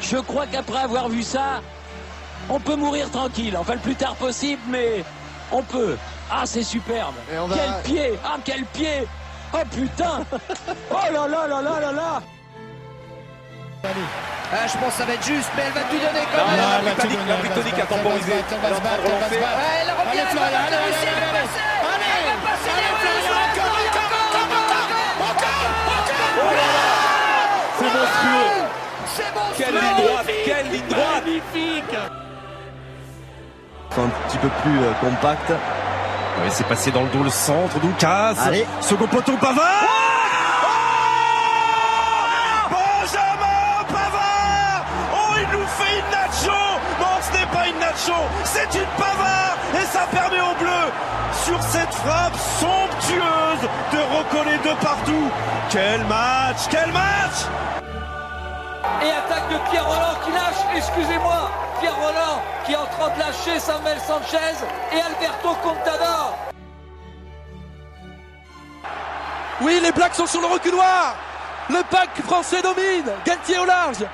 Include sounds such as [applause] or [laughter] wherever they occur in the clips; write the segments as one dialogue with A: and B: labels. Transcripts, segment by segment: A: Je crois qu'après avoir vu ça, on peut mourir tranquille. Enfin, le plus tard possible, mais on peut. Ah, c'est superbe.
B: Et on va-
A: Quel pied Ah, quel pied Oh
C: [laughs]
A: putain Oh là là là là là là
D: Ah, je pense que ça va être juste, mais elle va tout donner quand
E: Non,
D: même.
E: non,
D: Ah,
E: elle va tout
C: la
E: donner, elle va se
C: Britannique a
E: battre, elle va se
C: temporisé.
E: battre,
C: Elle est en train de
E: elle va se
C: relancer.
E: battre.
D: elle
E: Allez,
D: revient, elle va
E: Florian,
D: la
E: allez, allez,
D: réussir, elle va
E: allez,
D: passer.
E: allez.
D: Elle va passer,
E: Allez,
D: elle va
E: Florian,
D: passer.
E: encore, encore, encore, encore, encore, encore.
C: C'est monstrueux.
D: C'est bon,
C: Quelle ligne droite, quelle ligne droite.
F: un petit peu plus euh, compact.
E: Ouais, c'est passé dans le dos le centre, Doukas.
F: Allez.
E: Second poteau, Pavard. Oh Benjamin Pavard. Oh, il nous fait une nacho. Non, ce n'est pas une nacho, c'est une Pavard. Et ça permet aux Bleus, sur cette frappe somptueuse, de recoller de partout. Quel match, quel match
G: et attaque de Pierre Roland qui lâche, excusez-moi, Pierre Roland qui est en train de lâcher Samuel Sanchez et Alberto Contador.
C: Oui, les Blacks sont sur le reculoir. Le pack français domine. Galtier au large.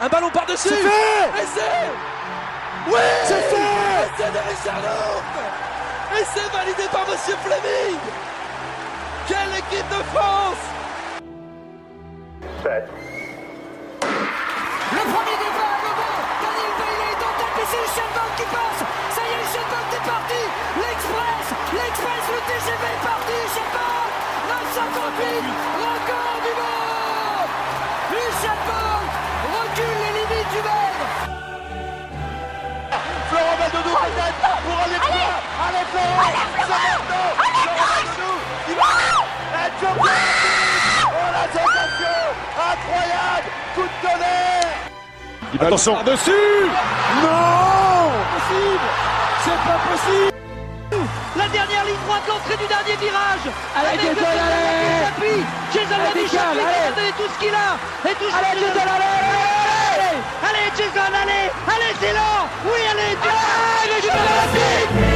C: Un ballon par-dessus. C'est fait. Et c'est. Oui. C'est fait. Et c'est de Richarlison. Et c'est validé par Monsieur Fleming. Quelle équipe de France
D: Le premier départ, le bon, Daniel Bailey est en tête et c'est Usain Bolt qui passe. Ça y est, Usain Bolt est parti. L'Express, l'Express, le TGV est parti. Usain Bolt, 958, record du monde. Usain Bolt recule les limites du monde.
B: Florent Maldonado arrête pour aller plus loin. Allez Florent, c'est maintenant. Florent Maldonado, il va Et Djokovic Oh la sensation Incroyable Coup de tonnerre
E: Attention. Par-dessus.
D: La dernière ligne droite, l'entrée du dernier virage. Avec le appui, Jason Lamy Chapuis qui a donné tout ce qu'il a. Et toujours allez, Jason, allez Allez, Jason, allez Allez, c'est là Oui, allez, Jason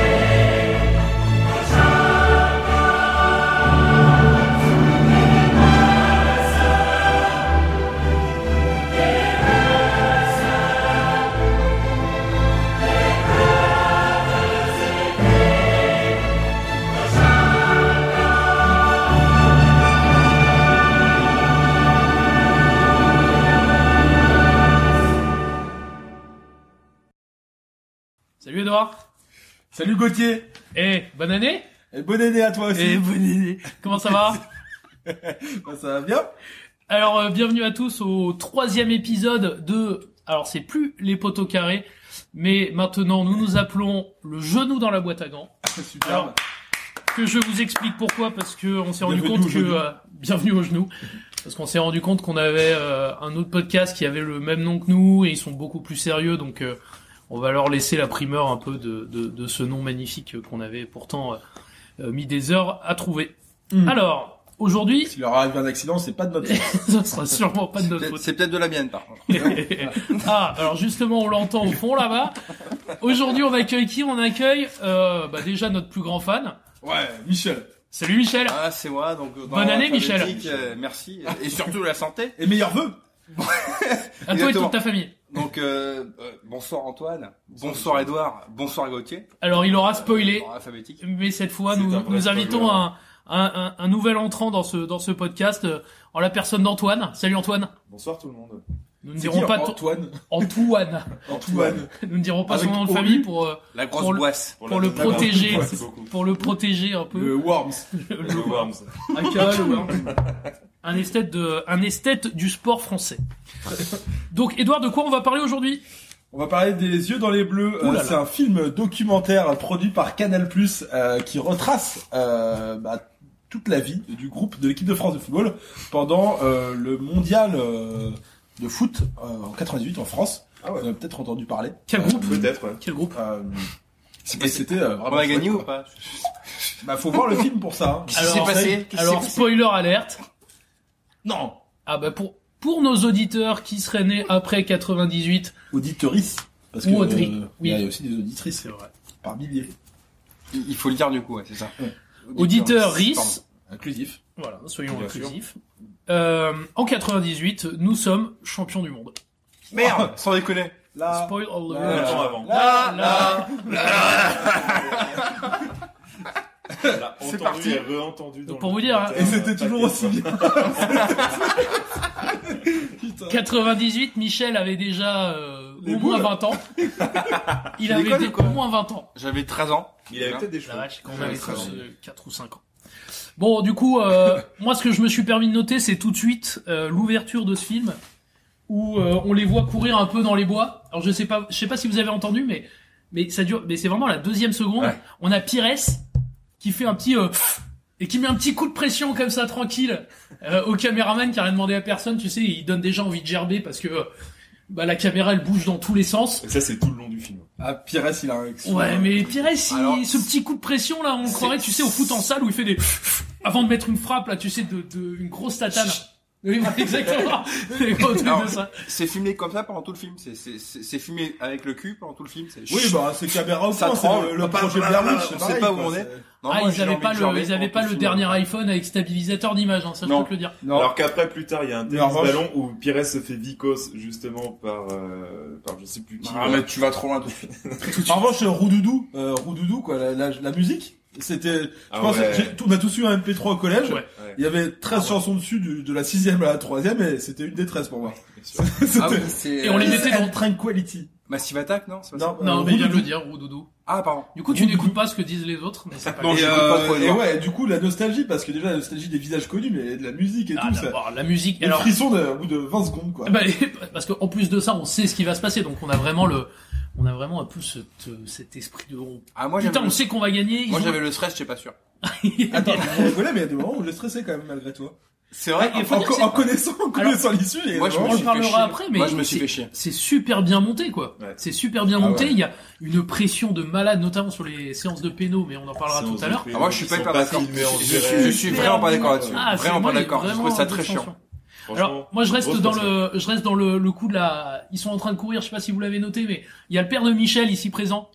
H: Salut Edouard
I: Salut Gauthier
H: Eh, bonne année
I: Et bonne année à toi aussi
H: Eh, bonne année Comment ça va
I: Bah, Ça va bien
H: Alors, euh, bienvenue à tous au troisième épisode de... Alors, c'est plus les poteaux carrés, mais maintenant, nous nous appelons le genou dans la boîte à
I: [laughs]
H: gants.
I: Super
H: Alors, que je vous explique pourquoi, parce que on s'est rendu
I: Bienvenue
H: compte
I: au
H: que...
I: genou.
H: euh, bienvenue au genou Parce qu'on s'est rendu compte qu'on avait euh, un autre podcast qui avait le même nom que nous, et ils sont beaucoup plus sérieux, donc... euh, on va leur laisser la primeur un peu de, de, de ce nom magnifique euh, qu'on avait pourtant euh, euh, mis des heures à trouver.
I: Mm.
H: Alors, aujourd'hui, [laughs]
I: S'il leur arrive un accident, c'est pas de notre faute.
H: ça sera sûrement pas de notre faute.
B: C'est peut-être de la mienne par contre.
H: ah, alors justement, on l'entend au fond là-bas. Aujourd'hui, on accueille qui On accueille euh, bah, déjà notre plus grand fan.
I: Ouais, Michel
H: Salut Michel.
B: Ah c'est moi donc dans
H: Bonne année, Michel.
B: l'alphabétique, euh, merci et surtout la santé.
I: Et meilleurs vœux
H: À toi et
B: exactement.
H: toute ta famille.
B: Donc euh, euh, bonsoir Antoine, bonsoir Edouard, bonsoir Gauthier.
H: Alors, il aura spoilé,
B: Bonsoir alphabétique.
H: mais cette fois,
I: C'est
H: nous,
I: un vrai
H: nous invitons
I: spoiler.
H: un, un, un, un nouvel entrant dans ce dans ce podcast euh, en la personne d'Antoine. Salut Antoine.
E: Bonsoir tout le monde.
H: Nous ne
I: C'est
H: dirons
I: qui,
H: pas ton-
I: Antoine
H: Antoine.
I: Antoine
H: Nous ne dirons pas
I: Avec
H: son nom de
I: OU.
H: famille pour euh,
B: La grosse
H: Pour le-
B: boisse.
H: pour le
I: D'accord.
H: protéger,
I: Ouais, c'est beaucoup.
H: pour le protéger un peu.
I: Le Worms
E: Le Worms.
H: Aka, le Worms. Un esthète de, un esthète du sport français. Donc, Edouard, de quoi on va parler aujourd'hui
I: On va parler des yeux dans les bleus.
H: Ouh là
I: Euh,
H: là.
I: c'est un film documentaire produit par Canal+ euh, qui retrace euh, bah, toute la vie du groupe de l'équipe de France de football pendant euh, le mondial euh, de foot euh, en 98 en France.
E: Ah ouais.
I: On a peut-être entendu parler.
H: Quel groupe
E: Peut-être, ouais.
H: Quel groupe
I: Euh, et c'était euh,
B: On
I: vraiment
B: a gagné
I: chouette,
B: ou
I: quoi.
B: pas
I: Bah faut voir le film pour ça. hein.
B: Qu'est-ce qui s'est
H: Alors,
B: passé
H: Alors, spoiler alerte.
I: Non.
H: Ah bah pour pour nos auditeurs qui seraient nés après 98,
I: Auditorice. Parce
H: Ou
I: que,
H: audri-
I: euh,
H: oui.
I: Il y a aussi des auditrices
H: c'est vrai.
I: par milliers.
B: Il il faut le dire du coup, ouais, c'est ça.
H: Auditeur
B: pardon.
H: RIS,
I: Inclusif.
H: voilà, soyons
E: Bien
H: inclusifs. Euh, en 98, nous sommes champions du monde.
I: Merde, sans déconner. Là,
H: Spoil
I: là,
H: alert.
I: là,
E: Attends avant.
H: Là, là. [laughs]
E: Là,
I: C'est
E: entendu
I: parti.
E: et re-entendu dans
H: Donc, pour
E: le
H: vous dire, hein.
I: et
E: documentaire.
I: c'était
E: Euh,
I: toujours
E: t'inquiète
I: aussi
E: pas.
I: bien. Putain.
H: 98, Michel avait déjà euh,
I: Les
H: au moins
I: boules. [laughs]
H: 20 ans. Il
I: Tu
H: avait
I: déconnes
H: dé-
I: ou quoi
H: au moins 20 ans.
B: J'avais 13 ans.
E: Il avait peut-être des
H: La
E: cheveux.
H: vache, quand on
B: Ouais,
H: avait
B: ça,
H: tous
B: ouais.
H: 4 ou 5 ans. Bon, du
B: [laughs]
H: coup, euh, moi, ce que je me suis permis de noter, c'est tout de suite euh, l'ouverture de ce film où euh, on les voit courir un peu dans les bois. Alors, je sais pas, je sais pas si vous avez entendu, mais mais ça dure, mais c'est vraiment la deuxième seconde.
B: Ouais.
H: On a Pires qui fait un petit euh, et qui met un petit coup de pression comme ça tranquille euh, au caméraman qui a rien demandé à personne. Tu sais, il donne déjà envie de gerber parce que euh, bah, la caméra elle bouge dans tous les sens.
E: Et ça, c'est tout le long du film.
I: Ah, Pires, il a un ex-
H: Ouais, mais Pires, il-
B: Alors,
H: ce petit coup de pression là, on le croirait, tu sais, au foot en salle où il fait des [laughs] avant de mettre une frappe là, tu sais, de, de une grosse tatane. Oui,
B: [laughs]
H: voilà, exactement. C'est quoi, au truc
B: Alors,
H: de ça.
B: C'est filmé comme ça pendant tout le film. C'est c'est- c'est- c'est filmé avec le cul pendant tout le film. C'est-
I: Oui, bah, c'est caméra au
B: Ça
I: point, c'est
B: tremble.
I: le, le
B: Bah,
I: projet
B: bah,
I: Blair
B: bah,
I: Witch,
B: bah,
I: c'est
B: on sait
I: pareil,
B: pas où
I: quoi,
B: on est.
I: c'est-
B: Non,
H: Ah,
B: moi,
H: ils
B: j'ai
H: avaient
B: envie
H: pas
B: de
H: le,
B: gerber
H: ils
B: pendant
H: avaient pas
B: tout film.
H: le dernier iPhone avec stabilisateur d'image, hein, ça je
B: Non.
H: peux te le dire.
I: Non.
E: Alors qu'après, plus tard, il y a un
I: Mais en
E: tennis
I: revanche-
E: ballon où Pires se fait vicos, justement, par, euh, par je sais plus qui.
B: Ah, mais tu vas trop loin tout de suite.
I: En revanche, euh, Roudoudou, euh, Roudoudou, quoi, la, la, la musique, c'était, je
E: Ah
I: pense,
E: ouais.
I: que j'ai- on a tous eu un MP3 au collège.
H: Ouais.
E: Ouais.
I: Il y avait 13 chansons dessus, du- de la sixième à la troisième, et c'était une des 13 pour moi.
E: Bien sûr.
B: Ah oui,
I: C'était
B: c'est.
H: Et on les
B: euh,
H: met- mettait dans-
I: Tranquility.
B: Massive Attack, non c'est pas ça
I: Non,
H: Non,
I: euh,
H: mais il vient de
I: Roudoudou.
H: le dire, Roudoudou.
B: Ah, pardon.
H: Du coup, tu n'écoutes pas ce que disent les autres, mais c'est pas
B: Non,
H: grave.
I: et,
B: j'écoute
I: euh,
B: pas trop les
I: et
B: gens.
I: ouais, du coup, la nostalgie, parce que déjà, la nostalgie des visages connus, mais de la musique et
H: Ah,
I: tout, ça.
H: d'abord, la musique.
I: Les
H: Alors,
I: frissons de- au bout de 20 secondes, quoi.
H: [laughs] Bah, parce qu'en plus de ça, on sait ce qui va se passer, donc on a vraiment le, on a vraiment un peu cet, cet esprit de oh,
B: Ah, moi, j'avais
H: putain,
B: le-
H: on sait qu'on va gagner. ils
B: moi,
H: ont-
B: j'avais le stress, j'étais pas sûr.
I: Attends, on rigolait, mais il y a des moments où j'ai stressé quand même, malgré toi.
B: C'est vrai.
H: Ouais, et
B: que-
H: faut
I: en,
H: dire que c'est-
I: en connaissant, en connaissant l'issue, il y a des
B: Moi, je
I: moments
B: me
H: on
I: où-
H: le
B: suis
H: parlera
B: fait chier.
H: après, mais
B: Moi, je me suis
H: c'est-
B: fait chier.
H: C'est super bien monté, quoi.
E: Ouais.
H: C'est super bien
I: Ah
H: monté.
I: ouais.
H: Il y a une pression de malade, notamment sur les séances de péno, mais on en parlera
E: Séance
H: tout à
E: de
H: l'heure.
E: film,
B: Ah, moi, je suis
E: ils
B: pas
E: sont
B: hyper d'accord.
E: filmés en
B: Je suis-
E: direct.
B: je suis vraiment pas d'accord là-dessus.
H: Ah, c'est-
B: Vraiment pas
H: moi, il y a
B: d'accord. Je
H: vraiment
B: trouve ça
H: de
B: très chiant.
H: tension.
E: Franchement,
H: Alors, moi, je reste
E: grosse
H: dans
E: pression.
H: le, je reste dans le, le coup de la, ils sont en train de courir, je sais pas si vous l'avez noté, mais il y a le père de Michel ici présent.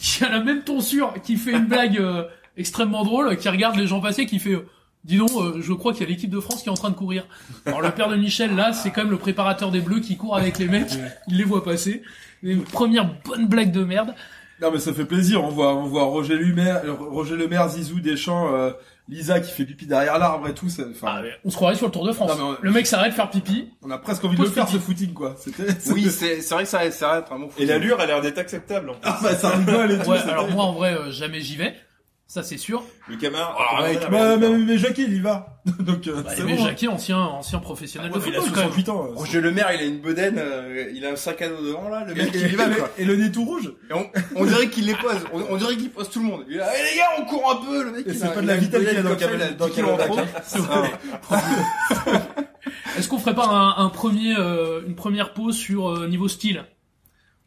H: qui a la même tonsure, qui fait une blague euh, extrêmement drôle, qui regarde les gens passer, qui fait, euh, dis donc, euh, je crois qu'il y a l'équipe de France qui est en train de courir. Alors, le père de Michel, là, c'est quand même le préparateur des Bleus qui court avec les mecs, il les voit passer. Une première bonne blague de merde.
I: Non, mais ça fait plaisir. On voit, on voit Roger Lumer, euh, Roger Lemaire, Zizou, Deschamps, euh, Lisa qui fait pipi derrière l'arbre et tout. ça-
H: Ah,
I: Enfin,
H: mais on se croirait sur le Tour de France.
I: Non, mais on-
H: Le mec s'arrête de faire pipi.
I: on a presque envie de le
H: Pose
I: faire
H: pipi.
I: ce footing, quoi. C'était. c'était-
B: Oui, c'est c'est vrai que ça, ça va être un bon
E: Et
B: footing.
E: l'allure a l'air d'être acceptable. en fait.
I: Ah bah ça rigole et tout.
H: Ouais,
I: c'était-
H: alors moi, en vrai, euh, jamais j'y vais. Ça, c'est sûr.
E: Le camard.
B: Ah, mec,
I: Bah, mais, mais, mais Jackie, il y va. [laughs] Donc euh,
H: Bah,
I: c'est
H: mais
I: bon.
H: Jacquet, ancien, ancien professionnel
E: Ah
I: Ouais,
H: de
I: il a
H: football, quand même.
I: 68 ans. euh, c'est-
B: Roger Le Maire, il a une bedaine, euh, il a un sac à dos devant là, le
I: Et,
B: mec
I: et-
B: euh, il y va
I: et-
B: quoi.
I: et le nez tout rouge.
B: Et on, on dirait qu'il les pose, on, on dirait qu'il pose tout le monde. Il est là, Eh, les gars, on court un peu, le mec.
I: Et
B: il
I: c'est
B: a-
I: pas de
B: il
I: la
B: a une
I: vitamine
B: bedaine
I: dans le
B: comme ça, il a
I: cabane- dans le
B: 10 kilos en
I: cabane
B: trop.
I: d'attaque.
B: C'est vrai.
H: Est-ce qu'on ferait pas un, un premier, euh, une première pause sur euh, niveau style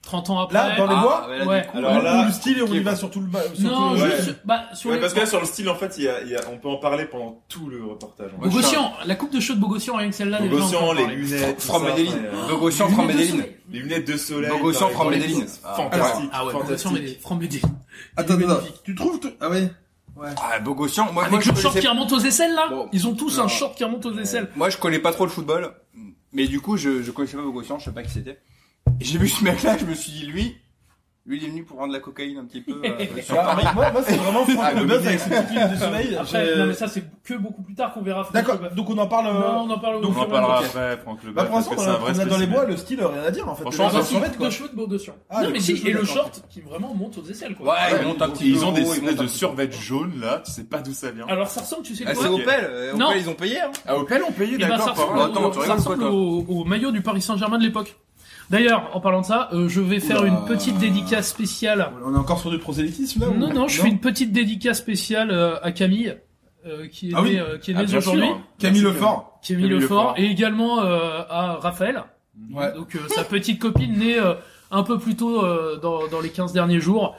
H: 30 ans après
I: Là, dans les
B: Ah,
I: bois.
B: mais là, du
H: Ouais. euh,
B: coup,
E: Alors
I: Alors
E: là,
I: le style et on
B: ok,
I: y
B: bah.
I: va sur tout le. ba- sur
H: Non,
I: tout le-
H: juste bah, sur
E: Ouais,
H: les...
E: parce que là, sur le style, en fait, il y a, il y a- on peut en parler pendant tout le reportage. en fait.
H: Bogossian, la coupe de cheveux de Bogossian, rien que celle-là. déjà, on peut en
E: Bogossian, les
H: parler.
E: lunettes. tout
B: From
E: ça,
B: Medellin.
E: enfin, euh,
B: Bogossian, From
H: Les lunettes de
B: Medellin.
H: soleil.
E: Les lunettes de soleil.
B: Bogossian,
E: dans-
B: From
E: dans-
B: Medellin. Ah,
E: Fantastique.
H: Ah ouais, Bogossian,
E: fantastique.
H: mais From Medellin.
I: Attends, attends,
H: Magnifique.
I: Tu trouves tout- Ah oui.
B: Ah, Bogossian, moi, moi
H: Avec
B: je
H: le short
B: connaissais-
H: qui remonte aux aisselles, là
B: Bon.
H: Ils ont tous
B: Non.
H: un short qui remonte aux aisselles.
B: moi je connais pas trop le football, mais du coup je, je connaissais pas Bogossian, je sais pas qui c'était. Et J'ai vu ce mec là, je me suis dit lui, lui il est venu pour rendre la cocaïne un petit peu.
H: [laughs]
B: euh, sur
I: Ah,
B: Paris.
I: mec, moi, moi, c'est
E: [laughs]
I: vraiment Franck
B: Ah,
I: le
B: le
I: Bœuf
B: bidet.
I: avec ses petites lunettes de soleil.
H: Après,
I: j'ai-
E: euh,
H: non mais ça, c'est que beaucoup plus tard qu'on verra.
I: D'accord. Donc on en parle. euh,
H: Non, on en parle au
I: donc
E: On en
H: fur et à
E: parlera
H: mesure.
E: après, Franck Lebas,
I: Bah pour
E: parce
I: l'instant,
E: que
I: on
E: c'est un
I: a-
E: vrai
I: on a dans les
E: spécimen.
I: bois, le style, euh, rien à dire en fait.
E: Franchement,
H: Ah, bah,
E: on va
H: si,
I: se
H: coupe
I: mettre, quoi.
H: de cheveux de Bogossian.
I: Ah,
H: non
I: la
H: mais
I: coupe
H: si,
I: de cheveux,
H: et le
I: d'accord.
H: short qui vraiment monte aux aisselles, quoi.
B: Ouais, il monte un petit peu.
E: Ils ont des
B: haut, il
E: espèces
B: monte un
E: de
B: petit peu.
E: survêtements jaunes, là, tu sais pas d'où ça vient.
H: Alors ça ressemble, tu sais
B: Ah,
H: quoi
B: c'est Opel, euh,
H: Non.
B: Opel ils ont payé. Hein.
E: Ah, au pays, on payait,
H: Et ben, ça
E: d'accord.
H: ressemble,
E: pardon.
B: Attends,
H: au,
B: tu
H: ça
B: rigoles
H: ressemble
B: quoi, toi
H: au- au maillot du Paris Saint-Germain de l'époque. D'ailleurs, en parlant de ça, euh, je vais faire
I: Oula.
H: une petite dédicace spéciale.
I: On est encore sur du prosélytisme là ou-
H: Non, non, je fais une petite dédicace spéciale euh, à Camille, euh, qui est
I: Ah oui.
H: née, euh, qui est
E: Ah,
H: née
E: bien sûr.
H: aujourd'hui,
I: Camille Lefort.
H: Camille
B: Camille
H: Lefort,
B: Lefort.
H: et également euh, à Raphaël,
I: Ouais.
H: donc euh, sa petite copine née euh, un peu plus tôt euh, dans, dans les 15 derniers jours.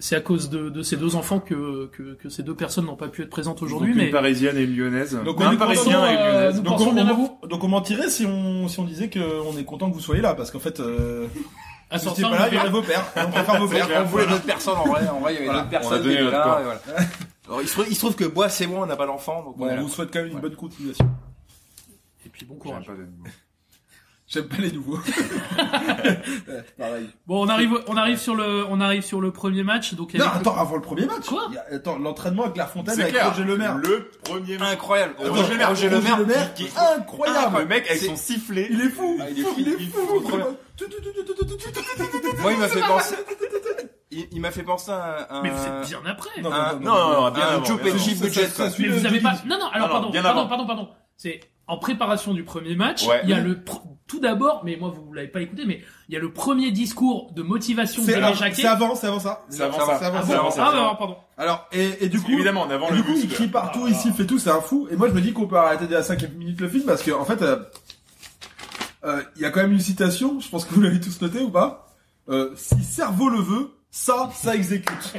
H: C'est à cause de, de ces deux enfants que, que, que ces deux personnes n'ont pas pu être présentes aujourd'hui,
E: Donc, une
H: mais
E: parisienne et une lyonnaise.
I: Donc, on
E: un
I: est
E: parisien
H: content,
E: et une
H: euh,
E: lyonnaise.
H: Nous
I: Donc
H: pensons
I: on,
H: bien à
I: on-
H: vous.
I: donc on mentirait si on si on disait que euh, on est content que vous soyez là parce qu'en fait euh,
H: à
I: si
H: son
I: vous étiez
H: sein,
I: pas là
H: je
I: il y
H: vais-
I: aurait vos pères on préfère vos
B: C'est-à-dire
I: pères
B: qu'on voulait d'autres personnes en vrai, en vrai il y avait
I: Voilà.
B: d'autres
E: On a
B: personnes
E: donné
B: qui étaient
E: notre
B: là.
E: corps.
B: Et voilà. Alors, il, se trouve, il se trouve que Bois c'est moi on n'a pas d'enfant donc on
I: Bon,
B: est
I: on
B: là.
I: vous souhaite quand même une bonne continuation
H: Et puis bon
E: J'aime
H: courage.
E: pas le mot.
I: J'aime pas les nouveaux. Ouais, pareil.
H: Bon, on arrive, on arrive sur le, on arrive sur le premier match. Donc
I: [laughs] Non,
H: avec le-
I: attends, avant le premier match.
H: Quoi
I: il y a- Attends, l'entraînement avec Lafontaine
E: C'est
I: avec
E: clair.
I: Roger Lemaire.
E: Le premier match.
B: Incroyable.
E: Attends,
B: Roger Lemaire, Roger Lemaire,
I: qui est
E: Le
I: incroyable.
E: mec avec
B: C'est-
E: son sifflet.
I: Il est fou.
B: Ah,
I: il est fou. Il est fou.
B: trop bien. Moi, il m'a fait penser. Il, il m'a fait penser à un.
H: Mais vous êtes bien après.
I: Non,
B: Un-
I: non,
E: Non, non, non, bien
B: un
E: avant,
B: Joe
E: bien avant.
B: Pesci
I: Ça,
B: budget.
I: ça,
B: quoi.
I: ça,
H: Mais
I: le
H: vous avez
I: jeudi.
H: pas. Non, non. Alors
E: Non, non,
H: pardon,
E: bien
H: pardon,
E: avant.
H: pardon, pardon. C'est en préparation du premier match.
E: Ouais.
H: Il y a le pr- tout d'abord, mais moi vous l'avez pas écouté, mais il y a le premier discours de motivation
I: C'est
H: d'Aimé
I: avant,
H: Jacquet.
I: c'est avant, c'est avant ça.
E: C'est avant
I: C'est
E: ça.
I: avant,
H: Ah
E: C'est
H: bon
E: avant
H: Ah,
E: ça.
H: bah, alors, pardon.
I: Alors, et, et du coup.
E: Évidemment, en avant
I: Et
E: le
I: du coup, il
E: muscle.
I: crie partout, il siffle et tout, c'est un fou. Et moi, je me dis qu'on peut arrêter dès la cinquième minute le film parce que, en fait, euh, euh, il y a quand même une citation. Je pense que vous l'avez tous noté ou pas. Euh, si cerveau le veut, ça, ça exécute.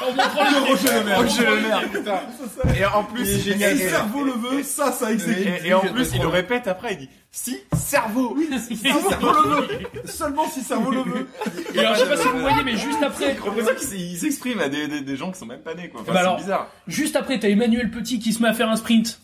H: On montre [laughs]
I: De
H: le-
I: Roger Le Maire.
E: Roger Le Maire, putain. Et en plus,
I: Si
E: il
I: si cerveau le veut, ça, ça exécute.
E: Et, et en plus, il le répète après, il dit si cerveau. Oui,
I: Si cerveau le veut, seulement si cerveau le veut.
H: Et alors, je sais pas si vous voyez, mais juste après,
E: Représente qu'il s- il s'exprime à des, des, des gens qui sont même pas nés, quoi. Enfin,
H: Bah alors.
E: c'est bizarre.
H: juste après, t'as Emmanuel Petit qui se met à faire un sprint.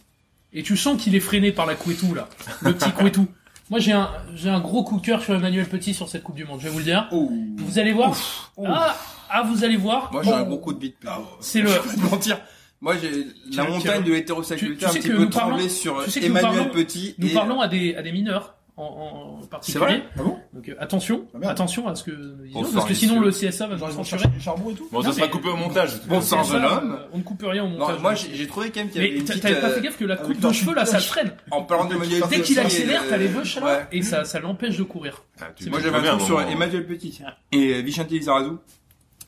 H: Et tu sens qu'il est freiné par la couetou là, le petit couetou. Moi, j'ai un, j'ai un gros coup de cœur sur Emmanuel Petit sur cette Coupe du Monde. Je vais vous le dire.
I: Oh.
H: Vous allez voir.
I: Ouf.
H: Ah, ah, vous allez voir.
B: Moi, j'ai un
H: Bon,
B: gros coup de bite. putain.
H: C'est
B: [laughs]
H: le.
B: Je vais pas te mentir. Moi, j'ai la
H: Tu-
B: montagne
H: tu-
B: de
H: tu- tu
B: l'hétérosexualité un
H: sais
B: petit
H: que
B: peu
H: nous parlons-
B: tremblée sur
H: tu sais que nous
B: Emmanuel
H: parlons-
B: Petit.
H: Nous
B: et-
H: parlons à des, à des mineurs en, en- en particulier.
I: Ah bon
H: Donc euh, attention,
I: Ah merde.
H: attention à ce que nous disons,
B: Bon sang,
H: parce que
B: les
H: sinon
B: cieux.
H: le CSA va
I: Genre,
H: nous
I: ils vont
H: censurer.
I: chercher le charbon et tout.
E: Bon,
H: Non,
E: ça sera
H: mais-
E: coupé au montage.
B: Bon sang
H: CSA,
B: de l'homme.
H: euh, On ne coupe rien au montage.
B: Non, moi, j'ai j'ai trouvé quand même qu'il y
H: mais
B: avait une
H: t'as-
B: petite.
H: t'avais pas fait
B: euh,
H: gaffe que la
I: avec
H: coupe
I: leur
H: de cheveux là, ça
I: cheveux.
H: freine.
B: En parlant de Emmanuel
H: Dès qu'il
B: Petit,
H: accélère,
B: euh,
H: t'as les veuches là
B: ouais.
H: et ça, ça l'empêche de courir.
E: Ah,
B: Moi, j'avais un truc sur Emmanuel Petit et euh, Vicente Lizarazu.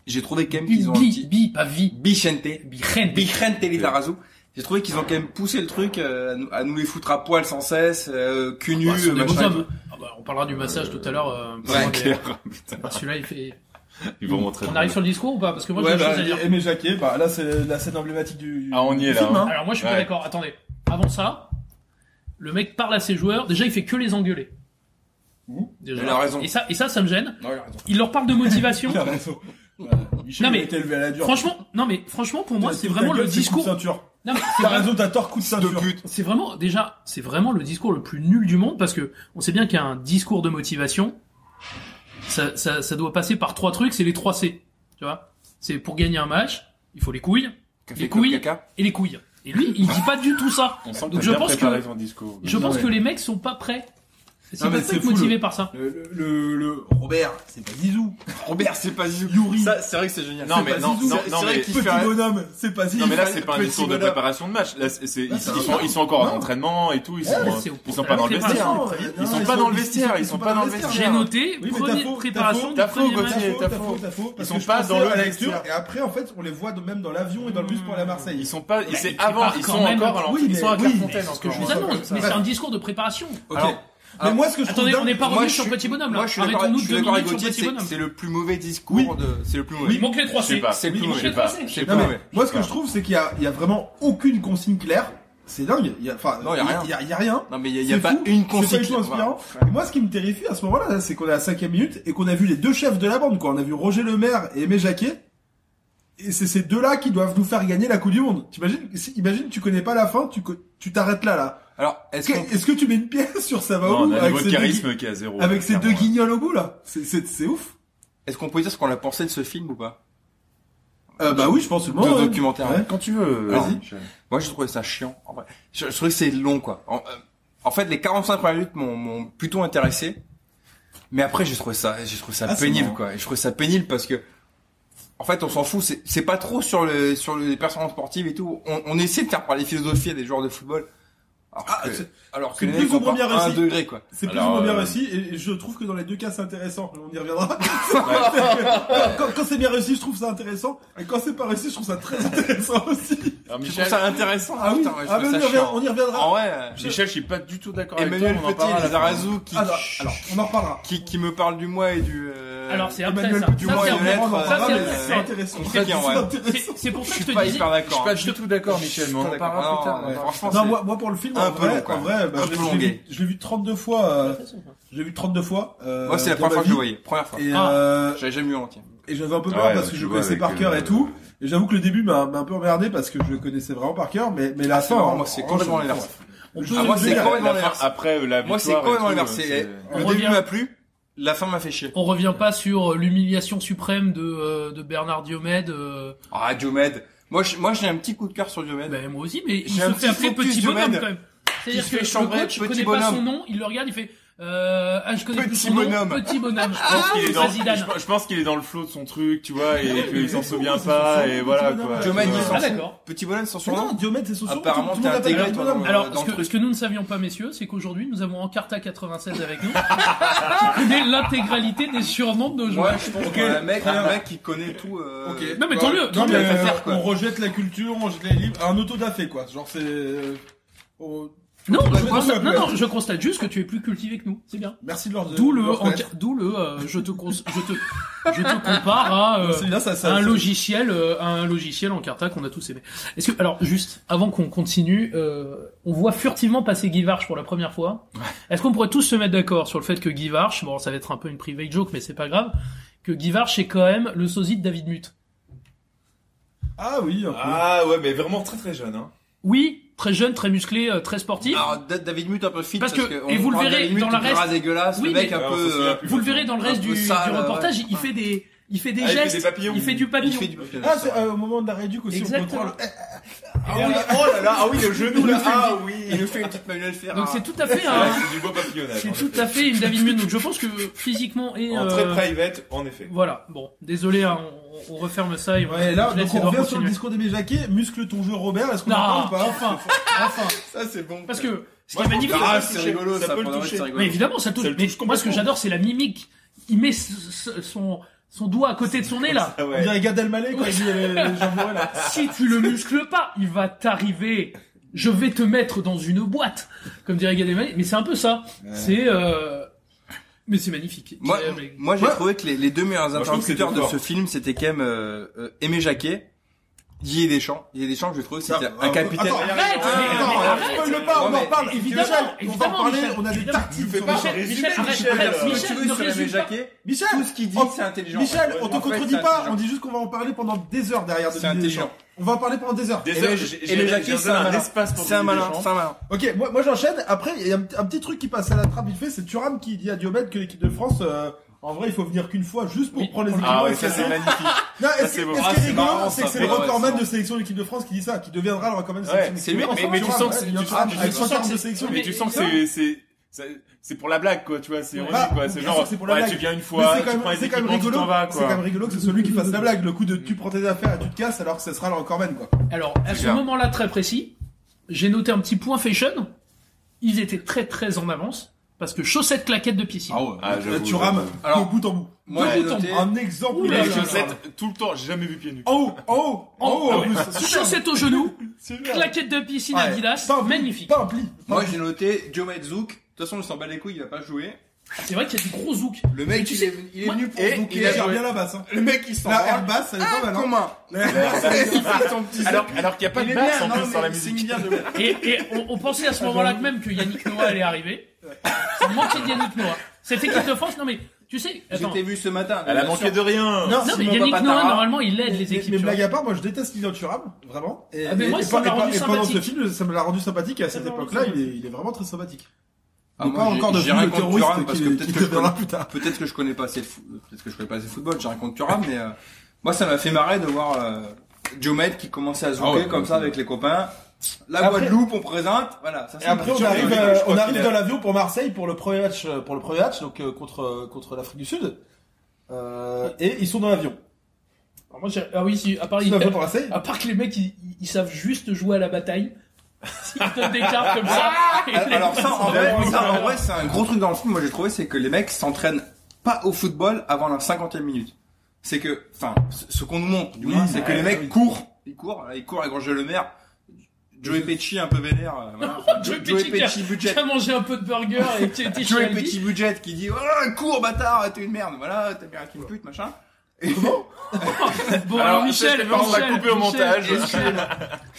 B: J'ai trouvé quand même qu'ils ont un
H: Bi,
B: petit.
H: bi, pas vie.
B: Vicente.
H: Bi, reine.
B: Bichren Lizarazu. J'ai trouvé qu'ils ont quand même poussé le truc euh, à nous- à nous les foutre à poil sans cesse, euh, cul nu,
H: Bah, ce sont des
B: machin
H: beaux
B: et
H: hommes. Ah bah, on parlera du massage tout à l'heure. euh,
B: Ouais,
H: mais- [laughs]
E: Clair.
H: bah, Celui-là, il fait.
E: Ils vont rentrer.
H: On arrive sur le discours ou pas Parce que moi, j'ai
I: Ouais,
H: des
I: bah,
H: choses à dire.
I: Aimé Jacquet, bah, là, c'est la scène emblématique du.
E: Ah, on y est
I: du
E: là.
I: film,
E: hein.
I: hein.
H: Alors moi je suis pas
E: Ouais.
H: d'accord, attendez. Avant ça, le mec parle à ses joueurs, déjà il fait que les engueuler.
I: Ouh.
H: Déjà.
B: Il a raison.
H: Et ça, et ça, ça me gêne.
B: hein.
I: Non, il a raison.
H: Il leur parle de motivation.
I: Il a raison. Euh, Michel,
H: Non, mais-
I: il a été élevé à la dure.
H: franchement, non mais franchement pour moi
I: T'as-
H: c'est
I: ta
H: vraiment
I: gueule,
H: le
I: c'est Coup
H: discours.
I: de ceinture.
H: Non mais c'est
I: [laughs] T'as
H: vrai-
I: raison, t'as tort, coup de ceinture.
H: c'est vraiment déjà c'est vraiment le discours le plus nul du monde parce que on sait bien qu'il y a un discours de motivation. Ça, ça, ça doit passer par trois trucs, c'est les trois C. Tu vois C'est pour gagner un match, il faut les couilles
B: Café,
H: Les
B: club,
H: couilles.
B: caca.
H: et les couilles. Et lui, il dit pas du tout ça.
E: On sent que
H: Donc,
E: t'as
H: je
E: bien
H: pense
E: préparé
H: que-
E: ton discours.
H: Je
I: Non,
H: pense
I: mais-
H: que les mecs sont pas prêts. C'est
I: Non,
H: pas
I: mais
H: ça
I: c'est
H: que
I: fou,
H: motivé par ça.
I: Le,
B: Euh,
I: le, le, le- Robert, c'est pas Zizou.
B: Robert, c'est pas Zizou.
I: Yuri.
B: Ça, c'est vrai que c'est génial.
E: Non,
I: C'est
E: mais
I: pas
E: non,
I: Zizou.
E: non,
I: C'est-
E: non,
I: c'est vrai
E: mais-
I: qu'il fait un bonhomme, c'est pas Zizou.
E: Non mais là c'est pas un
I: Petit
E: discours de
I: bonhomme.
E: préparation de match. Là c'est c'est-
I: Là,
E: ils,
I: c'est
E: ils sont
I: différent.
E: ils sont encore en
I: Non.
E: entraînement et tout. Ils sont
H: mais
E: euh,
H: c'est au-
E: ils sont pas dans le
H: préparation.
E: vestiaire.
I: Non,
E: Ils
I: non,
E: sont pas dans le vestiaire. Ils sont pas dans le
H: J'ai
E: vestiaire.
H: noté,
I: hein, Oui, mais
H: premier-
I: t'as faux,
H: préparation du
I: t'as
E: faux,
H: premier
E: t'as faux,
H: match.
E: Gauthier.
I: T'as
E: t'as
I: faux,
E: faux.
I: t'as faux. parce
E: sont
I: que je
E: pas
I: pensais
E: dans le
I: à la lecture.
E: vestiaire.
I: Et après, en fait, on les voit de même dans l'avion et dans le bus
H: Mmh.
I: pour aller à Marseille.
E: Ils sont pas. ils-
H: Ouais,
E: C'est
H: tu
E: avant.
H: pars
E: Ils
H: quand
E: sont
H: même.
E: encore. Alors
I: Oui,
E: ils sont à
I: mais- oui, mais
E: Clairefontaine
H: C'est ce que je vous
E: encore.
I: ça.
H: annonce, mais c'est un discours de préparation.
B: Ok.
I: Alors, mais
B: Alors,
I: moi, ce que je trouve
H: Attendez, on
I: dingue-
H: n'est pas
B: Moi,
H: revenu
B: je
H: sur
B: suis-
H: Petit Bonhomme là.
B: Moi, je suis d'accord,
H: Arrêtons-nous
B: je suis
H: deux
B: d'accord avec
H: minutes sur
B: Gauthier,
H: Petit
B: c'est
H: Bonhomme.
B: c'est le plus mauvais discours
I: Oui.
B: de, c'est le plus mauvais.
H: Il manque les trois
E: Je sais
H: C.
E: pas.
B: C'est le
I: Oui,
B: plus
H: Il manque
B: mauvais.
H: les
E: pas.
H: trois C.
B: C'est le
I: Non,
B: plus
I: mais
B: mauvais.
I: moi, ce que je trouve, c'est qu'il y a, il y a vraiment aucune consigne claire. C'est dingue. Il y a, enfin,
B: Non, il y a rien.
I: Il y a, il y a rien.
B: Non, mais il y a- il y a
I: C'est
B: pas
I: fou.
B: une
I: C'est
B: consigne.
I: pas du tout inspirant. Et moi, ce qui me terrifie à ce moment-là, là, c'est qu'on est à la cinquième minute et qu'on a vu les deux chefs de la bande, quoi. On a vu Roger Lemaire et Aimé Jacquet. Et c'est ces deux-là qui doivent nous faire gagner la Coupe du Monde. T'imagines, si- imagine, tu connais pas la fin, tu, co- tu t'arrêtes là, là.
B: Alors,
I: Est-ce
B: est-ce qu'on
I: que, est-ce que tu mets une pièce sur ça va
E: Non, on
I: où,
E: a un niveau
I: ces
E: de
I: deux-
E: charisme qui est à zéro.
I: avec ces deux
E: clairement.
I: guignols au bout, là? C'est, c'est, c'est ouf.
B: est-ce qu'on peut dire ce qu'on a pensé de ce film ou pas
I: Euh, bah oui, je pense le moment.
B: De
I: ouais.
B: documentaire.
I: Ouais.
E: Quand tu veux.
B: Vas-y.
E: Laurent, je-
B: Moi, j'ai trouvé ça chiant. En vrai. Je, je trouvais que c'est long, quoi. En, euh, en fait, les 45 premières minutes m'ont- m'ont plutôt intéressé. Mais après, j'ai trouvé ça, j'ai trouvé ça
I: Ah, c'est
B: pénible,
I: marrant.
B: quoi. Et Je trouvé ça pénible parce que, en fait, on s'en fout. C'est- C'est pas trop sur le, sur les performances sportives et tout. On, on essaie de faire parler philosophie à des joueurs de football. Alors
I: Ah,
B: que,
I: c'est-
B: alors
I: c'est
B: que les
I: plus
B: mecs
I: ou
B: ont pas
I: moins bien
B: un
I: réussi.
B: degré, quoi.
I: C'est plus ou
E: Alors,
I: moins bien
E: euh,
I: réussi et je trouve que dans les deux cas c'est intéressant. On y reviendra. [laughs] quand quand- quand c'est bien réussi, je trouve ça intéressant. Et quand c'est pas réussi, je trouve ça très intéressant aussi.
E: Alors,
B: Je
E: Michel,
B: trouve ça intéressant.
I: Ah oui,
B: putain, ouais, je
I: ah,
B: trouve
I: mais on, y
B: ça
I: reviendra,
B: chiant.
I: on y reviendra.
B: En vrai,
E: Michel, je suis pas du tout d'accord avec toi.
B: Emmanuel
E: on en parlera à
B: Petit,
E: la
B: les
E: fin.
B: Arazu qui,
I: Alors, Ah, bah, alors, on en reparlera.
B: qui, qui me parle du moi et du, euh,
H: Alors c'est après
I: Emmanuel
H: ça.
I: Petit,
H: Ça,
B: moi,
H: c'est
B: il
H: après.
B: est
I: on en
B: lettre,
H: Ça,
I: reparlera,
H: c'est
B: euh,
I: mais
H: après.
I: c'est intéressant.
B: on serait bien,
I: C'est
B: ouais.
I: intéressant.
H: C'est- C'est pour
B: Je
H: ça que je
B: suis
H: te
B: pas
H: disais.
B: hyper
E: Je suis
B: d'accord.
E: pas du tout d'accord, Michel. Mais on
B: Pas
E: en
B: d'accord.
E: parlera plus
B: Non,
E: tard.
B: non,
E: ouais.
B: franchement,
I: Non,
B: c'est-
I: moi, moi pour le film,
B: un
I: en
B: peu
I: vrai,
B: long, quoi.
I: en vrai, bah,
B: Un peu
I: je l'ai- je l'ai vu-
B: longué.
I: je l'ai vu 32 fois. euh, je l'ai vu 32 fois. euh,
B: Moi, c'est la
I: dans
B: première fois
I: ma
B: que je le
I: vie.
B: voyais. Ah Première fois.
I: Et,
H: Ah.
I: euh,
B: J'avais jamais vu en entier.
I: et j'avais un peu peur
E: Ouais,
I: parce
E: tu
I: que je
E: vois,
I: connaissais
E: avec,
I: par cœur
E: euh,
I: et tout. Et j'avoue que le début m'a m'a un peu emmerdé parce que je le connaissais vraiment par cœur, mais, mais la
B: Ah, C'est
I: fin, hein.
B: marrant,
I: en-
B: moi, c'est
I: en-
B: complètement
I: je-
B: l'inverse.
H: on
B: Ah, moi, c'est
H: peut-
B: complètement
E: la fin-
B: l'inverse.
E: après la
B: Moi, c'est
E: victoire et
B: complètement
E: tout,
B: l'inverse.
E: c'est-
B: C'est-
E: On
B: Le
H: revient-
B: début m'a plu, la fin m'a fait chier.
H: on revient pas sur euh, l'humiliation suprême de, euh, de Bernard Diomède. euh,
B: Ah, Diomed. Moi, je- moi, j'ai un petit coup de cœur sur Diomed.
H: ben, moi aussi, mais il
B: Eh J'ai
H: se
B: un
H: fait
B: petit
H: appeler
B: focus
H: petit bonhomme
B: Diomède
H: quand même.
B: qui
H: C'est-à-dire
B: se
H: que
B: fait
H: le
B: chambrer,
H: coach
B: petit
H: connaît pas
B: bonhomme.
H: son nom, il le regarde, il fait euh, ah je connais plus
B: Petit
H: son
B: bonhomme. Ah,
H: nom, petit bonhomme.
E: Je pense qu'il est dans-
H: Vas-y, Zidane.
E: je- je pense qu'il est dans le flot de son truc, tu vois, et qu'il s'en souvient pas, et voilà, quoi.
B: Diomède,
E: Tu
B: il
E: vois.
B: s'en
H: Ah
B: souvient.
H: d'accord.
B: Petit bonhomme sans
I: Mais
B: son
I: non,
B: nom.
I: Diomède, c'est son surnom.
B: Apparemment,
I: tout-
B: t'es
I: tout le monde l'appelle
B: intégré, toi,
I: Bonhomme.
B: dans-
H: Alors,
B: dans
H: ce
B: le
H: que,
B: truc.
H: ce que nous ne savions pas, messieurs, c'est qu'aujourd'hui, nous avons Encarta 96 avec nous,
I: [laughs]
H: qui connaît l'intégralité des surnoms de nos
B: Moi,
H: joueurs.
B: je pense
I: Ok,
B: qu'un mec,
I: très bien.
B: un mec qui connaît tout, euh,
I: Ok.
H: Non, mais tant mieux, tant
I: Non, mais
H: mieux.
B: bien fait
I: euh,
B: faire, quoi.
I: on rejette la culture, on rejette les livres, un auto da fé, quoi. Genre c'est. euh, on-
H: Non,
I: Ouais,
H: je
I: ouais,
H: constate,
I: ouais, Euh,
H: non,
I: ouais.
H: non, je constate juste que tu es plus cultivé que nous. C'est bien.
I: Merci de leur.
H: D'où le,
I: leur
H: enca-
I: connaître.
H: d'où le, euh, je te, cons- je te, je te compare à, euh,
I: Ah, C'est bien ça,
H: à
I: ça.
H: un
I: ça-
H: logiciel, euh, à un logiciel Encarta qu'on a tous aimé. Est-ce que, alors, juste, avant qu'on continue, euh, on voit furtivement passer Guy Varche pour la première fois. Est-ce qu'on pourrait tous se mettre d'accord sur le fait que Guy Varche, bon, ça va être un peu une private joke, mais c'est pas grave, que Guy Varche est quand même le sosie de David Mutt.
I: Ah oui. un peu.
E: Ah ouais, mais vraiment très très jeune, hein.
H: Oui, très jeune, très musclé, euh, très sportif.
B: Alors, Da- David Mute un peu fit.
H: Parce
B: Parce
H: que-
B: que,
H: et
B: on
H: vous le
B: parle de
H: verrez
B: David Mute,
H: dans la
B: il est
H: reste-
B: dégueulasse,
H: Oui,
B: le mec
H: mais-
B: un
E: Ouais, on
B: peu.
E: s'en souvient
B: euh,
E: plus,
H: Vous le verrez dans le
B: Un
H: reste
B: peu
H: du,
B: sale,
H: du
B: ouais.
H: reportage, il fait des, il fait des
E: Ah, il fait
H: gestes,
E: des papillons.
H: il fait du
B: Il
H: papillon.
B: fait du papillon.
I: Ah, c'est euh, au moment de la réduc aussi, on
H: Exactement.
I: contrôle. Eh,
E: Ah oui, oh là là, ah oui, le genou là, ah oui.
B: Il nous fait une petite manuelle Ferrara.
H: Donc c'est tout à fait
E: Ouais,
H: un,
E: c'est du beau papillonnage.
H: c'est
E: en
H: tout
E: effet.
H: à fait une David Munt. Donc je pense que physiquement et
E: En
H: euh,
E: très private, en effet.
H: voilà. Bon, désolé, hein, on, on referme ça et on,
I: Eh, Ouais, là,
H: je laisse
I: donc on
H: Edouard
I: revient sur le
H: continuer.
I: discours des Jacquet, muscle ton jeu Robert, est-ce qu'on en
H: Non,
I: parle ou pas
H: enfin, enfin,
E: Ça c'est bon.
H: parce que ce qui
E: Moi,
H: est
E: je
H: magnifique.
E: pense que-
B: Ah, c'est rigolo,
E: Ça
B: ça
E: peut le
B: pendant
E: toucher.
B: c'est rigolo.
H: Mais évidemment, ça touche.
E: Ça le
H: Mais
E: touche
H: moi, ce que
E: complètement.
H: j'adore, c'est la mimique. Il met ce- ce- son son doigt à côté de son nez là.
E: Ah
I: On
E: [laughs] ouais.
I: dirait Gad Elmaleh quand il dit euh, les gens bourrés, là.
H: Si tu le muscles pas, il va t'arriver. Je vais te mettre dans une boîte, comme dirait Gad Elmaleh. Mais c'est un peu ça. C'est euh... mais c'est magnifique.
B: Moi,
H: C'est- mais-
B: moi j'ai trouvé que les, les deux meilleurs
E: Moi, je trouve que
B: interlocuteurs
E: c'était
B: de
E: fort.
B: ce film, c'était quand même euh, euh, Aimé Jacquet, Didier Deschamps. Didier Deschamps, je trouve que c'était
I: Ah,
B: un
I: euh,
B: capitaine.
I: attends,
H: Arrête,
I: Ah,
H: mais-
I: attends,
H: mais
I: on
H: arrête.
I: spoil pas, on
B: Non,
I: en
B: mais-
I: parle.
H: Évidemment,
I: on va en
H: évidemment,
I: parler,
H: Michel,
I: on a des
H: évidemment.
I: tartines.
E: Tu fais
I: sur
E: pas
I: le
H: Michel,
I: sujet.
E: Résumé,
H: Michel, arrête,
E: Michel,
H: arrête,
E: euh,
B: Si tu
H: Michel,
B: veux,
H: ne
B: sur Aimé
H: résume pas.
B: Jacquet,
I: Michel,
B: tout ce qu'il dit,
I: on-
B: c'est intelligent.
I: Michel, on te
B: En fait,
I: contredit
B: c'est
I: pas,
B: intelligent.
I: on dit juste qu'on va en parler pendant des heures derrière de
B: C'est
I: Didier Deschamps.
B: intelligent.
I: On va en parler pendant des heures.
E: Désolé,
B: Aimé-
E: j'ai- j'ai-
B: Aimé
E: j'ai
B: Jacquet, c'est un
E: un
B: malin.
E: espace pour
B: C'est un
E: Didier
B: malin,
E: Deschamps.
B: c'est un malin.
I: Ok, moi, moi j'enchaîne. Après, il y a un, un petit truc qui passe à la trappe vite fait, c'est Thuram qui dit à Diomède que l'équipe de France, euh, en vrai, il faut venir qu'une fois juste pour prendre les équipements.
E: Ah ouais,
I: et
E: ça
I: se
E: c'est
I: casser.
E: magnifique.
I: Non,
E: Ça,
I: est-ce
E: c'est
I: est
E: beau.
I: ce
E: Ah,
I: qui est
E: c'est
I: rigolo,
E: marrant,
I: c'est que
E: ça.
I: c'est le
E: Ouais, ouais,
I: recordman
B: c'est
I: de sélection de l'équipe de France qui dit ça, qui deviendra le recordman de
E: Ouais,
I: sélection. de
E: c'est-
I: l'équipe de
E: mais-
I: France.
E: mais tu
I: Thuram,
E: sens que
I: ouais,
E: c'est-
I: il y a
E: tu
I: Thuram
E: sens-
I: avec
E: tu sens
I: 140
H: que
I: de
H: c'est-
I: sélection.
E: Mais tu sens que c'est c'est ça- c'est pour la blague quoi, tu vois, c'est
I: Bah,
E: ironique quoi, c'est
I: bien sûr
E: genre
I: que c'est pour la
E: ouais,
I: blague.
E: tu viens une
I: Mais
E: fois,
I: c'est
E: tu
I: quand
E: prends
I: même,
E: les
I: c'est quand même
E: équipements, tu
I: rigolo.
E: t'en vas
I: C'est quand même
E: quoi.
I: rigolo que c'est celui qui fasse la blague. Le coup de tu prends tes affaires et tu te casses alors que ce sera le recordman quoi.
H: Alors, à ce
B: clair.
H: moment-là très précis, j'ai noté un petit point fashion. Ils étaient très très en avance parce que chaussettes claquettes de piscine.
I: ouais.
E: Ah, j'avoue,
I: tu rames
E: j'avoue.
I: de
B: Alors,
I: bout en bout.
B: Moi,
H: Deux
B: j'ai
H: boutons.
B: noté.
I: Un exemple.
H: Ouh là
E: Les
H: là.
E: chaussettes tout le temps, j'ai jamais vu pieds nus.
I: En haut, en haut, en haut.
H: Ah
I: en
H: ouais.
I: plus. Super.
H: Chaussettes au genou,
E: Super.
H: claquettes de piscine
I: Ouais.
H: Adidas,
I: Pas un pli,
H: magnifique.
I: Pas un pli.
B: Moi, j'ai noté Diomed Zouk. De toute façon, il s'en bat les couilles, il va pas jouer.
H: C'est vrai qu'il y a du gros zouk.
B: Le
H: Mais
B: mec,
H: tu
B: il
H: sais-
B: est il est
H: moi-
B: venu pour
E: et
B: zouker.
I: Il gère bien la basse. hein.
B: Le mec, il s'en
I: La
B: bat.
I: air basse, elle est pas mal. hein.
B: Commun.
E: Alors alors qu'il y a pas de basse en plus dans la musique.
H: Et, et on, on pensait
I: Ah,
H: à ce moment-là que même que Yannick Noah allait arriver. Ça me manquait de Yannick Noah. Cette équipe de France, non mais tu sais, attends.
B: J'étais vu ce matin.
E: Elle a manqué de rien.
I: Non,
H: Non mais
I: Simon
H: Yannick
I: Papatara.
H: Noah, normalement, il aide les
I: Mais-
H: équipes.
I: Mais
H: tu vois.
I: blague à part, moi je déteste Lilian Thuram, vraiment. Et,
H: Ah, mais moi,
I: et- et
H: ça me l'a
I: pas- et
H: rendu
I: pas- et pendant ce
H: sympathique.
I: film, ça me l'a rendu sympathique et à cette
H: me l'a rendu
I: époque-là, il est, il est vraiment très sympathique.
B: Ah,
I: Il n'y a
B: moi,
I: pas
B: j'ai-
I: encore de
B: j'ai
I: film de
B: rien contre
I: terroriste
B: Thuram, parce
I: qui,
B: que peut-être
I: qui
B: que je
I: deviendra
B: connais.
I: plus tard.
B: Ah, Peut-être que je connais pas assez le foot. Peut-être que je connais pas assez le football. J'ai rien contre Thuram, mais euh, moi, ça m'a fait marrer de voir euh, Diomed qui commençait à zouker
I: Ah ouais,
B: comme
E: euh,
B: ça avec les copains. La
I: Après-
B: Guadeloupe, on présente. Voilà. Ça,
I: Et
B: ça m'a
I: après, on
B: toujours
I: arrive,
B: rigolé,
I: euh,
B: je crois
I: on
B: qu'il
I: arrive
B: a-
I: dans l'avion pour Marseille pour le premier match, euh, pour le premier match, donc euh, contre euh, contre l'Afrique du Sud. Euh, et ils sont dans l'avion.
H: Alors moi, j'ai- ah oui, si, à part,
I: Ils sont dans l'avion
H: il-
I: pour Marseille.
H: à part que les mecs, ils, ils- ils savent juste jouer à la bataille. Ils
B: [laughs]
H: te donnent des cartes comme ça. et les-
B: Ah, Euh, Alors ça, en vrai,
H: Ouais,
B: ça, en
H: ouais.
B: vrai, c'est un gros truc dans le film. Moi, j'ai trouvé, c'est que les mecs s'entraînent pas au football avant la 50e minute. C'est que, enfin, ce ce qu'on nous montre, du
I: Oui,
B: moins, c'est que
I: ouais,
H: ah
B: les
I: oui.
B: mecs courent, ils courent, ils courent à Grange le Maire. Joey Pesci un peu vénère. euh, voilà. Enfin,
H: [laughs] Joey
B: Joey
H: Pesci qui a-
B: Pesci budget.
H: Qui a mangé un peu de burger et
B: [laughs]
H: qui était chez
B: Joey
H: Aldi.
B: Pesci budget qui dit, oh, cours bâtard, t'es une merde, voilà, t'as bien une pute, machin. Et
H: Bon,
E: Alors,
H: alors
E: ça,
H: Michel,
E: c'est pas- on va
H: Michel,
E: couper au
H: Michel,
E: montage.
H: Michel,
B: je